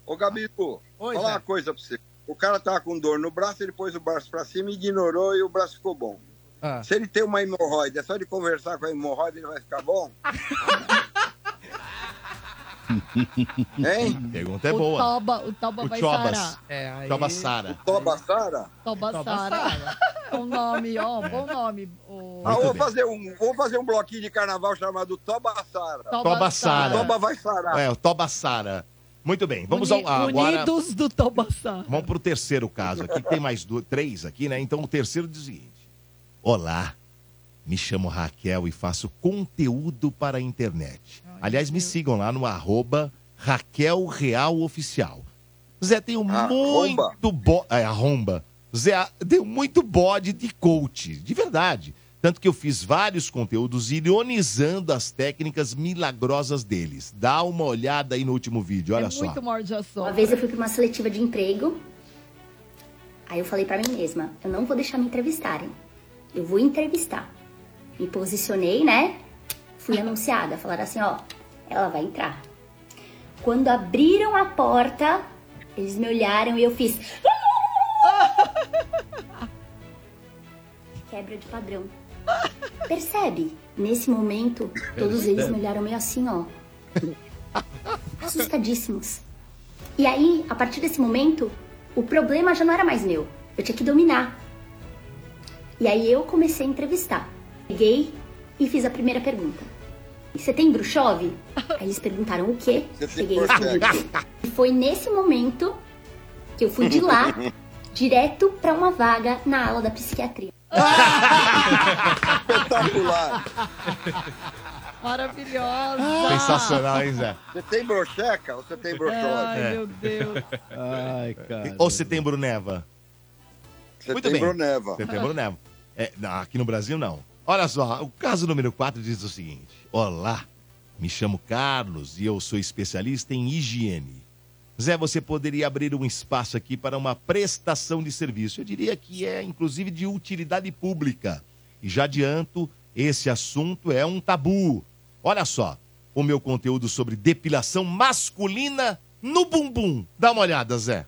Ô, Gabiru,
Oi,
falar
Zé.
uma coisa pra você. O cara tava com dor no braço, ele pôs o braço pra cima, ignorou e o braço ficou bom.
Ah.
Se ele tem uma hemorroida, é só de conversar com a hemorroida ele vai ficar bom?
Ah,
Hein?
Pergunta é
o
boa.
Toba, o Toba
O
vai
Chobas.
sarar.
É, aí...
Toba Sara.
Toba Sara?
Toba,
Toba
Sara. (laughs) É um nome, ó. Bom nome. ô.
Ah, vou, fazer um, vou fazer um bloquinho de carnaval chamado Toba Sara.
Toba Sara.
Toba vai sarar.
É, o Toba Sara. Muito bem, vamos ao,
Uni-
agora.
Unidos do Toba Sara.
Vamos pro terceiro caso aqui. Tem mais do- três aqui, né? Então o terceiro diz o seguinte: Olá, me chamo Raquel e faço conteúdo para a internet. Aliás, me sigam lá no arroba Raquel Real Oficial. Zé, tenho muito bo... É, arromba. Zé, tenho muito bode de coach, de verdade. Tanto que eu fiz vários conteúdos ironizando as técnicas milagrosas deles. Dá uma olhada aí no último vídeo, olha só.
É Muito morde a sopa.
Uma vez eu fui pra uma seletiva de emprego. Aí eu falei pra mim mesma, eu não vou deixar me entrevistarem. Eu vou entrevistar. Me posicionei, né? Fui anunciada, falaram assim, ó, ela vai entrar. Quando abriram a porta, eles me olharam e eu fiz quebra de padrão. Percebe? Nesse momento, todos eles me olharam meio assim, ó. Assustadíssimos. E aí, a partir desse momento, o problema já não era mais meu. Eu tinha que dominar. E aí eu comecei a entrevistar. Peguei e fiz a primeira pergunta. Em setembro chove? Aí eles perguntaram o quê? Cheguei a responder o quê? E foi nesse momento que eu fui de lá
(laughs)
direto pra uma vaga na ala da psiquiatria.
Espetacular.
Maravilhosa.
Sensacional, hein, Zé?
Você tem brocheca ou você tem brochose?
É.
Ai, cara.
Ou setembro neva?
Setembro neva.
Setembro neva. É, não, aqui no Brasil, não. Olha só, o caso número 4 diz o seguinte. Olá, me chamo Carlos e eu sou especialista em higiene. Zé, você poderia abrir um espaço aqui para uma prestação de serviço. Eu diria que é, inclusive, de utilidade pública. E já adianto, esse assunto é um tabu. Olha só, o meu conteúdo sobre depilação masculina no bumbum. Dá uma olhada, Zé.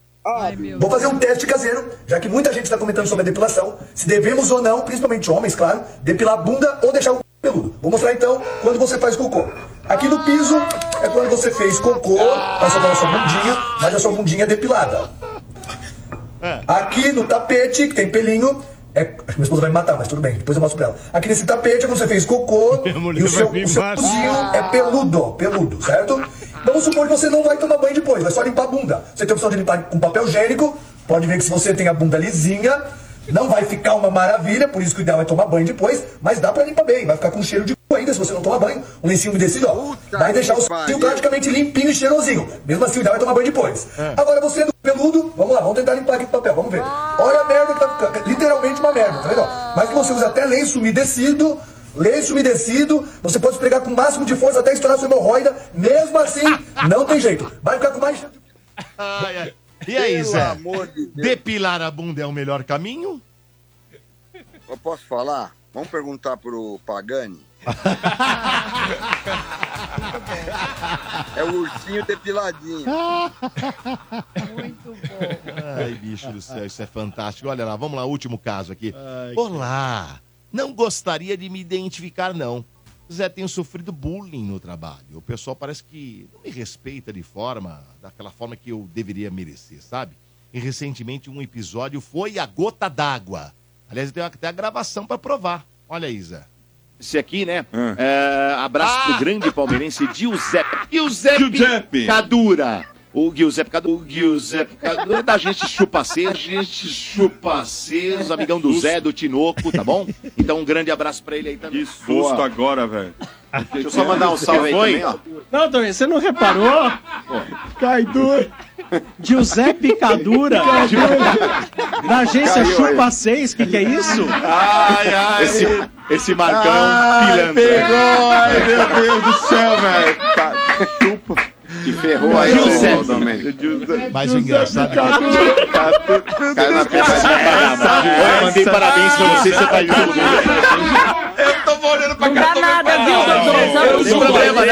Vou fazer um teste caseiro, já que muita gente está comentando sobre a depilação, se devemos ou não, principalmente homens, claro, depilar a bunda ou deixar o c- peludo. Vou mostrar então quando você faz cocô. Aqui no piso é quando você fez cocô, passou pela sua bundinha, mas a sua bundinha é depilada.
É.
Aqui no tapete, que tem pelinho, é... acho que minha esposa vai me matar, mas tudo bem, depois eu mostro pra ela. Aqui nesse tapete é quando você fez
(laughs)
cocô e
mulher
o seu,
vai me
o seu
matar.
cozinho é peludo, peludo, certo? Vamos supor que você não vai tomar banho depois, vai só limpar a bunda. Você tem a opção de limpar com papel higiênico, pode ver que se você tem a bunda lisinha, não vai ficar uma maravilha, por isso que o ideal é tomar banho depois, mas dá pra limpar bem, vai ficar com cheiro de c... ainda se você não tomar banho, um lencinho umedecido, ó, vai deixar o
que
c...
pariu.
praticamente limpinho e cheirosinho. Mesmo assim, o ideal é tomar banho depois. Agora você é do peludo, vamos lá, vamos tentar limpar aqui o papel, vamos ver. Olha a merda que tá ficando, literalmente uma merda, tá vendo? ó? Mas que você usa até lenço umedecido, lenço umedecido, você pode esfregar com o máximo de força até estourar sua hemorroida, mesmo assim, não tem jeito. Vai ficar com mais cheiro de
Ai, ai. E aí,
Pelo
Zé?
amor de Deus.
Depilar a bunda é o melhor caminho?
Eu posso falar? Vamos perguntar pro Pagani. é o ursinho depiladinho.
Muito bom.
Ai, bicho do céu, isso é fantástico. Olha lá, vamos lá, último caso aqui.
Ai,
Olá, não gostaria de me identificar, não. Zé, tenho sofrido bullying no trabalho. O pessoal parece que não me respeita de forma, daquela forma que eu deveria merecer, sabe? E recentemente um episódio foi a gota d'água. Aliás, eu tenho até a gravação pra provar. Olha aí, Zé.
Esse aqui, né?
Ah.
É, abraço pro grande palmeirense Giuseppe. Giuseppe,
Giuseppe.
Cadura. O Giuseppe Cadura. O Giuseppe Cadura é da gente chupaceiros, gente chupaceiros, amigão do Zé, do Tinoco, tá bom? Então um grande abraço pra ele aí também. Que
Susto agora, velho.
Deixa eu só mandar um salve aí também, ó.
Não, Torinho, você não reparou? Caidu. Giuseppe Cadura. Da agência
Caiu aí.
Chupa 6, que que é isso?
Ai, ai. Esse, esse Marcão pilantra.
pegou, ai, meu Deus do céu, velho.
Te
ferrou aí,
Giuseppe.
Mas o engraçado
Caiu na peça. Eu mandei parabéns pra você, você tá junto.
Não dá nada,
Não tem problema,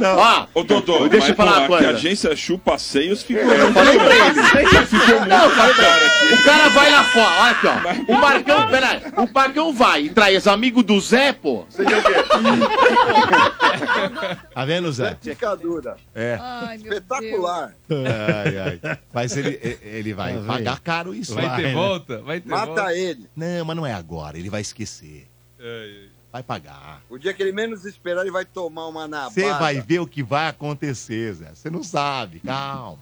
não. Ó,
Ô, Dodô,
deixa eu
mas,
falar
pô,
uma coisa.
Que a agência chupa seios ficou.
Não, eu falei pra ele. O cara vai lá fora, olha aqui, ó. O Marcão, peraí, o Marcão vai e traz amigo do Zé, pô.
(laughs) Tá vendo, Zé?
Picadura.
É.
Espetacular.
Ai, ai. Mas ele, ele vai
vem.
pagar caro isso.
Tá
né?
Vai ter volta? Vai ter Mata volta?
ele.
Não, mas não é agora. Ele vai esquecer.
Ai, ai.
Vai pagar.
O dia que ele menos esperar, ele vai tomar uma nabada.
Você vai ver o que vai acontecer, Zé. Você não sabe. Calma.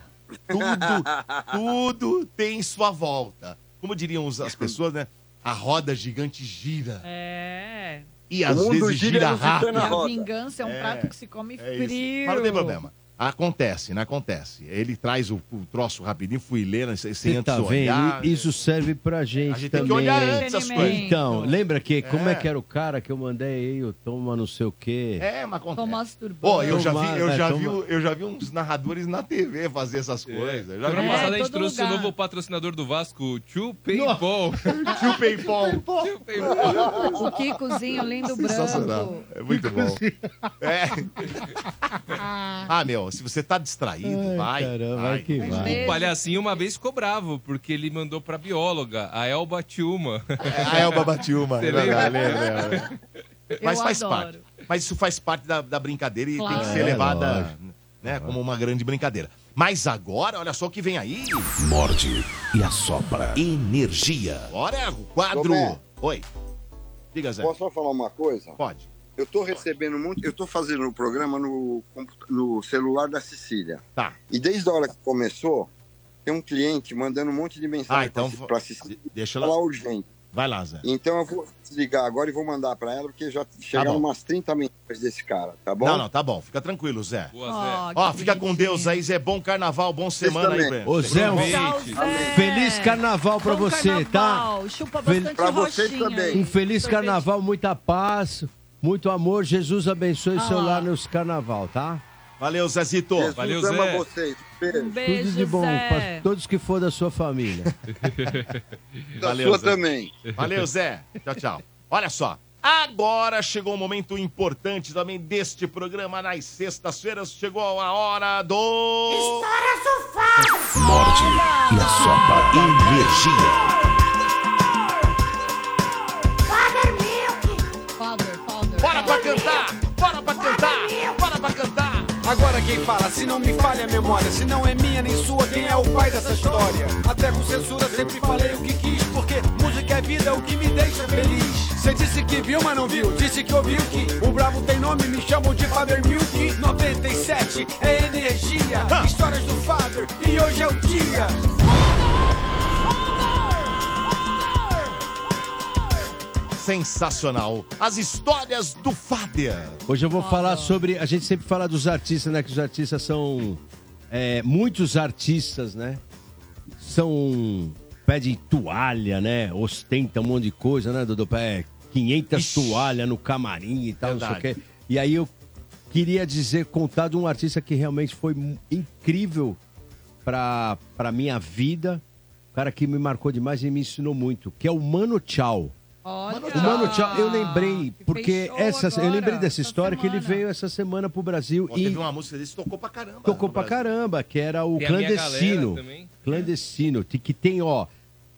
Tudo, tudo tem sua volta. Como diriam os- as pessoas, né? A roda gigante gira.
É.
E (laughs) às vezes gira rápido.
A vingança é um
É,
prato que se come
É isso.
frio.
Mas não tem problema. Acontece, não acontece. Ele traz o, o troço rapidinho, fui ler, né, sem
Você
sem antes
tá
olhar.
vendo? Isso serve pra gente,
gente tem que
também.
olhar antes as coisas.
Então, lembra que como
É.
é que era o cara que eu mandei aí, o toma não sei o quê?
É, mas acontece.
Tomás Turbano.
Pô, eu já,
Tomar,
vi, eu,
né,
já
toma-
vi, o- eu já vi uns narradores na TV fazer essas coisas. Eu Já vi
Semana
uma-
passada a gente trouxe o novo patrocinador do Vasco, o Tio Paintball. (laughs)
Tio Paintball.
O Kikozinho lindo branco.
Sensacional. É muito bom. É. (laughs) Ah, meu, se você tá distraído, vai. vai que
O palhacinho uma vez ficou bravo, porque ele mandou pra bióloga, a Elba Tilma.
É, A Elba é Batiuma.
Você
lembra?
lembra?
Lembra, lembra. Mas
Eu
faz
adoro.
parte. é, Mas isso faz parte da, da brincadeira e tem que
Claro.
ser
É,
levada
lógico.
né, como uma grande brincadeira. Mas agora, olha só o que vem aí.
Morde e assopra. Energia.
Agora é o quadro.
Tomé.
Oi. Diga, Zé.
Posso só falar uma coisa?
é. Pode.
Eu tô recebendo muito. Eu tô fazendo o programa no, computa- no celular da Cecília.
Tá.
E desde a hora que começou, tem um cliente mandando um monte de mensagem
Ah, então
pra,
vou-
pra Cecília.
Deixa É.
falar urgente.
Vai lá, Zé.
Então eu vou desligar agora e vou mandar pra ela, porque já chegaram
Tá bom.
umas 30 mensagens desse cara, tá bom?
Não, não, tá bom. Fica tranquilo, Zé.
Zé.
Ó, fica com Deus aí, Zé. Bom carnaval, bom semana aí,
também.
Breno.
Ô, Zé, um feliz carnaval pra
Bom
você,
carnaval.
tá?
Chupa
Fel-
bastante roxinha.
Um feliz carnaval, muita paz, muito amor. Jesus abençoe
Ah
seu lar nos carnaval, tá?
Valeu, Zezito.
Jesus
Valeu,
ama
Zé.
é vocês. Beijo.
Tudo de bom pra todos que for da sua
(laughs)
família.
Valeu,
sua
Zé.
também.
Valeu, Zé. Tchau, tchau. Olha só. Agora chegou um momento importante também deste programa. Nas sextas-feiras chegou a hora do.
Morde e assopra energia.
Bora pra cantar! Bora pra cantar! Bora pra cantar!
Agora quem fala, se não me falha a memória, se não é minha nem sua, quem é o pai dessa história? Até com censura sempre falei o que quis, porque música é vida, é o que me deixa feliz. Você disse que viu, mas não viu, disse que ouviu que o bravo tem nome, me chamam de Faber Milk. 97 é energia, histórias do Faber, e hoje é o dia.
Sensacional! As histórias do Fader.
É. Hoje eu vou falar sobre. A gente sempre fala dos artistas, né? Que os artistas são. é, muitos artistas, né? São. Pedem toalha, né? Ostentam um monte de coisa, né, Dudu? É, 500 toalhas no camarim e tal, não sei o
Verdade.
quê. E aí eu queria dizer, contar de um artista que realmente foi mu- incrível pra, pra minha vida. Um cara que me marcou demais e me ensinou muito, que é o Mano Tchau. O Mano Tchau, eu lembrei, porque essa, eu lembrei dessa história que ele veio essa semana pro Brasil
Ó,
e
Teve uma música desse que tocou pra caramba.
tocou pra caramba, que era o
Tem a minha galera
Clandestino.
também.
Clandestino, que- que tem, ó,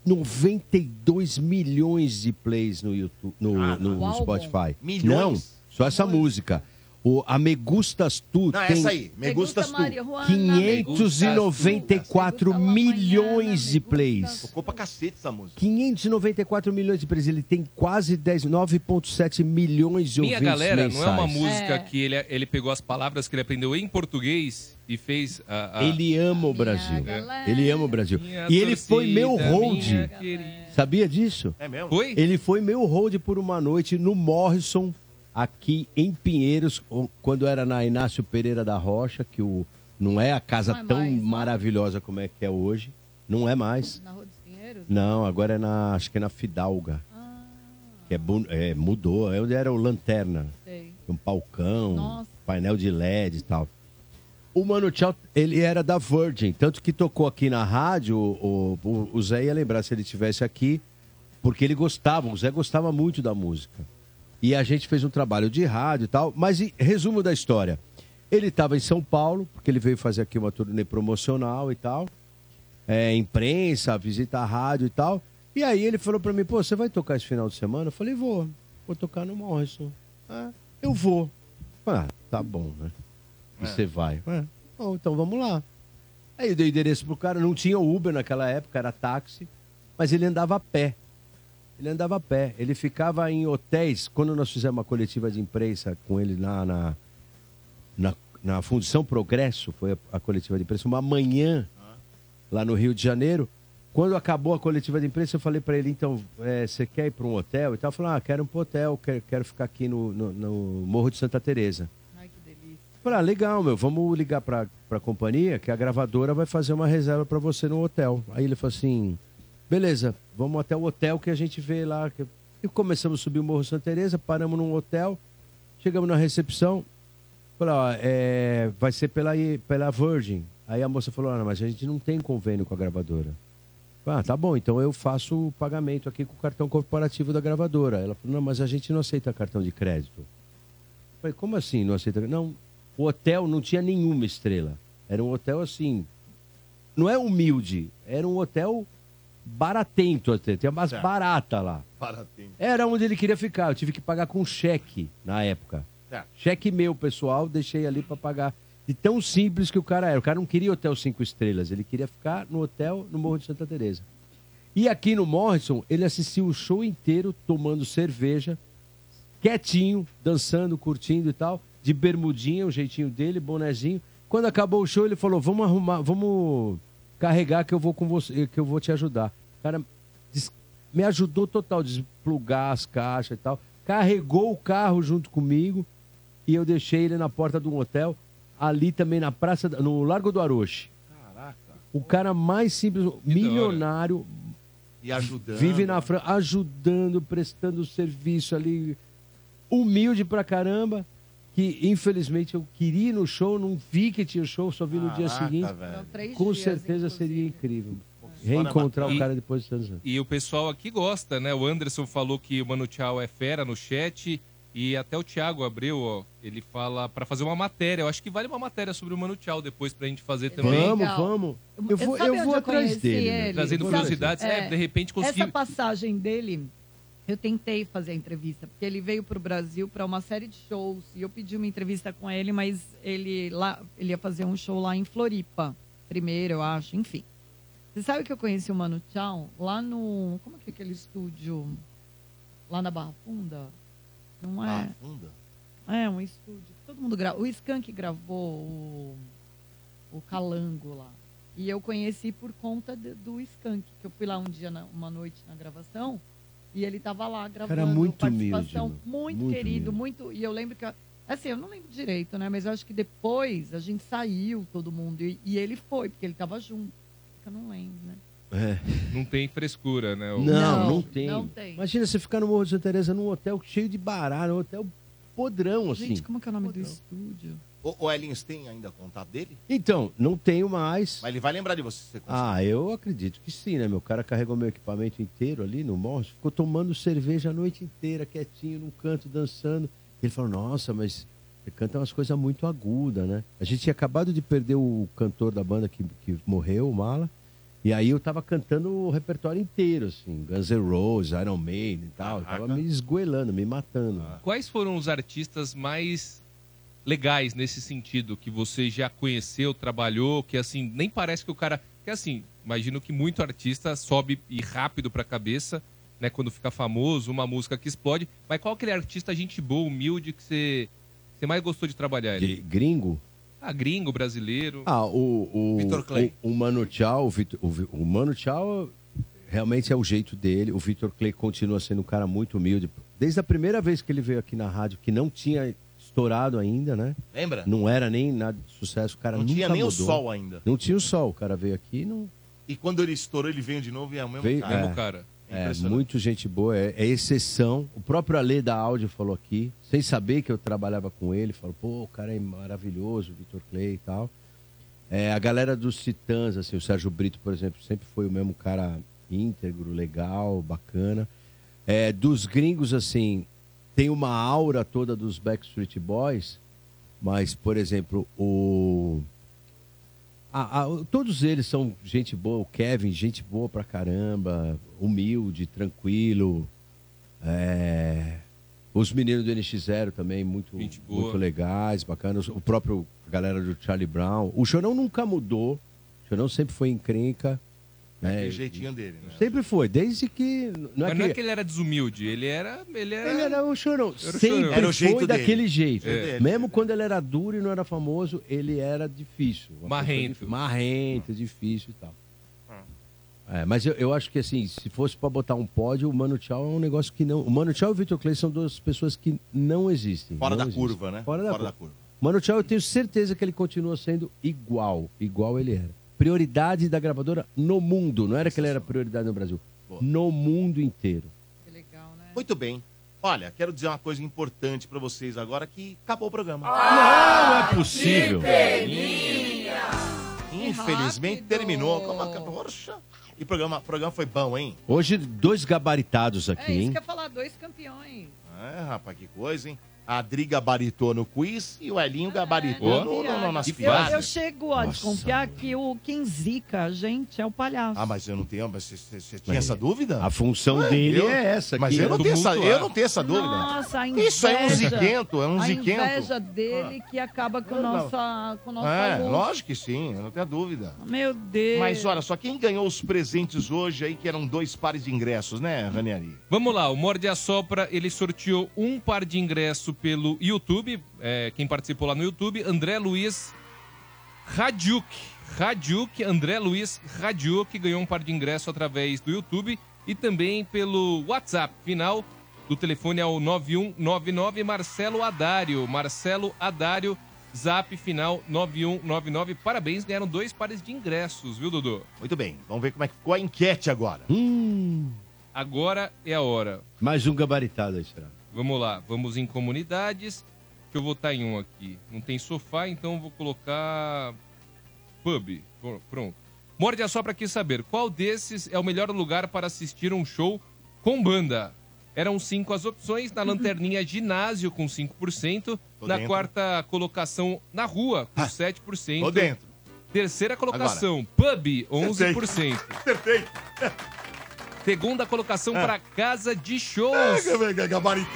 92 milhões de plays no YouTube, no,
Ah,
no
o álbum?
Spotify.
Milhões?
Não, só essa música. O A Me Gustas Tu
Não,
tem
essa aí, Me Me Gustas Gusta Tu. Marihuana, Me Gustas Tu.
594 milhões de plays.
Tocou pra cacete essa música.
594 milhões de preços. Ele tem quase 10, 9,7 milhões de
Minha
ouvintes
galera
mensais.
não é uma música que ele, ele pegou as palavras que ele aprendeu em português e fez a. a-
Ele ama o Brasil. Ele ama o Brasil.
Ah. Minha
E ele foi
torcida,
meu hold.
minha querida.
Sabia disso?
É mesmo? Foi?
Ele foi meu hold por uma noite no Morrison, aqui em Pinheiros, o- quando era na Inácio Pereira da Rocha, que o, não é a casa tão maravilhosa como é que é hoje. Não é mais.
né? Na Rua dos Pinheiros? Ah.
Não, agora é na. Acho que é na Fidalga. Que é, bu- é, mudou. É onde era o Lanterna.
Sei.
Um palcão,
Nossa.
painel de LED e tal. O Mano Tchau, ele era da Virgin, tanto que tocou aqui na rádio, o, o- o Zé ia lembrar se ele tivesse aqui, porque ele gostava, o Zé gostava muito da música. E a gente fez um trabalho de rádio e tal, mas e- resumo da história. Ele estava em São Paulo, porque ele veio fazer aqui uma turnê promocional e tal, é, imprensa, visita à rádio e tal. E aí ele falou pra mim, pô, você vai tocar esse final de semana? Eu falei, vou, vou tocar no Morrison. Ah, eu vou. Ah, tá bom, né? E você vai. É. Bom, então vamos lá. Aí eu dei o endereço pro cara, não tinha Uber naquela época, era táxi, mas ele andava a pé. Ele andava a pé. Ele ficava em hotéis. Quando nós fizemos uma coletiva de imprensa com ele lá na, na, na Fundição Progresso, foi a, a coletiva de imprensa, uma manhã lá no Rio de Janeiro. Quando acabou a coletiva de imprensa, eu falei para ele, então, eh, você quer ir para um hotel? E tal? Ele falou, ah, quero ir para um hotel, quero, quero ficar aqui no, no- no Morro de Santa Teresa. Falei, ah, legal, meu, vamos ligar pra, pra companhia que a gravadora vai fazer uma reserva pra você no hotel. Aí ele falou assim, beleza, vamos até o hotel que a gente vê lá. que- E começamos a subir o Morro Santa Teresa, paramos num hotel, chegamos na recepção, falou, ó, é, vai ser pela, pela Virgin. Aí a moça falou, ah, não, mas a gente não tem convênio com a gravadora. Ah, tá bom, então eu faço o pagamento aqui com o cartão corporativo da gravadora. Ela falou, não, mas a gente não aceita cartão de crédito. Falei, como assim não aceita? Não, o hotel não tinha nenhuma estrela. Era um hotel assim. Não é humilde, era um hotel baratento até. Tem umas
Certo.
barata lá.
Baratinho.
Era onde ele queria ficar. Eu tive que pagar com cheque na época.
Certo.
Cheque meu, pessoal, deixei ali para pagar. De tão simples que o cara era. O cara não queria hotel cinco estrelas, ele queria ficar no hotel no Morro de Santa Teresa. E aqui no Morrison, ele assistiu o show inteiro tomando cerveja, quietinho, dançando, curtindo e tal, de bermudinha, o jeitinho dele, bonezinho. Quando acabou o show, ele falou: "Vamos arrumar, vamos carregar que eu vou com você, que eu vou te ajudar". O cara des- me ajudou total, desplugar as caixas e tal. Carregou o carro junto comigo e eu deixei ele na porta de um hotel, ali também na praça, da- no Largo do Aroche.
Caraca.
O cara mais simples, milionário,
E ajudando.
Vive na França, ajudando, prestando serviço ali, humilde pra caramba, que infelizmente eu queria ir no show, não vi que tinha show, só vi no dia
Caraca,
seguinte.
velho. São três
Com
dias,
certeza seria incrível reencontrar o
E-
cara depois de tantos anos.
E o pessoal aqui gosta, né? O Anderson falou que o Mano Tchau é fera no chat. E até o Thiago Abreu, ó, ele fala pra fazer uma matéria. Eu acho que vale uma matéria sobre o Mano Tchau depois pra gente fazer também.
Legal.
Eu vou-
sabe
eu
onde
vou atrás
conheci
dele, né?
ele?
Trazendo
Sabe-
curiosidades, é, de repente consegui-
Essa passagem dele, eu tentei fazer a entrevista, porque ele veio pro Brasil para uma série de shows e eu pedi uma entrevista com ele, mas ele lá, ele ia fazer um show lá em Floripa, primeiro, eu acho, enfim. Você sabe que eu conheci o Mano Tchau lá no, como é que é aquele estúdio lá na Barra Funda? Não é?
Barra Funda?
É, um estúdio. que Todo mundo grava. O Skank gravou o, o Calango lá. E eu conheci por conta de- do Skank, que eu fui lá um dia, na- uma noite na gravação, e ele tava lá gravando.
muito
participação,
humilde, meu.
Muito,
Muito
querido, muito. E eu lembro que. eu- Assim, eu não lembro direito, né? Mas eu acho que depois a gente saiu, todo mundo, e, e ele foi, porque ele tava junto. Eu não lembro, né?
Não tem frescura, né? o-
Não, não tem.
não tem.
Imagina você ficar no Morro de Santa Teresa num hotel cheio de bará, num hotel podrão, assim.
Gente, como é que é o nome do estúdio?
O, o Elinhos tem ainda contato dele?
Então, não tenho mais.
Mas ele vai lembrar de você. se você conseguir.
Ah, eu acredito que sim, né? Meu cara carregou meu equipamento inteiro ali no morro, ficou tomando cerveja a noite inteira, quietinho, num canto, dançando. Ele falou, nossa, mas você canta umas coisas muito agudas, né? A gente tinha acabado de perder o cantor da banda que, que morreu, o Mala, e aí eu tava cantando o repertório inteiro, assim, Guns N' Roses, Iron Maiden e tal. Eu tava me esgoelando, me matando.
Ah.
Quais foram os artistas mais legais nesse sentido que você já conheceu, trabalhou, que assim, nem parece que o cara, que assim, imagino que muito artista sobe e rápido pra cabeça, né, quando fica famoso, uma música que explode, mas qual aquele artista gente boa, humilde que você você mais gostou de trabalhar ele?
De gringo?
Ah, gringo, brasileiro.
Ah, o, o,
Vitor Clay.
o, o Mano Tchau, o, Vitor- o Vi- o Mano Tchau realmente é o jeito dele. O Vitor Clay continua sendo um cara muito humilde. Desde a primeira vez que ele veio aqui na rádio, que não tinha estourado ainda, né?
Lembra?
Não era nem nada de sucesso, o cara
Não
nunca
tinha nem o
mudou.
sol ainda.
Não tinha o sol, o cara veio aqui e não
E quando ele estourou, ele veio de novo e é o mesmo
veio.
cara.
é, É, muito gente boa, é, é exceção. O próprio Ale da Áudio falou aqui, sem saber que eu trabalhava com ele, falou, pô, o cara é maravilhoso, o Vitor Clay e tal. É, a galera dos Titãs, assim, o Sérgio Brito, por exemplo, sempre foi o mesmo cara íntegro, legal, bacana. É, dos gringos, assim, tem uma aura toda dos Backstreet Boys, mas, por exemplo, o. Ah, ah, o- todos eles são gente boa, o Kevin, gente boa pra caramba, humilde, tranquilo. É, Os meninos do NX0 também, muito,
boa.
muito legais, bacanas. O próprio a galera do Charlie Brown. O Chorão nunca mudou. O Chorão sempre foi encrenca. Né?
Aquele jeitinho dele, né?
Sempre foi, desde que. Não
mas
é
não é
que-
que ele era desumilde, ele era, ele era
ele era o chorão.
Era o
Sempre
Chorão. Era o jeito
foi
dele.
daquele jeito.
É. Dele,
Mesmo quando ele era duro e não era famoso, ele era difícil. Uma pessoa
Marrento.
difícil. Marrento, difícil e tal.
Ah.
É, mas eu, eu acho que assim, se fosse pra botar um pódio, o Mano Tchau é um negócio que não. O Mano Tchau e o Vitor Clay são duas pessoas que não existem.
Fora
não
da
existem.
curva, né?
Fora da,
Fora da
curva. Mano Tchau, eu tenho certeza que ele continua sendo igual, igual ele era. Prioridade da gravadora no mundo, não era que ele era prioridade no Brasil. No mundo inteiro.
Muito bem. Olha, quero dizer uma coisa importante pra vocês agora que acabou o programa.
Não é possível.
Infelizmente terminou. Como a- Poxa. E o programa, o programa foi bom, hein?
Hoje, dois gabaritados aqui,
É isso
hein?
que eu ia falar, dois campeões.
É, rapaz, que coisa, hein? A Adri gabaritou no quiz e o Elinho gabaritou
Ó.
no, no, no, nas
eu,
piadas.
eu chego a desconfiar que o quem zica a gente é o palhaço.
Ah, mas eu não tenho. Mas você- você você tinha essa dúvida?
A função
Ué,
dele
eu-
é essa.
Mas
que
eu não, tenho essa,
tumultuar.
eu não tenho essa dúvida.
Nossa, a inveja,
Isso aí é um ziquento, é um
a
ziquento.
inveja dele que acaba com,
Não.
nossa, com nossa
é,
luta.
lógico que sim, eu não tenho dúvida.
Meu Deus.
Mas olha só, quem ganhou os presentes hoje aí, que eram dois pares de ingressos, né, Ranieri?
Vamos lá, o Morde a Sopra, ele sorteou um par de ingresso pelo YouTube, é, quem participou lá no YouTube, André Luiz Radiuk. Radiuk, André Luiz Radiuk ganhou um par de ingresso através do YouTube e também pelo WhatsApp. Final do telefone é o 9199 Marcelo Adário. Marcelo Adário, zap final 9199. Parabéns, ganharam dois pares de ingressos, viu, Dudu?
Muito bem, vamos ver como é que ficou a enquete agora.
Hum,
Agora é a hora.
Mais um gabaritado aí, será?
Vamos lá, vamos em comunidades. Deixa eu votar em um aqui. Não tem sofá, então eu vou colocar pub. Pr- Pronto. Morde a só para quer saber qual desses é o melhor lugar para assistir um show com banda. Eram cinco as opções.
(laughs)
Na lanterninha, ginásio com 5%.
Tô
na
dentro.
quarta colocação, na rua, com 7%.
tô dentro.
Terceira colocação, pub, 11%.
Acertei. (laughs)
Segunda colocação
Ah.
para Casa de Shows.
Ah,
Com 28%.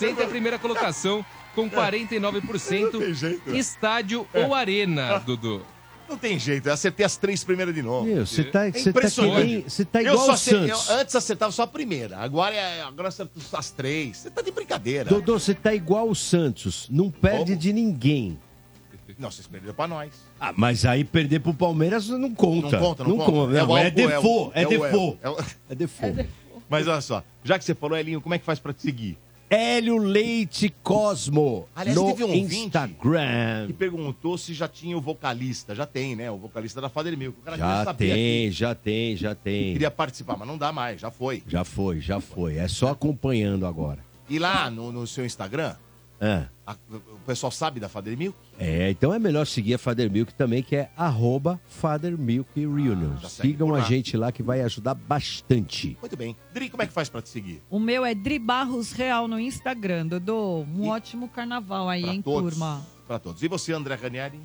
E é a primeira colocação com 49%.
É. Não tem jeito.
Estádio
É.
ou Arena,
Ah.
Dudu.
Não tem jeito, eu acertei as três primeiras de novo.
Meu, você tá-
É
você tá que nem- você tá
eu
igual
só
o
acertei-
Santos.
eu- antes acertava só a primeira, agora, é- agora acerto as três. Você tá de brincadeira.
Dodô, você tá igual o Santos. Não perde de ninguém.
Não, vocês perderam pra nós.
Ah, mas aí perder pro Palmeiras não conta.
Não conta, não conta. É o
Não, é,
álcool, é o-
default, é,
é o-
default.
é o-
É default.
Mas olha só, já que você falou, Elinho, como é que faz pra te seguir?
Hélio Leite Cosmo.
Aliás,
no
teve um ouvinte
Instagram.
que perguntou se já tinha o vocalista. Já tem, né? O vocalista da Fader Milk. O cara queria
Já
saber
tem,
aqui,
já tem, já tem.
queria participar, mas não dá mais, já foi.
Já foi, já foi. É só acompanhando agora.
E lá no, no seu Instagram,
Ah,
a- o pessoal sabe da Fader Milk?
é, então é melhor seguir a Father Milk também, que é arroba Father Milk
Ah,
Reunion. Sigam a gente lá que vai ajudar bastante.
Muito bem. Dri, como é que faz pra te seguir?
O meu é Dribarros Real no Instagram, Dodô. Um ótimo carnaval aí, hein,
todos.
turma?
Pra todos. E você, André Ranieri?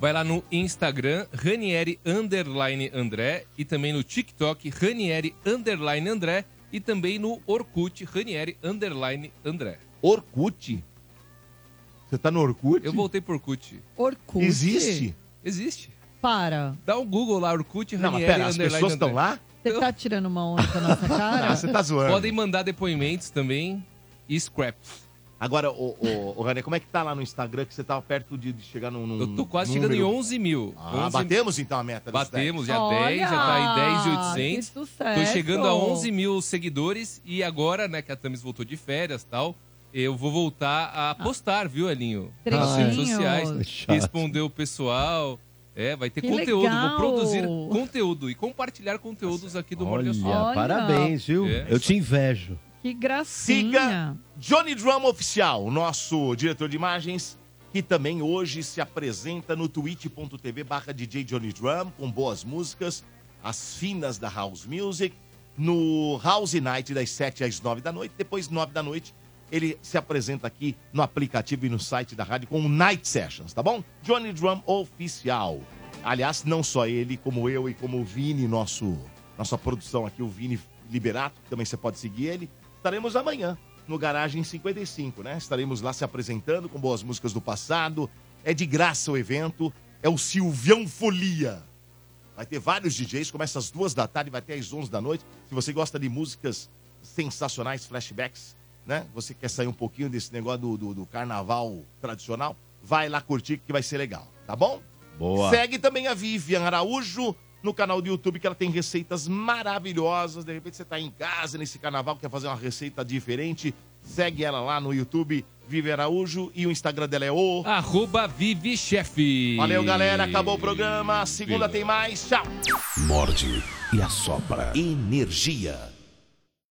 Vai lá no Instagram, Ranieri Underline André, e também no TikTok, Ranieri Underline André, e também no Orkut, Ranieri Underline André.
Orkut? Você tá no Orkut?
Eu voltei pro Orkut.
Orkut.
Existe?
Existe.
Para.
Dá um Google lá, Orkut,
Não, mas
Ranieri
pera, as
Underline
pessoas estão
André.
lá?
Você tá tirando uma onda com
(laughs)
a nossa cara?
Ah, você
(laughs)
tá zoando.
Podem mandar depoimentos também e scraps.
Agora, o, o, Ranieri, como é que tá lá no Instagram que você tava perto de, de chegar num, num
Eu tô quase
número?
chegando em 11 mil.
Ah,
11
batemos então a meta dos
Batemos,
10.
já 10, já tá em 10,800.
que sucesso!
Tô chegando a 11 mil seguidores e agora, né, que a Thames voltou de férias e tal, eu vou voltar a postar, viu, Elinho? Nas redes
Trechinhos.
sociais,
Tá
É
chato.
responder o pessoal. É, vai ter
Que
conteúdo,
legal.
vou produzir conteúdo e compartilhar conteúdos aqui do Morde
Olha,
Sol.
parabéns, viu?
É.
Eu te invejo.
Que gracinha.
Siga Johnny Drum Oficial, nosso diretor de imagens, que também hoje se apresenta no twitch.tv barra DJ Johnny Drum, com boas músicas, as finas da House Music, no House Night das 7 às 9 da noite, depois 9 da noite ele se apresenta aqui no aplicativo e no site da rádio com o Night Sessions, tá bom? Johnny Drum Oficial. Aliás, não só ele, como eu e como o Vini, nosso, nossa produção aqui, o Vini Liberato, que também você pode seguir ele. Estaremos amanhã no Garagem 55, né? Estaremos lá se apresentando com boas músicas do passado. É de graça o evento. É o Silvião Folia. Vai ter vários DJs, começa às duas da tarde, vai até às 11 da noite. Se você gosta de músicas sensacionais, flashbacks, né? Você quer sair um pouquinho desse negócio do, do, do carnaval tradicional, vai lá curtir que vai ser legal, tá bom?
Boa.
Segue também a Vivian Araújo no canal do YouTube, que ela tem receitas maravilhosas. De repente você tá em casa nesse carnaval, quer fazer uma receita diferente, segue ela lá no YouTube, Vivian Araújo, e o Instagram dela é o...
Arroba Vivi Chefe.
Valeu, galera. Acabou o programa. Segunda tem mais. Tchau.
Morde e assopra.
Energia.